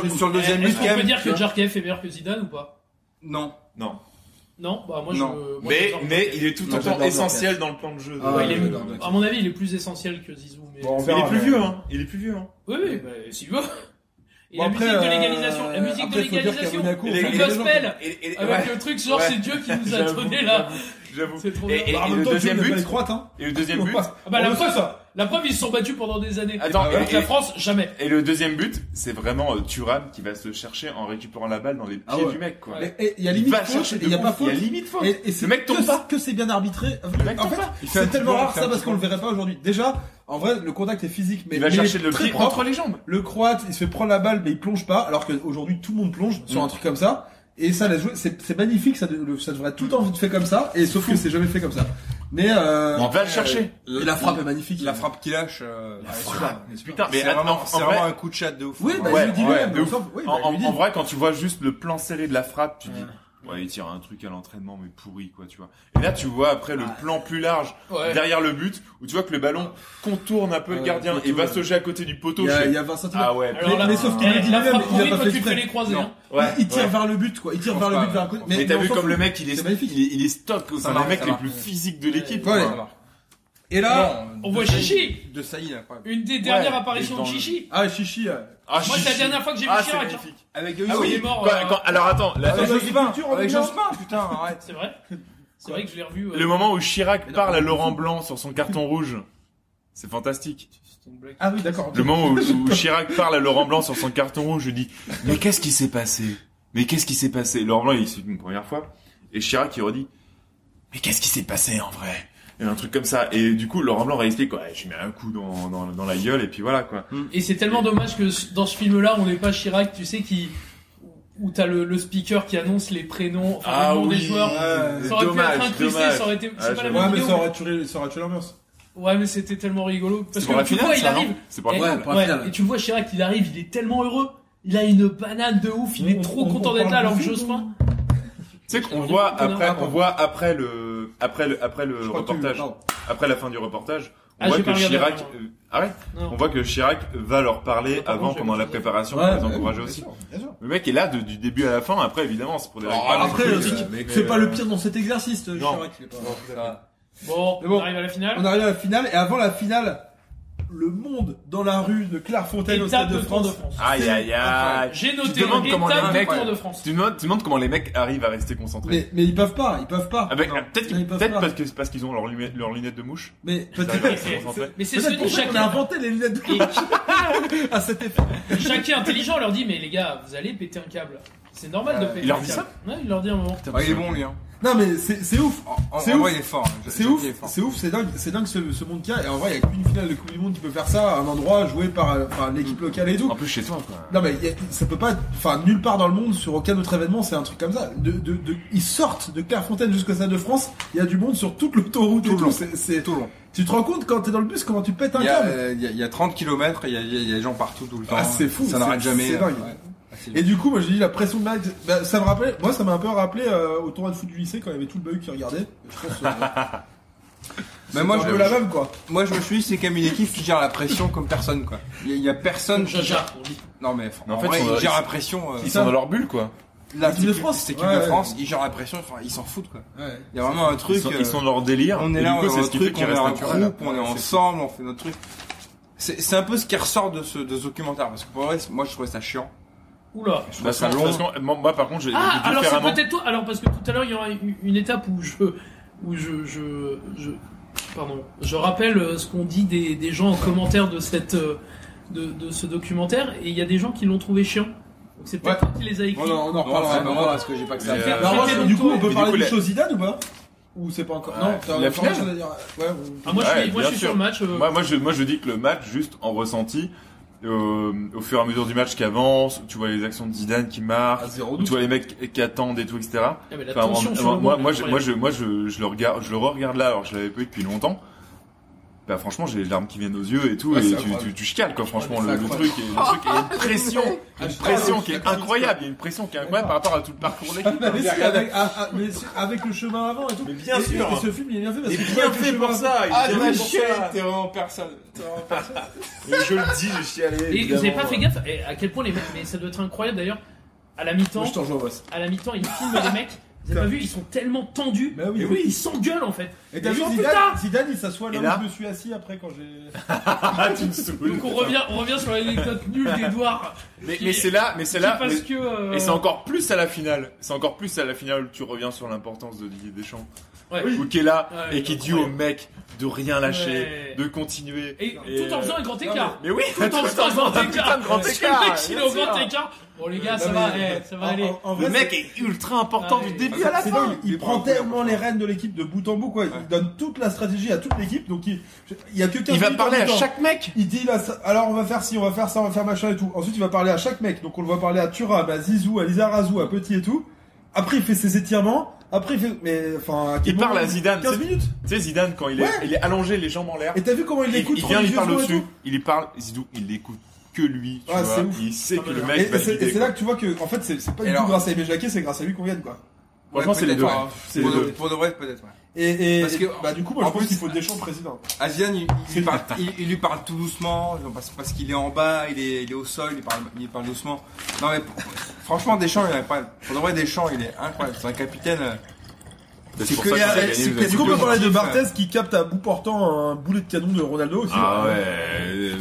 B: sur le deuxième
H: Eh,
B: but,
H: Est-ce
B: quand
H: qu'on peut
B: même,
H: dire
B: tu
H: que
B: vois.
H: Djorkaeff est meilleur que Zidane ou pas
B: Non.
E: Non.
H: Non, bah moi
B: Non.
H: je. moi,
E: Mais,
H: j'adore
E: mais
H: Djorkaeff.
E: il est tout
I: Moi,
E: autant
I: j'adore
E: essentiel dans le plan de jeu.
I: Ah,
H: Ouais, il est-
I: ouais,
B: non,
H: À mon avis, il est plus essentiel que Zizou. Mais...
I: Bon, on
E: Il
I: verra,
E: est plus
I: mais-
E: vieux, hein. Il est plus vieux, hein.
H: Oui, oui, bah, s'il veut. Et
I: Bon,
H: la
I: après,
H: musique de
I: euh,
H: légalisation, la musique
I: après,
H: de
I: faut dire
H: légalisation,
I: qu'à Monaco,
E: Et les-
H: le
E: et les gens-
H: gospel,
E: Et- et-
H: avec
E: ouais,
H: le truc genre
E: ouais.
H: c'est Dieu qui nous a
E: J'avoue,
H: donné là.
E: J'avoue.
H: C'est trop
E: Et-
H: bien.
E: et-
I: Bah, en
E: le
I: même temps,
E: deuxième
I: Dieu, il
E: but-
I: a pas les croates, hein.
E: Et le deuxième
I: On
E: but,
I: passe.
H: Ah bah, la,
I: On le
H: preuve,
I: sait, ça.
H: la preuve, ils se sont battus pendant des années.
E: Attends,
H: Alors
E: et-
H: que la
E: et-
H: France, jamais.
E: et le deuxième but, c'est vraiment euh, Thuram qui va se chercher en récupérant la balle dans les pieds
I: Ah ouais.
E: du mec, quoi.
I: Mais- et Il y a
E: Il
I: limite
E: va
I: faute,
E: chercher
I: et
E: de
I: il y a
E: ouf.
I: pas faute.
E: Il y a limite faute.
I: Et, et c'est
E: Le mec tombe
I: que,
E: pas.
I: que c'est bien arbitré.
E: mec
I: en
E: tombe
I: fait,
E: pas. Il fait un
I: c'est
E: petit
I: tellement
E: peu,
I: rare
E: il fait un
I: ça parce
E: petit
I: qu'on
E: peu.
I: le verrait pas aujourd'hui. Déjà, en vrai, le contact est physique, mais
E: Il va
I: mais
E: chercher de le
I: très
E: pied
I: propre.
E: entre les jambes.
I: Le Croate, il se fait prendre la balle, mais il plonge pas, alors qu'aujourd'hui tout le monde plonge
E: Mm.
I: sur un truc comme ça. Et ça, la jouer, c'est c'est magnifique, ça, de- ça devrait tout le temps être fait comme ça, et sauf que c'est jamais fait comme ça. Mais euh,
E: On va le chercher.
I: et la frappe est magnifique.
B: La frappe qu'il lâche. euh, ouais, super.
E: Putain, mais
B: C'est vraiment,
E: attends,
B: c'est
E: en
B: vraiment
E: vrai-
B: un coup de chat de ouf.
I: Oui, bah,
E: Ouais,
I: je le dis
E: ouais,
I: lui-même.
E: de
I: mais
E: ouf.
I: enfin, oui, bah,
E: En,
I: il
E: en-
I: le dit.
E: en vrai, quand tu vois juste le plan serré de la frappe, tu dis, ouais, il tire un truc à l'entraînement, mais pourri, quoi, tu vois. Et là, tu vois après le plan plus large,
H: Ouais.
E: derrière le but, où tu vois que le ballon contourne un peu le
I: Ouais,
E: gardien
I: le
E: et va
I: poteau,
E: se jeter à côté du poteau.
I: il y a,
E: je
I: il
E: fais,
I: y a 20 cm.
E: Ah ouais,
H: Alors
I: mais-
H: là,
I: mais sauf qu'il
H: eh,
I: le dit
H: la
I: lui-même,
H: frappe
I: il a
H: qu'on
I: pas
H: toi,
I: fait
H: tu fais
I: exprès.
H: les croisés.
B: Non.
H: hein.
E: Ah ouais,
I: il tire
E: ouais.
I: vers le but, quoi. Il tire
B: Je
I: vers le
B: pense
I: but,
B: pas,
I: vers un côté.
B: ouais.
E: Mais
I: mais
E: t'as
I: on
E: vu
I: s'en
E: comme
I: fout.
E: le mec, il est,
I: C'est magnifique.
E: il est, il est stock, c'est un
B: marche,
E: mec
B: ça
E: les
B: marche.
E: plus physiques de l'équipe.
I: Ouais.
E: quoi.
I: Et là,
B: Non,
H: On
B: de
H: voit
B: Saïd-
H: Chichi.
B: De Saïd, incroyable.
H: Une des dernières
E: Ouais,
H: apparitions
E: dans
H: de
E: le-
H: Chichi.
I: ah chichi. euh,
E: Ah,
H: Moi, c'est la
E: chichi.
H: dernière fois que j'ai vu
E: Ah, c'est
H: Chirac. hein.
E: magnifique.
B: Avec
H: Ah oui, il est
B: Jospin.
H: mort.
E: Quand-
H: euh,
E: quand- alors attends, la-
B: Avec
E: la-
B: Jospin. Avec Jospin, putain, arrête.
H: C'est vrai C'est vrai que je l'ai revu. euh,
E: le moment où Chirac
B: non,
E: parle à Laurent Blanc sur son carton rouge, c'est fantastique.
H: c'est une blague.
I: Ah oui, d'accord.
E: Le moment où, où Chirac parle à Laurent Blanc sur son carton rouge, je dis Mais qu'est-ce qui s'est passé Mais qu'est-ce qui s'est passé Laurent Blanc, il se dit une première fois. Et Chirac, il redit Mais qu'est-ce qui s'est passé en vrai Et un truc comme ça. Et du coup, Laurent Blanc réexplique Ouais, je mets un coup dans, dans, dans la gueule, et puis voilà quoi.
H: Et c'est tellement dommage que ce- dans ce film-là, on n'est pas Chirac, tu sais, qui où t'as le, le speaker qui annonce les prénoms, enfin, les noms des joueurs.
E: Ah ouais,
H: Ça aurait
E: dommage,
H: pu être incrusté,
E: dommage.
H: ça aurait été.
E: Ah,
H: C'est pas la
E: j'avoue.
I: Ouais,
H: même
I: mais
H: vidéo.
I: ça aurait tué, ça aurait tué l'ambiance.
H: Ouais, mais c'était tellement rigolo.
E: C'est
H: Parce
E: pour
H: que
E: la
H: tu
E: finale,
H: vois, il
E: ça, non
H: arrive.
E: C'est pour
H: Et,
E: la finale.
I: pour la
H: ouais,
I: finale.
H: et tu vois Chirac, il arrive, il est tellement heureux. Il a une banane de ouf, il est
I: On-
H: trop
I: on-
H: content
I: on
H: d'être là
I: parle
H: alors que
I: du film,
H: Jospin.
E: Tu sais qu'on
H: Je
E: voit
H: crois que
E: après,
H: t'en as
E: on voit après le, après le, après le
I: Je crois que tu-
E: reportage,
I: pardon.
E: après la fin du reportage, on
H: Ah,
E: voit
H: j'ai pas
E: que
H: regardé,
E: Chirac,
H: non.
E: euh, ah ouais,
H: Non.
E: on voit que Chirac va leur parler
H: Par contre,
E: avant,
H: j'ai
E: pendant
H: autre
E: la
H: chose à dire.
E: préparation,
I: Ouais,
E: pour les
I: bah oui,
E: encourager
I: bien
E: aussi.
I: sûr, bien sûr.
E: Le mec est là de- du début à la fin. Après, évidemment, c'est pour des raisons
B: Ah,
I: Après,
E: politiques,
I: aussi,
E: euh, mais-
I: fais pas
E: mais-
I: le pire dans cet exercice, je
E: Non.
I: dirais qu'il est pas-
H: Bon,
I: Mais bon,
H: on arrive à la finale.
I: On arrive à la finale, et avant la finale, le monde dans la rue de Clairefontaine au
H: Étape
I: Stade
H: de
I: de
H: Tour de France.
I: France.
E: Aïe, aïe, aïe.
H: J'ai
E: Ah, Tu te
H: noté
E: demandes comment les
H: étape de
E: mecs,
H: Tour de France.
E: tu te demandes, tu te demandes comment les mecs arrivent à rester concentrés.
I: Mais, mais ils peuvent pas, ils peuvent pas.
E: Ah ben,
I: Non.
E: euh, peut-être,
I: Non, ils peuvent
E: peut-être
I: pas.
E: parce que c'est parce qu'ils ont leurs lunettes, leurs lunettes de mouche.
I: Mais
E: Ils
I: peut-être
E: arrivent à rester concentrés.
H: Mais c'est
I: peut-être
H: ceux de
I: pour ça qu'on a
H: chacun.
I: inventé les lunettes de [laughs] à cet effet.
H: Chacun intelligent leur dit mais les gars vous allez péter un câble. C'est normal de
I: Euh,
H: payer.
I: il leur dit ça
H: Ouais, il leur dit un moment.
I: Ah, il est bon, lui. Hein. Non, mais c'est c'est ouf. En- en-
H: C'est
I: en
H: ouf.
I: vrai, il est fort. Je-
B: C'est
I: je-
B: ouf.
I: il est fort. C'est ouf, c'est dingue, c'est dingue ce, ce monde qu'il y a. Et en vrai, il n'y a qu'une finale de Coupe du Monde qui peut faire ça, à un endroit joué par, euh, par l'équipe locale et tout. En
E: plus, chez toi, quoi.
I: Non, mais il y a- ça peut pas. être- Enfin, nulle part dans le monde, sur aucun autre événement, c'est un truc comme ça. De, de, de- ils sortent de Clairefontaine jusqu'au Stade de France, il y a du monde sur toute l'autoroute et tout. C'est- C'est tout long. Tu te rends compte quand t'es dans le bus comment tu pètes un
B: Il y, a,
I: câble
B: euh, il y a- il y a 30 km, il y a, il y a- il y a des gens partout tout le temps.
I: Ah, c'est fou,
B: Ça
I: c'est-
B: n'arrête jamais.
I: c'est dingue.
B: Ouais.
I: Et du coup, moi, j'ai dit la pression de Max. bah, ça me rappelait, moi, ça m'a un peu rappelé euh, au tournoi de foot du lycée quand il y avait tout le bahut qui regardait. Je pense, euh,
B: Mais moi,
I: C'est un
B: je
I: peu la même, quoi.
B: Moi, je me suis dit, c'est quand même une équipe qui gère la pression comme personne, quoi. Il y a- il y, a personne qui gère. Non, mais,
E: Mais
B: en,
E: en fait,
B: vrai,
E: ils sont-
B: ils gèrent
E: ils-
B: la pression. euh,
E: ils sont dans leur bulle, quoi.
B: L'équipe de France,
E: c'est
B: l'équipe de France, ils gèrent la pression. Enfin, ils s'en foutent, quoi.
I: Ouais.
B: Il y a vraiment un truc.
E: Ils sont,
B: euh,
E: ils sont dans leur délire.
B: On est
E: et
B: là,
E: du
B: on
E: coup,
B: est
E: c'est
B: en
E: ce qui fait
B: truc,
E: qu'il
B: on est
E: reste
B: en
E: naturel.
B: groupe, on est ensemble, on fait notre truc. C'est c'est un peu ce qui ressort de ce, de ce documentaire, parce que pour le reste, moi, je trouvais ça chiant.
H: Oula.
B: Je
E: Bah,
B: trouvais
E: ça
B: ça
E: long.
B: long.
E: Parce que moi, moi, par contre, j'ai
H: Ah,
E: j'ai dû
H: alors
E: faire
H: c'est
E: un an.
H: peut-être toi. Alors parce que tout à l'heure il y aura une, une étape où je, où je, je, je, pardon, je rappelle euh, ce qu'on dit des, des gens en commentaire de cette, euh, de, de ce documentaire et il y a des gens qui l'ont trouvé chiant. Donc c'est peut-être toi qui les a écrits.
I: On en- on en reparlera,
B: c'est pas moi, parce que j'ai pas que ça à
I: Mais,
B: faire.
I: euh, Laroche,
H: C'était
I: du coup,
H: donc
I: on peut
H: toi.
I: parler
H: Mais
I: du
H: du coup,
I: chose Zidane ou pas Ou c'est pas encore
E: Ouais.
I: Non, t'as
E: La
I: t'as encore
E: finale
I: chose à dire. Ouais, on-
H: Ah, moi, je
E: Ouais,
H: suis- moi,
E: bien
H: je suis sur
E: sûr.
H: le match, euh.
E: Moi, moi, je, moi, je dis que le match, juste en ressenti, euh, au fur et à mesure du match qui avance, tu vois les actions de Zidane qui marquent, tu vois les mecs qui attendent et tout, etc.
H: Ah, mais la tension sur le
E: moi, moi,
H: banc,
E: moi,
H: elle est
E: je, moi, je, moi, je, je le regarde, je le regarde là, alors que je l'avais pas eu depuis longtemps. Bah, franchement, j'ai les larmes qui viennent aux yeux et tout,
I: Ouais,
E: et
I: Ah, c'est
E: tu,
I: incroyable.
E: tu, tu chicales, quoi, franchement,
I: Ouais,
E: le,
I: mais
E: le
I: c'est
E: truc, est, le truc est-
H: [laughs]
I: incroyable.
E: une pression,
I: Ah,
E: une
I: je-
E: pression
I: ah,
E: qui
I: je-
E: est incroyable, il y a une pression qui est incroyable par rapport à tout le parcours de l'équipe.
I: Ah, mais si, avec, ah, ah, mais si, avec le chemin avant et tout. Mais
E: bien sûr.
I: ce film, il est bien fait parce
E: Il est
I: que
E: bien
I: avec le
E: fait
I: chemin
E: pour ça,
I: avant-
E: il est Ah, bien
B: Ah,
E: fait
B: chier, t'es vraiment personne. T'es vraiment personne.
E: je le dis, j'ai chialé.
H: Et vous avez pas fait gaffe eh, à quel point les mecs, mais ça doit être incroyable d'ailleurs, à la mi-temps,
I: Moi, je t'en joue, boss.
H: à la mi-temps, ils filment les mecs, vous avez pas vu, ils sont tellement tendus,
I: Bah oui,
H: et
I: oui.
H: ils s'engueulent en fait.
I: Et t'as
H: Ils
I: vu
H: sont,
I: Zidane,
H: putain
I: Zidane, il s'assoit
H: Et
I: là,
H: là
I: où je me suis assis après quand j'ai.
E: Ah, tu me saoules.
H: Donc on revient, on revient sur l'anecdote nulle d'Edouard.
E: [laughs] Mais,
H: qui
E: mais
H: est-
E: c'est là, mais c'est
H: qui
E: là.
H: est Parce
E: mais-
H: que. euh,
E: Et c'est encore plus à la finale. C'est encore plus à la finale où tu reviens sur l'importance de Didier Deschamps.
H: Ouais.
E: Ou qui Ah, est là
H: Ouais,
E: et qui dit au
H: incroyable.
E: mec de rien lâcher,
H: Ouais.
E: de continuer. euh,
H: Et tout en faisant un
I: euh,
H: grand écart.
E: Mais oui, [laughs]
H: Tout en faisant un grand écart.
E: grand
H: Parce que
E: écart,
H: Le mec, il est au
E: bien
H: grand
E: sûr.
H: écart. Bon, les gars,
I: Non,
H: ça
I: mais-
H: va, eh, ça va
I: en-
H: aller.
I: en- en
E: Le
I: vrai,
E: mec est ultra important
H: Ouais.
E: du début à la
I: c'est
E: fin.
I: dingue, il prend tellement les rênes de l'équipe de bout en bout quoi. Il donne toute la stratégie à toute l'équipe donc il, il y a que 15
E: Il va
I: minutes en
E: parler à
I: mi-temps.
E: chaque mec.
I: Il dit là, ça- alors on va faire ci, on va faire ça, on va faire machin et tout. Ensuite il va parler à chaque mec donc on le voit parler à Thuram, à Zizou, à Lizarazu, à Petit et tout. Après il fait ses étirements. Après il fait mais enfin à quel
E: Il parle
I: moment-
E: à Zidane.
I: 15
E: tu sais-
I: minutes.
E: Tu sais Zidane quand il est,
I: Ouais.
E: il est allongé les jambes en l'air.
I: Et t'as vu comment il
E: Il,
I: l'écoute
E: il
I: prend
E: vient,
I: les
E: il
I: yeux
E: parle
I: chauds et
E: dessus.
I: tout
E: Il lui parle. Zidou, il l'écoute que lui. tu
I: Ah,
E: vois.
I: c'est ouf.
E: Il sait que le
I: Et,
E: mec va
I: et c'est
E: le guider,
I: et c'est
E: quoi.
I: là que tu vois que en fait c'est c'est pas
B: Et
I: du tout
B: alors-
I: grâce à Aimé Jacquet, c'est grâce à lui qu'on gagne quoi.
E: Franchement, c'est les deux.
B: peut-être, hein.
E: C'est
B: pour
E: les
B: de-
E: deux.
B: Pour de vrai, peut-être. ouais.
I: Et, et
B: Parce que-
I: bah du coup moi
B: en
I: je pense
B: plus-
I: qu'il faut Deschamps président.
B: Asian, il, il lui
I: [laughs]
B: parle, il, il lui parle tout doucement, genre parce, parce qu'il est en bas, il est, il est au sol, il parle, il parle doucement. Non mais pour- franchement, Deschamps, il est incroyable. Pour de vrai, Deschamps, il est incroyable. C'est un capitaine. euh,
E: C'est
B: C'est
E: pour
B: que
E: ça
B: les
E: qu'il a
B: arrêts,
E: gagné,
B: c'est
E: vous
B: que
E: avez
I: Est-ce qu'on
E: dit.
I: peut parler de
B: Objectif,
I: Barthez qui capte à bout portant un boulet de canon de Ronaldo aussi
E: Ah ouais.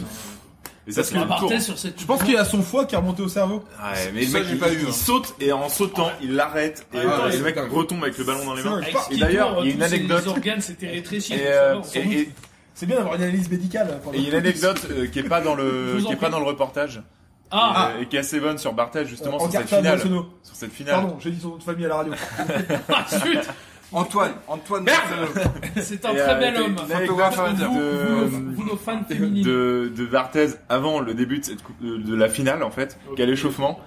E: Et ça, c'est
H: On
E: le tour.
H: partait sur cette.
I: Je pense qu'il a son foie qui est remonté au cerveau.
E: Ouais, mais le
B: Ça,
E: mec,
B: j'ai
E: il,
B: pas eu,
E: il
B: hein.
E: saute et en sautant, il l'arrête et,
I: Ah, ouais,
E: euh,
I: c'est
E: le mec
I: dingue.
E: retombe avec le ballon dans les mains.
I: C'est
H: Avec
I: dingue.
H: ce qui
E: Et d'ailleurs,
H: tourne,
E: il y a une
H: tous ces
E: anecdote.
H: organes s'étaient rétréchis.
E: Et,
H: donc ça va,
E: euh,
H: on s'en
E: et,
H: fout.
E: et- et
I: C'est bien d'avoir une analyse médicale. hein,
E: il y a une anecdote euh, qui est pas dans
H: Je
E: le
H: vous en
E: qui est pas
H: prie.
E: dans le reportage
H: Ah, [laughs]
E: euh, et qui est assez bonne sur Barthès justement
I: en
E: sur cette
I: cartable
E: finale
I: nationaux.
E: sur cette finale.
I: Pardon, j'ai dit son nom de famille à
E: [laughs]
I: la radio.
H: ah, zut
B: Antoine, Antoine. euh,
H: C'est un
E: Et,
H: très
E: euh,
H: bel
E: t'as une
H: homme.
E: anecdote euh,
B: Photographe
H: Vous, vous,
E: de
H: vous, nos fans féminines.
E: de, de Barthez avant le début de, cette coupe- de, de la finale en fait, qui a l'échauffement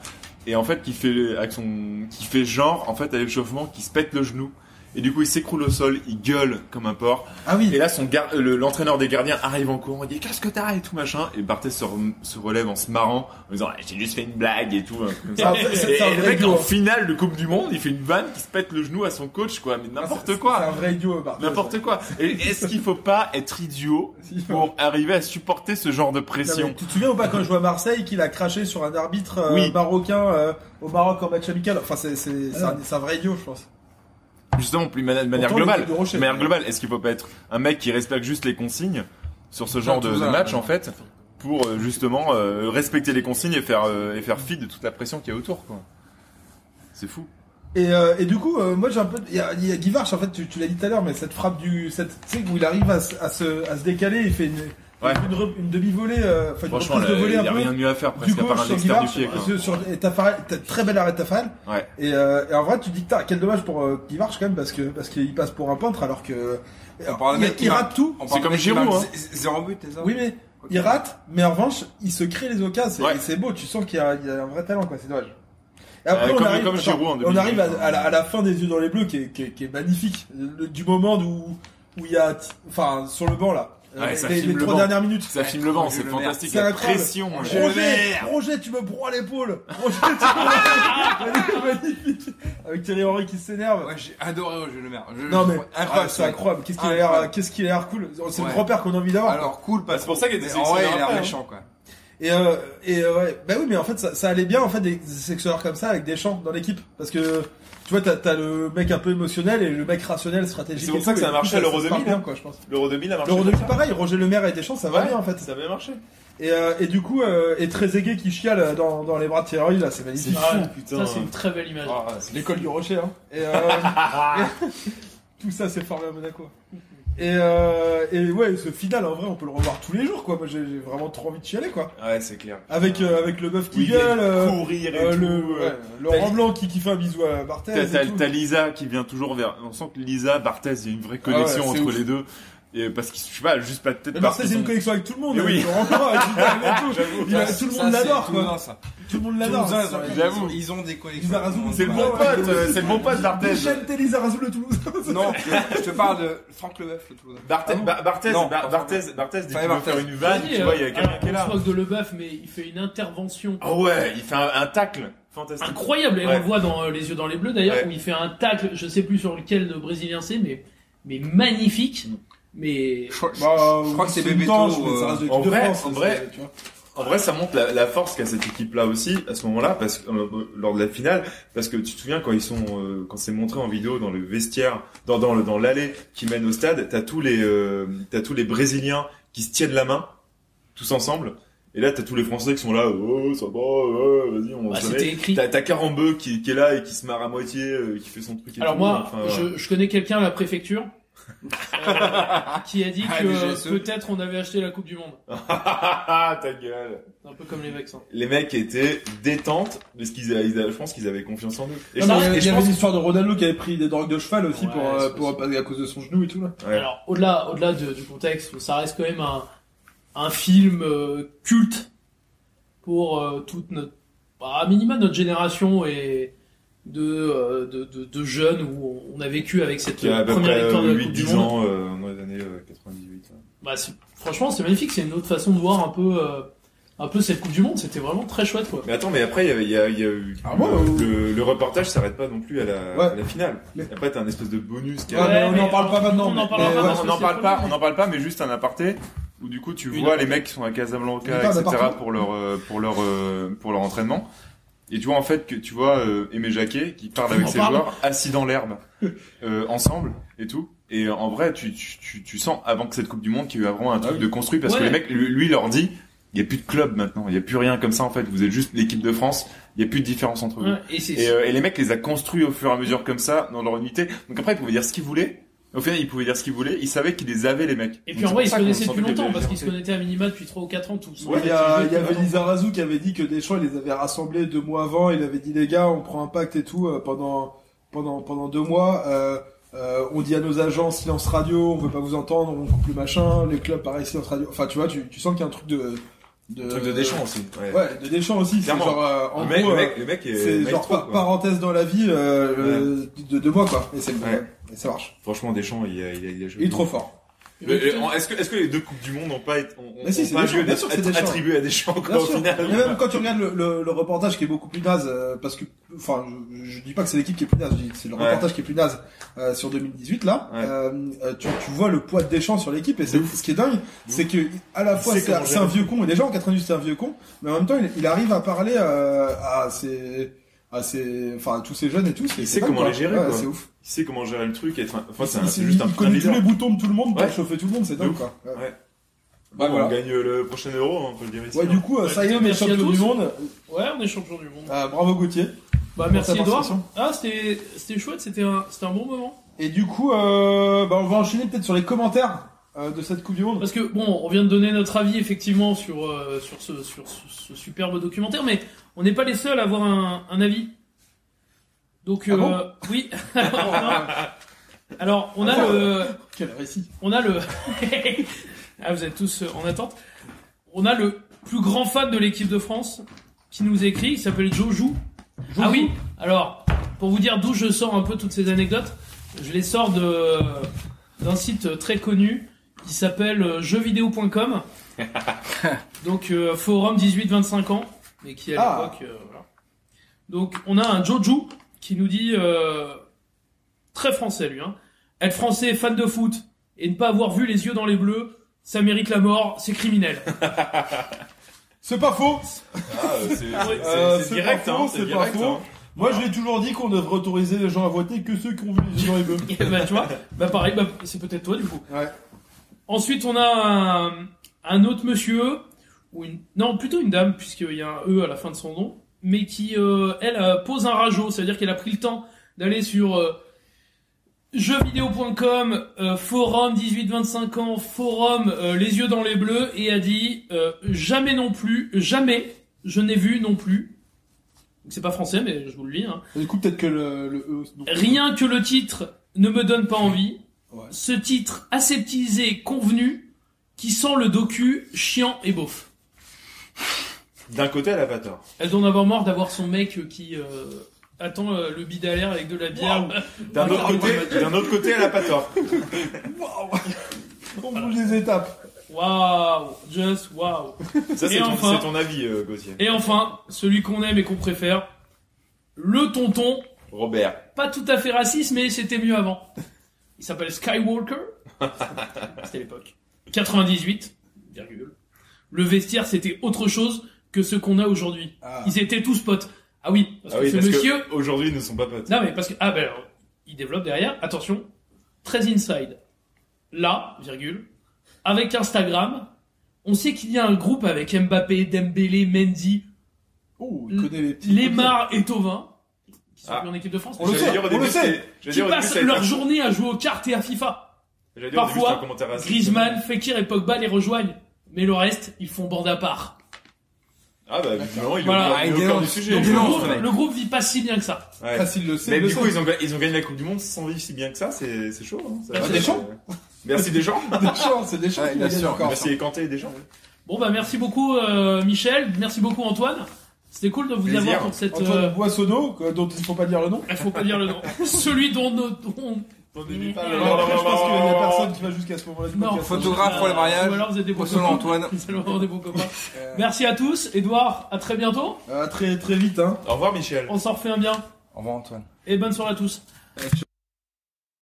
E: et en fait qui fait avec son qui fait genre en fait à l'échauffement qui se pète le genou et du coup il s'écroule au sol, il gueule comme un porc
I: Ah
E: Et
I: oui.
E: là, son gar- le- l'entraîneur des gardiens arrive en courant, il dit qu'est-ce que t'as et tout machin. Et Barthez se, rem- se relève en se marrant, en disant Ah, j'ai juste fait une blague et tout. un truc Comme ça.
I: Ah, C'est un-
E: et
I: c'est un
E: et le
I: vrai
E: mec
I: idiot. hein.
E: en finale de Coupe du Monde, il fait une vanne qui se pète le genou à son coach, quoi. Mais n'importe
I: Ah, C'est un
E: quoi,
I: vrai idiot, Barthez.
E: n'importe quoi. Et est-ce qu'il faut pas être idiot
I: [laughs] Si.
E: pour arriver à supporter ce genre de
I: Non,
E: pression
I: mais Tu te souviens ou pas quand je jouais à Marseille qu'il a craché sur un arbitre euh,
E: Oui. Ah.
I: marocain euh, au Maroc en match amical Enfin, c'est c'est- c'est un, c'est un vrai idiot, je pense.
E: Justement, plus mana- de manière
I: Pourtant,
E: globale.
I: l'équipe de Rocher.
E: De manière globale, est-ce qu'il faut pas être un mec qui respecte juste les consignes sur ce genre de,
B: tout
E: de
B: ça,
E: match
B: ouais.
E: en fait pour euh, justement euh, respecter les consignes et faire euh, et faire fi de toute la pression qu'il y a autour quoi. C'est fou.
I: Et, euh, et du coup, euh, moi j'ai un peu. Il y a, il y a Guy Varche, en fait, tu, tu l'as dit tout à l'heure, mais cette frappe du. Cette, tu sais, où il arrive à, se- à se, à se décaler, il fait une.
E: Ouais.
I: une, re- une demi-volée, euh, enfin une
E: Franchement,
I: reprise de
E: là,
I: volée
E: il
I: un
E: y a
I: peu
E: rien de mieux à faire,
I: du
E: presque, à
I: gauche
E: part un
I: sur
E: externe
I: Guivard,
E: du pied, quoi.
I: sur- sur- et Taffarel, t'as très belle arrêt Taffarel.
E: Ouais.
I: Et, euh, et en vrai, tu te dis que t'as- quel dommage pour euh, qui marche quand même parce que parce qu'il passe pour un peintre alors que
B: On parle d'un
I: il,
B: mec qui
I: il
B: marque-
I: rate tout.
B: on parle d'un mec qui marque z- z-
I: Zéro
B: but, c'est ça
I: hein. Oui, mais il rate, mais en revanche, il se crée les occasions. c'est- et C'est beau, tu sens qu'il y, a il y a un vrai talent, quoi. C'est dommage. Et après,
E: Euh,
I: on
E: comme-
I: arrive,
E: comme Giroud en
I: attends,
E: 2018.
I: on arrive à, à
E: hein.
I: la, à la fin des yeux dans les bleus, qui est, qui est- qui est magnifique. Le- du moment où où il y a, enfin, sur le banc là,
E: Ouais,
I: Euh,
E: ça
I: les,
E: filme
I: les
E: le
I: trois
E: banc.
I: dernières minutes.
E: Ça filme le banc, c'est fantastique.
I: C'est
E: La
I: incroyable.
E: pression,
I: Roger,
E: le vert.
I: Roger, tu me broies l'épaule. Roger, tu me broies l'épaule. [laughs] Magnifique. Avec Thierry Henry qui s'énerve.
B: J'ai adoré Roger Le Maire. Je-
I: Non mais
B: incroyable,
I: ah, c'est
B: ouais.
I: incroyable. Qu'est-ce qu'il a l'air, euh,
B: Incroyable.
I: qu'est-ce qu'il a l'air cool. C'est
B: Ouais.
I: le grand-père qu'on a envie d'avoir.
B: Alors cool, pas
I: C'est
B: pour ça qu'il était
I: Mais en
B: sélectionné
I: vrai, il a l'air
B: après, hein.
I: méchant, quoi. Et euh, et euh, ouais. bah oui, mais en fait ça, ça allait bien en fait des, des sélectionneurs comme ça avec des champs dans l'équipe parce que tu vois t'as t'as le mec un peu émotionnel et le mec rationnel stratégique.
E: C'est pour
I: et
E: ça
I: tout,
E: que
I: et
E: ça a
I: du coup,
E: marché à l'Euro
I: se parle
E: 2000.
I: bien,
E: hein.
I: quoi, je pense.
E: L'Euro 2000 a marché.
I: L'Euro
E: comme
I: 2000,
E: ça.
I: pareil, Roger Le Maire et Deschamps, ça va
E: Ouais,
I: bien en fait.
E: Ça avait marché.
I: Et, euh, et du coup, euh, et Trezeguet qui chiale dans, dans les bras de Thierry, là, c'est magnifique.
H: Ah, Ça, c'est une très belle image.
I: L'école du rocher, hein. Et, euh, [laughs] tout ça, c'est formé à Monaco. Et, euh, et ouais, ce final, en vrai, on peut le revoir tous les jours, quoi. Moi, j'ai j'ai vraiment trop envie de chialer, quoi.
B: Ouais, c'est clair.
I: Avec, euh, avec le meuf qui
E: Oui, il
I: gueule,
E: aime
I: euh,
E: courir et
I: euh,
E: tout,
I: le,
E: ouais.
I: ouais,
E: T'as-
I: Laurent Blanc qui, qui fait un bisou à Barthez.
E: T'as-
I: et
E: T'as
I: tout.
E: t'as Lisa qui vient toujours vers. On sent que Lisa, Barthez, il y a une vraie connexion
I: ouais, c'est
E: entre
I: ouf.
E: les deux. Et parce qu'ils, je sais pas, juste pas peut-être.
I: Mais
E: parce
I: Barthez, il
E: qu'ils
I: a une
E: ont-
I: connexion avec tout le monde.
E: Mais oui. Ah,
I: avec Laurent
E: [laughs]
I: Blanc, avec Zidane et tout.
E: J'avoue.
I: Il a-
E: Ça,
I: tout le
B: ça,
I: monde
B: c'est
I: l'adore,
B: tout le monde,
I: quoi.
B: ça.
I: Tout le monde
B: Tout le
I: l'adore.
B: monde, ça,
I: c'est-
B: Ils ont- ils ont des connexions.
E: C'est le bon pote, euh, c'est le bon pote d'Arthez.
I: Michel Télézarazu le
E: [laughs]
I: Toulouse. Bah,
B: Non, je je te parle de Franck Leboeuf, le Toulousain.
E: Barthez, Ba- Barthez,
B: Non,
E: Ba-
B: pas
E: Barthez, Barthez, dit
B: Pas
E: qu'il veut
B: Barthez.
E: faire une vanne,
H: Vas-y,
E: tu
H: euh,
E: vois, il y a quelqu'un
H: alors,
E: qui est là.
H: On se moque de Leboeuf, mais il fait une intervention
E: Ah ouais, il fait un, un tacle. Fantastique.
H: incroyable. Et on
E: Ouais.
H: le voit dans euh, Les yeux dans les bleus d'ailleurs,
E: Ouais.
H: où il fait un tacle, je sais plus sur lequel de Brésilien c'est, mais, mais magnifique. Mais
B: Je crois- je-
I: Bah,
B: je crois que c'est
I: une
B: Bebeto.
I: danse, mais ça
B: euh,
I: reste de
E: en
I: l'équipe de
E: vrai,
I: France,
E: en
I: ça,
E: vrai.
I: tu vois.
E: En vrai, ça montre la, la force qu'a cette équipe-là aussi à ce moment-là, parce que euh, lors de la finale, parce que tu te souviens quand ils sont, euh, quand c'est montré en vidéo dans le vestiaire, dans dans le dans l'allée qui mène au stade, t'as tous les euh, t'as tous les Brésiliens qui se tiennent la main tous ensemble, et là t'as tous les Français qui sont là, oh ça va, ouais, vas-y on
H: bah,
E: se
H: c'était
E: met.
H: écrit.
E: T'as t'as Carambeu qui, qui est là et qui se marre à moitié, euh, qui fait son truc. Et
H: Alors
E: tout,
H: moi,
E: enfin, voilà.
H: je, je connais quelqu'un à la
E: [laughs]
H: préfecture euh, qui a dit
B: Ah, les
H: que
E: E.
B: GSE.
H: peut-être on avait acheté la Coupe du Monde.
E: Ah ta gueule.
H: C'est Un peu comme les hein. vaccins.
E: les mecs étaient détente parce qu'ils avaient- ils avaient- je pense qu'ils avaient confiance en eux. Et
I: Non,
E: je
I: mais
E: pense-
I: il y a-
E: et
I: il
E: je
I: y avait
E: pense-
I: l'histoire de Ronaldo qui avait pris des drogues de cheval aussi
H: Ouais,
I: pour, euh,
H: c'est
I: pour, à cause de son genou et tout là.
E: Ouais.
H: Alors au-delà, au-delà de- du contexte, ça reste quand même un, un film euh, culte pour euh, toute notre, bah, à minima notre génération et de, euh, de, de, de jeunes où on a vécu avec cette
E: qui a à peu
H: première
E: près
H: victoire de la Coupe du
E: 8-10
H: Monde.
E: ans euh, dans les années euh, 98. ouais.
H: Bah, c'est- franchement, c'est magnifique. C'est une autre façon de voir un peu, euh, un peu cette Coupe du Monde. C'était vraiment très chouette, quoi.
E: Mais attends, mais après, il y a, il y a- il y a eu.
I: Ah
E: le,
I: bon, euh,
E: le- le reportage s'arrête pas non plus à la,
I: Ouais.
E: à la finale.
I: Mais-
E: Après, t'as un espèce de bonus qui
I: Ouais, Ah, mais on
H: mais
I: n'en parle pas maintenant,
H: On n'en
I: mais-
H: parlera
I: mais
H: pas.
I: ouais,
H: parce
E: on
H: que
E: n'en
H: c'est
E: parle
H: le
E: pas, on
H: problème.
E: n'en parle pas, mais juste un aparté où du coup tu
H: Une
E: vois
H: aparté.
E: les mecs qui sont à
I: Une
E: Casablanca,
I: part
E: etc.
I: d'appartement.
E: pour leur euh, pour leur euh, pour leur entraînement. Et tu vois en fait que tu vois euh, Aimé Jacquet qui parle avec
H: On
E: ses
H: parle.
E: joueurs assis dans
I: [laughs]
E: l'herbe euh, ensemble et tout. Et euh, en vrai, tu, tu, tu, tu sens avant que cette Coupe du Monde qu'il y a eu vraiment un truc
I: Ah oui.
E: de construit parce que
H: Ouais.
E: les mecs, lui, lui leur dit, il n'y a plus de club maintenant, il n'y a plus rien comme ça en fait. Vous êtes juste l'équipe de France, il n'y a plus de différence entre vous.
H: Ouais, et c'est-
E: Et, euh, et les mecs les a construits au fur et à mesure comme ça dans leur unité. Donc après ils pouvaient dire ce qu'ils voulaient. Au final ils pouvaient dire ce qu'ils voulaient. Ils savaient qu'ils les avaient les mecs.
H: et
E: Donc,
H: puis
E: c'est
H: en vrai, ils
E: pour
H: se
E: ça qu'on
H: connaissaient
E: sentait
H: depuis
E: qu'il y avait
H: longtemps
E: une
H: parce qu'ils se
E: fierté.
H: connaissaient à minima depuis 3 ou 4 ans tous.
E: Ouais,
I: il y, a, il y avait Lizarazu qui avait dit que Deschamps les avait rassemblés deux mois avant. Il avait dit les gars, on prend un pacte et tout euh, pendant pendant pendant deux mois. euh, euh, on dit à nos agents silence radio, on veut pas vous entendre, on coupe le machin. Les clubs pareil silence radio. Enfin tu vois, tu, tu sens qu'il y a un truc de de,
E: Un truc de Deschamps aussi. Ouais.
I: Ouais, de Deschamps aussi. C'est
E: Clairement.
I: genre euh, en
E: Le, mec,
I: gros,
E: le
I: euh,
E: mec, le mec est
I: c'est
E: maestro,
I: genre par-
E: quoi.
I: parenthèse dans la vie euh, euh, de deux mois quoi. Et c'est
E: Ouais.
I: et ça marche.
E: Franchement, Deschamps, il a, il a, il a joué.
I: Il est trop fort.
E: Mais, euh, en- Est-ce que, est-ce que les deux coupes du monde n'ont pas été, ont, ont
I: Mais si,
E: ont
I: c'est
E: pas
I: Deschamps,
E: lieu
I: bien
E: d'être
I: sûr que c'est Deschamps.
E: attribués à Deschamps quoi,
I: Bien
E: au
I: sûr.
E: final
I: Et même quand tu regardes le, le- le reportage qui est beaucoup plus naze, euh, parce que, enfin, je, je dis pas que c'est l'équipe qui est plus naze, je dis que c'est le
E: Ouais.
I: reportage qui est plus naze euh, sur 2018 là.
E: Ouais.
I: Euh, euh, tu, tu vois le poids de Deschamps sur l'équipe et c'est ce qui est dingue, c'est que à la fois
E: sait
I: c'est un-
E: comment
I: c'est
E: gérer.
I: un vieux con et déjà en 90 c'est un vieux con, mais en même temps il, il arrive à parler euh, à ses, à ses, enfin à tous ces jeunes et tout.
E: Il sait comment les gérer, quoi.
I: C'est ouf.
E: Il sait comment gérer le truc, être un... enfin,
I: Il-
E: c'est
I: il-
E: un- c'est
I: il-
E: juste un
I: il
E: putain de
I: connaît tous
E: leader.
I: les boutons de tout le monde pour
E: Ouais.
I: chauffer tout le monde, c'est
E: De
I: dingue
E: ouf.
I: quoi. Ouais.
E: Ouais.
I: Bah,
E: Bon,
I: voilà.
E: On gagne le prochain euro, hein, on peut le dire ici.
I: Ouais,
E: hein.
I: du coup, euh, ça y est, on est
H: Merci à
I: champion du
H: tous.
I: monde.
H: Ouais, on est champion du monde.
I: Euh, bravo Gauthier.
H: Bah,
I: pour
H: merci
I: ta
H: Edouard.
I: participation.
H: Ah, c'était, c'était chouette. C'était un, c'était un bon moment.
I: Et du coup, euh, bah, on va enchaîner peut-être sur les commentaires. de cette Coupe du Monde.
H: Parce que bon, on vient de donner notre avis effectivement sur euh, sur ce sur ce, ce superbe documentaire, mais on n'est pas les seuls à avoir un, un avis. Donc
I: Ah
H: euh, oui. [laughs] Alors, non. Alors, on a le
I: Quel récit
H: on a le [laughs] ah vous êtes tous euh, en attente. On a le plus grand fan de l'équipe de France qui nous écrit. Il s'appelle Jojou. Ah oui. Alors pour vous dire d'où je sors un peu toutes ces anecdotes, je les sors de d'un site très connu qui s'appelle euh, jeuxvideo.com. Donc euh, forum 18-25 ans, mais qui à
I: Ah.
H: l'époque euh, voilà. Donc on a un Joju qui nous dit euh, très français lui hein. Être français fan de foot et ne pas avoir vu les yeux dans les bleus, ça mérite la mort, c'est criminel.
I: C'est pas faux.
E: Ah, [laughs] c'est- c'est-
I: Euh,
E: c'est direct,
I: pas faux,
E: hein, c'est
I: c'est pas
E: direct,
I: faux.
E: hein.
I: Moi, je l'ai toujours dit qu'on devrait autoriser les gens à voter que ceux qui ont vu les yeux dans les bleus.
H: Et [laughs] bah, tu vois, bah pareil, bah, c'est peut-être toi du coup.
I: Ouais.
H: Ensuite, on a un, un autre monsieur, ou une, non, plutôt une dame, puisqu'il y a un E à la fin de son nom, mais qui, euh, elle, euh, pose un rageot, c'est-à-dire qu'elle a pris le temps d'aller sur euh, jeuxvideo.com, euh, forum 18-25 ans, forum euh, les yeux dans les bleus, et a dit euh, jamais non plus, jamais, je n'ai vu non plus. Donc, C'est pas français, mais je vous le lis. hein.
I: Du coup, peut-être que le, le E, non.
H: Rien que le titre ne me donne pas envie.
I: Ouais.
H: Ce titre aseptisé, convenu, qui sent le docu chiant et beauf.
E: D'un côté, elle a pas tort.
H: Elle doit en avoir mort d'avoir son mec euh, qui euh, attend euh, le bid à l'air avec de la bière.
E: D'un autre
H: Regarde.
E: côté, d'un autre côté, elle a pas tort.
I: On bouge les étapes.
H: Waouh, just waouh.
E: Ça,
H: Et
E: c'est ton,
H: enfin-
E: c'est ton avis, euh, Gauthier.
H: Et enfin, celui qu'on aime et qu'on préfère, le tonton,
E: Robert.
H: pas tout à fait raciste, mais c'était mieux avant. Il s'appelle Skywalker. C'était l'époque. 98, virgule. Le vestiaire, c'était autre chose que ce qu'on a aujourd'hui.
I: Ah.
H: Ils étaient tous potes. Ah oui, parce
E: Ah
H: que
E: oui,
H: ce
E: parce
H: monsieur...
E: que aujourd'hui, ils ne sont pas potes.
H: Non, mais parce que. Ah, ben alors, il développe derrière. Attention, très inside. Là, virgule, avec Instagram, on sait qu'il y a un groupe avec Mbappé, Dembélé, Mendy,
I: Oh, il connaît les petits.
H: Lemar et Tovin, qui sont
E: Ah.
H: plus en équipe de France,
I: On le
E: J'allais
I: sait,
E: dire au
I: on
E: début,
I: le sait.
E: c'est- j'allais dire
H: qui
E: au début,
H: passent
E: ça allait
H: leur
E: être-
H: journée à jouer aux cartes et à FIFA.
E: j'allais dire au début,
H: parfois,
E: c'était un commentaire raciste.
H: Griezmann, Fekir et Pogba les rejoignent, mais le reste, ils font bande à part.
E: Ah bah, évidemment, il est
H: Voilà.
E: au cœur- il est au cœur du sujet.
H: Donc, le, groupe, le groupe vit pas si bien que ça.
E: Ouais.
I: Ah, s'il le sait,
E: Mais
I: il le
E: du coup,
I: sait.
E: ils ont, ga- ils ont gagné la Coupe du Monde sans vivre si bien que ça, c'est c'est chaud. Hein, ça-
I: Ah,
E: c'est-
I: Deschamps
E: Merci Deschamps.
I: Des chances, c'est des chances.
B: Ouais,
I: qu'il
B: il
I: gagne
B: assure.
I: encore.
E: Merci Écanté et Deschamps.
H: Bon, bah, merci beaucoup, euh, Michel. Merci beaucoup, Antoine. C'était cool de vous
E: Plaisir.
H: avoir pour cette. euh, [laughs]
I: Antoine Boissonneau, que- dont il ne faut pas dire le nom.
H: Il faut pas dire le nom.
E: [laughs]
H: Celui dont nos- dont-
I: Ouais, après, je pense qu'il y a personne qui va jusqu'à ce moment-là. du
H: Non,
I: podcast.
B: photographe pour les mariages.
H: Euh, Ou alors vous êtes des beaux
B: Bonsoir,
H: copains. [laughs]
B: Antoine.
H: Vous allez avoir des
B: [laughs]
H: beaux copains.
I: Euh,
H: Merci à tous. Edouard, à très bientôt.
I: euh, très, très vite, hein.
E: Au revoir Michel.
H: On s'en refait un bien.
B: Au revoir Antoine.
H: Et bonne soirée à tous.
I: Euh, ciao.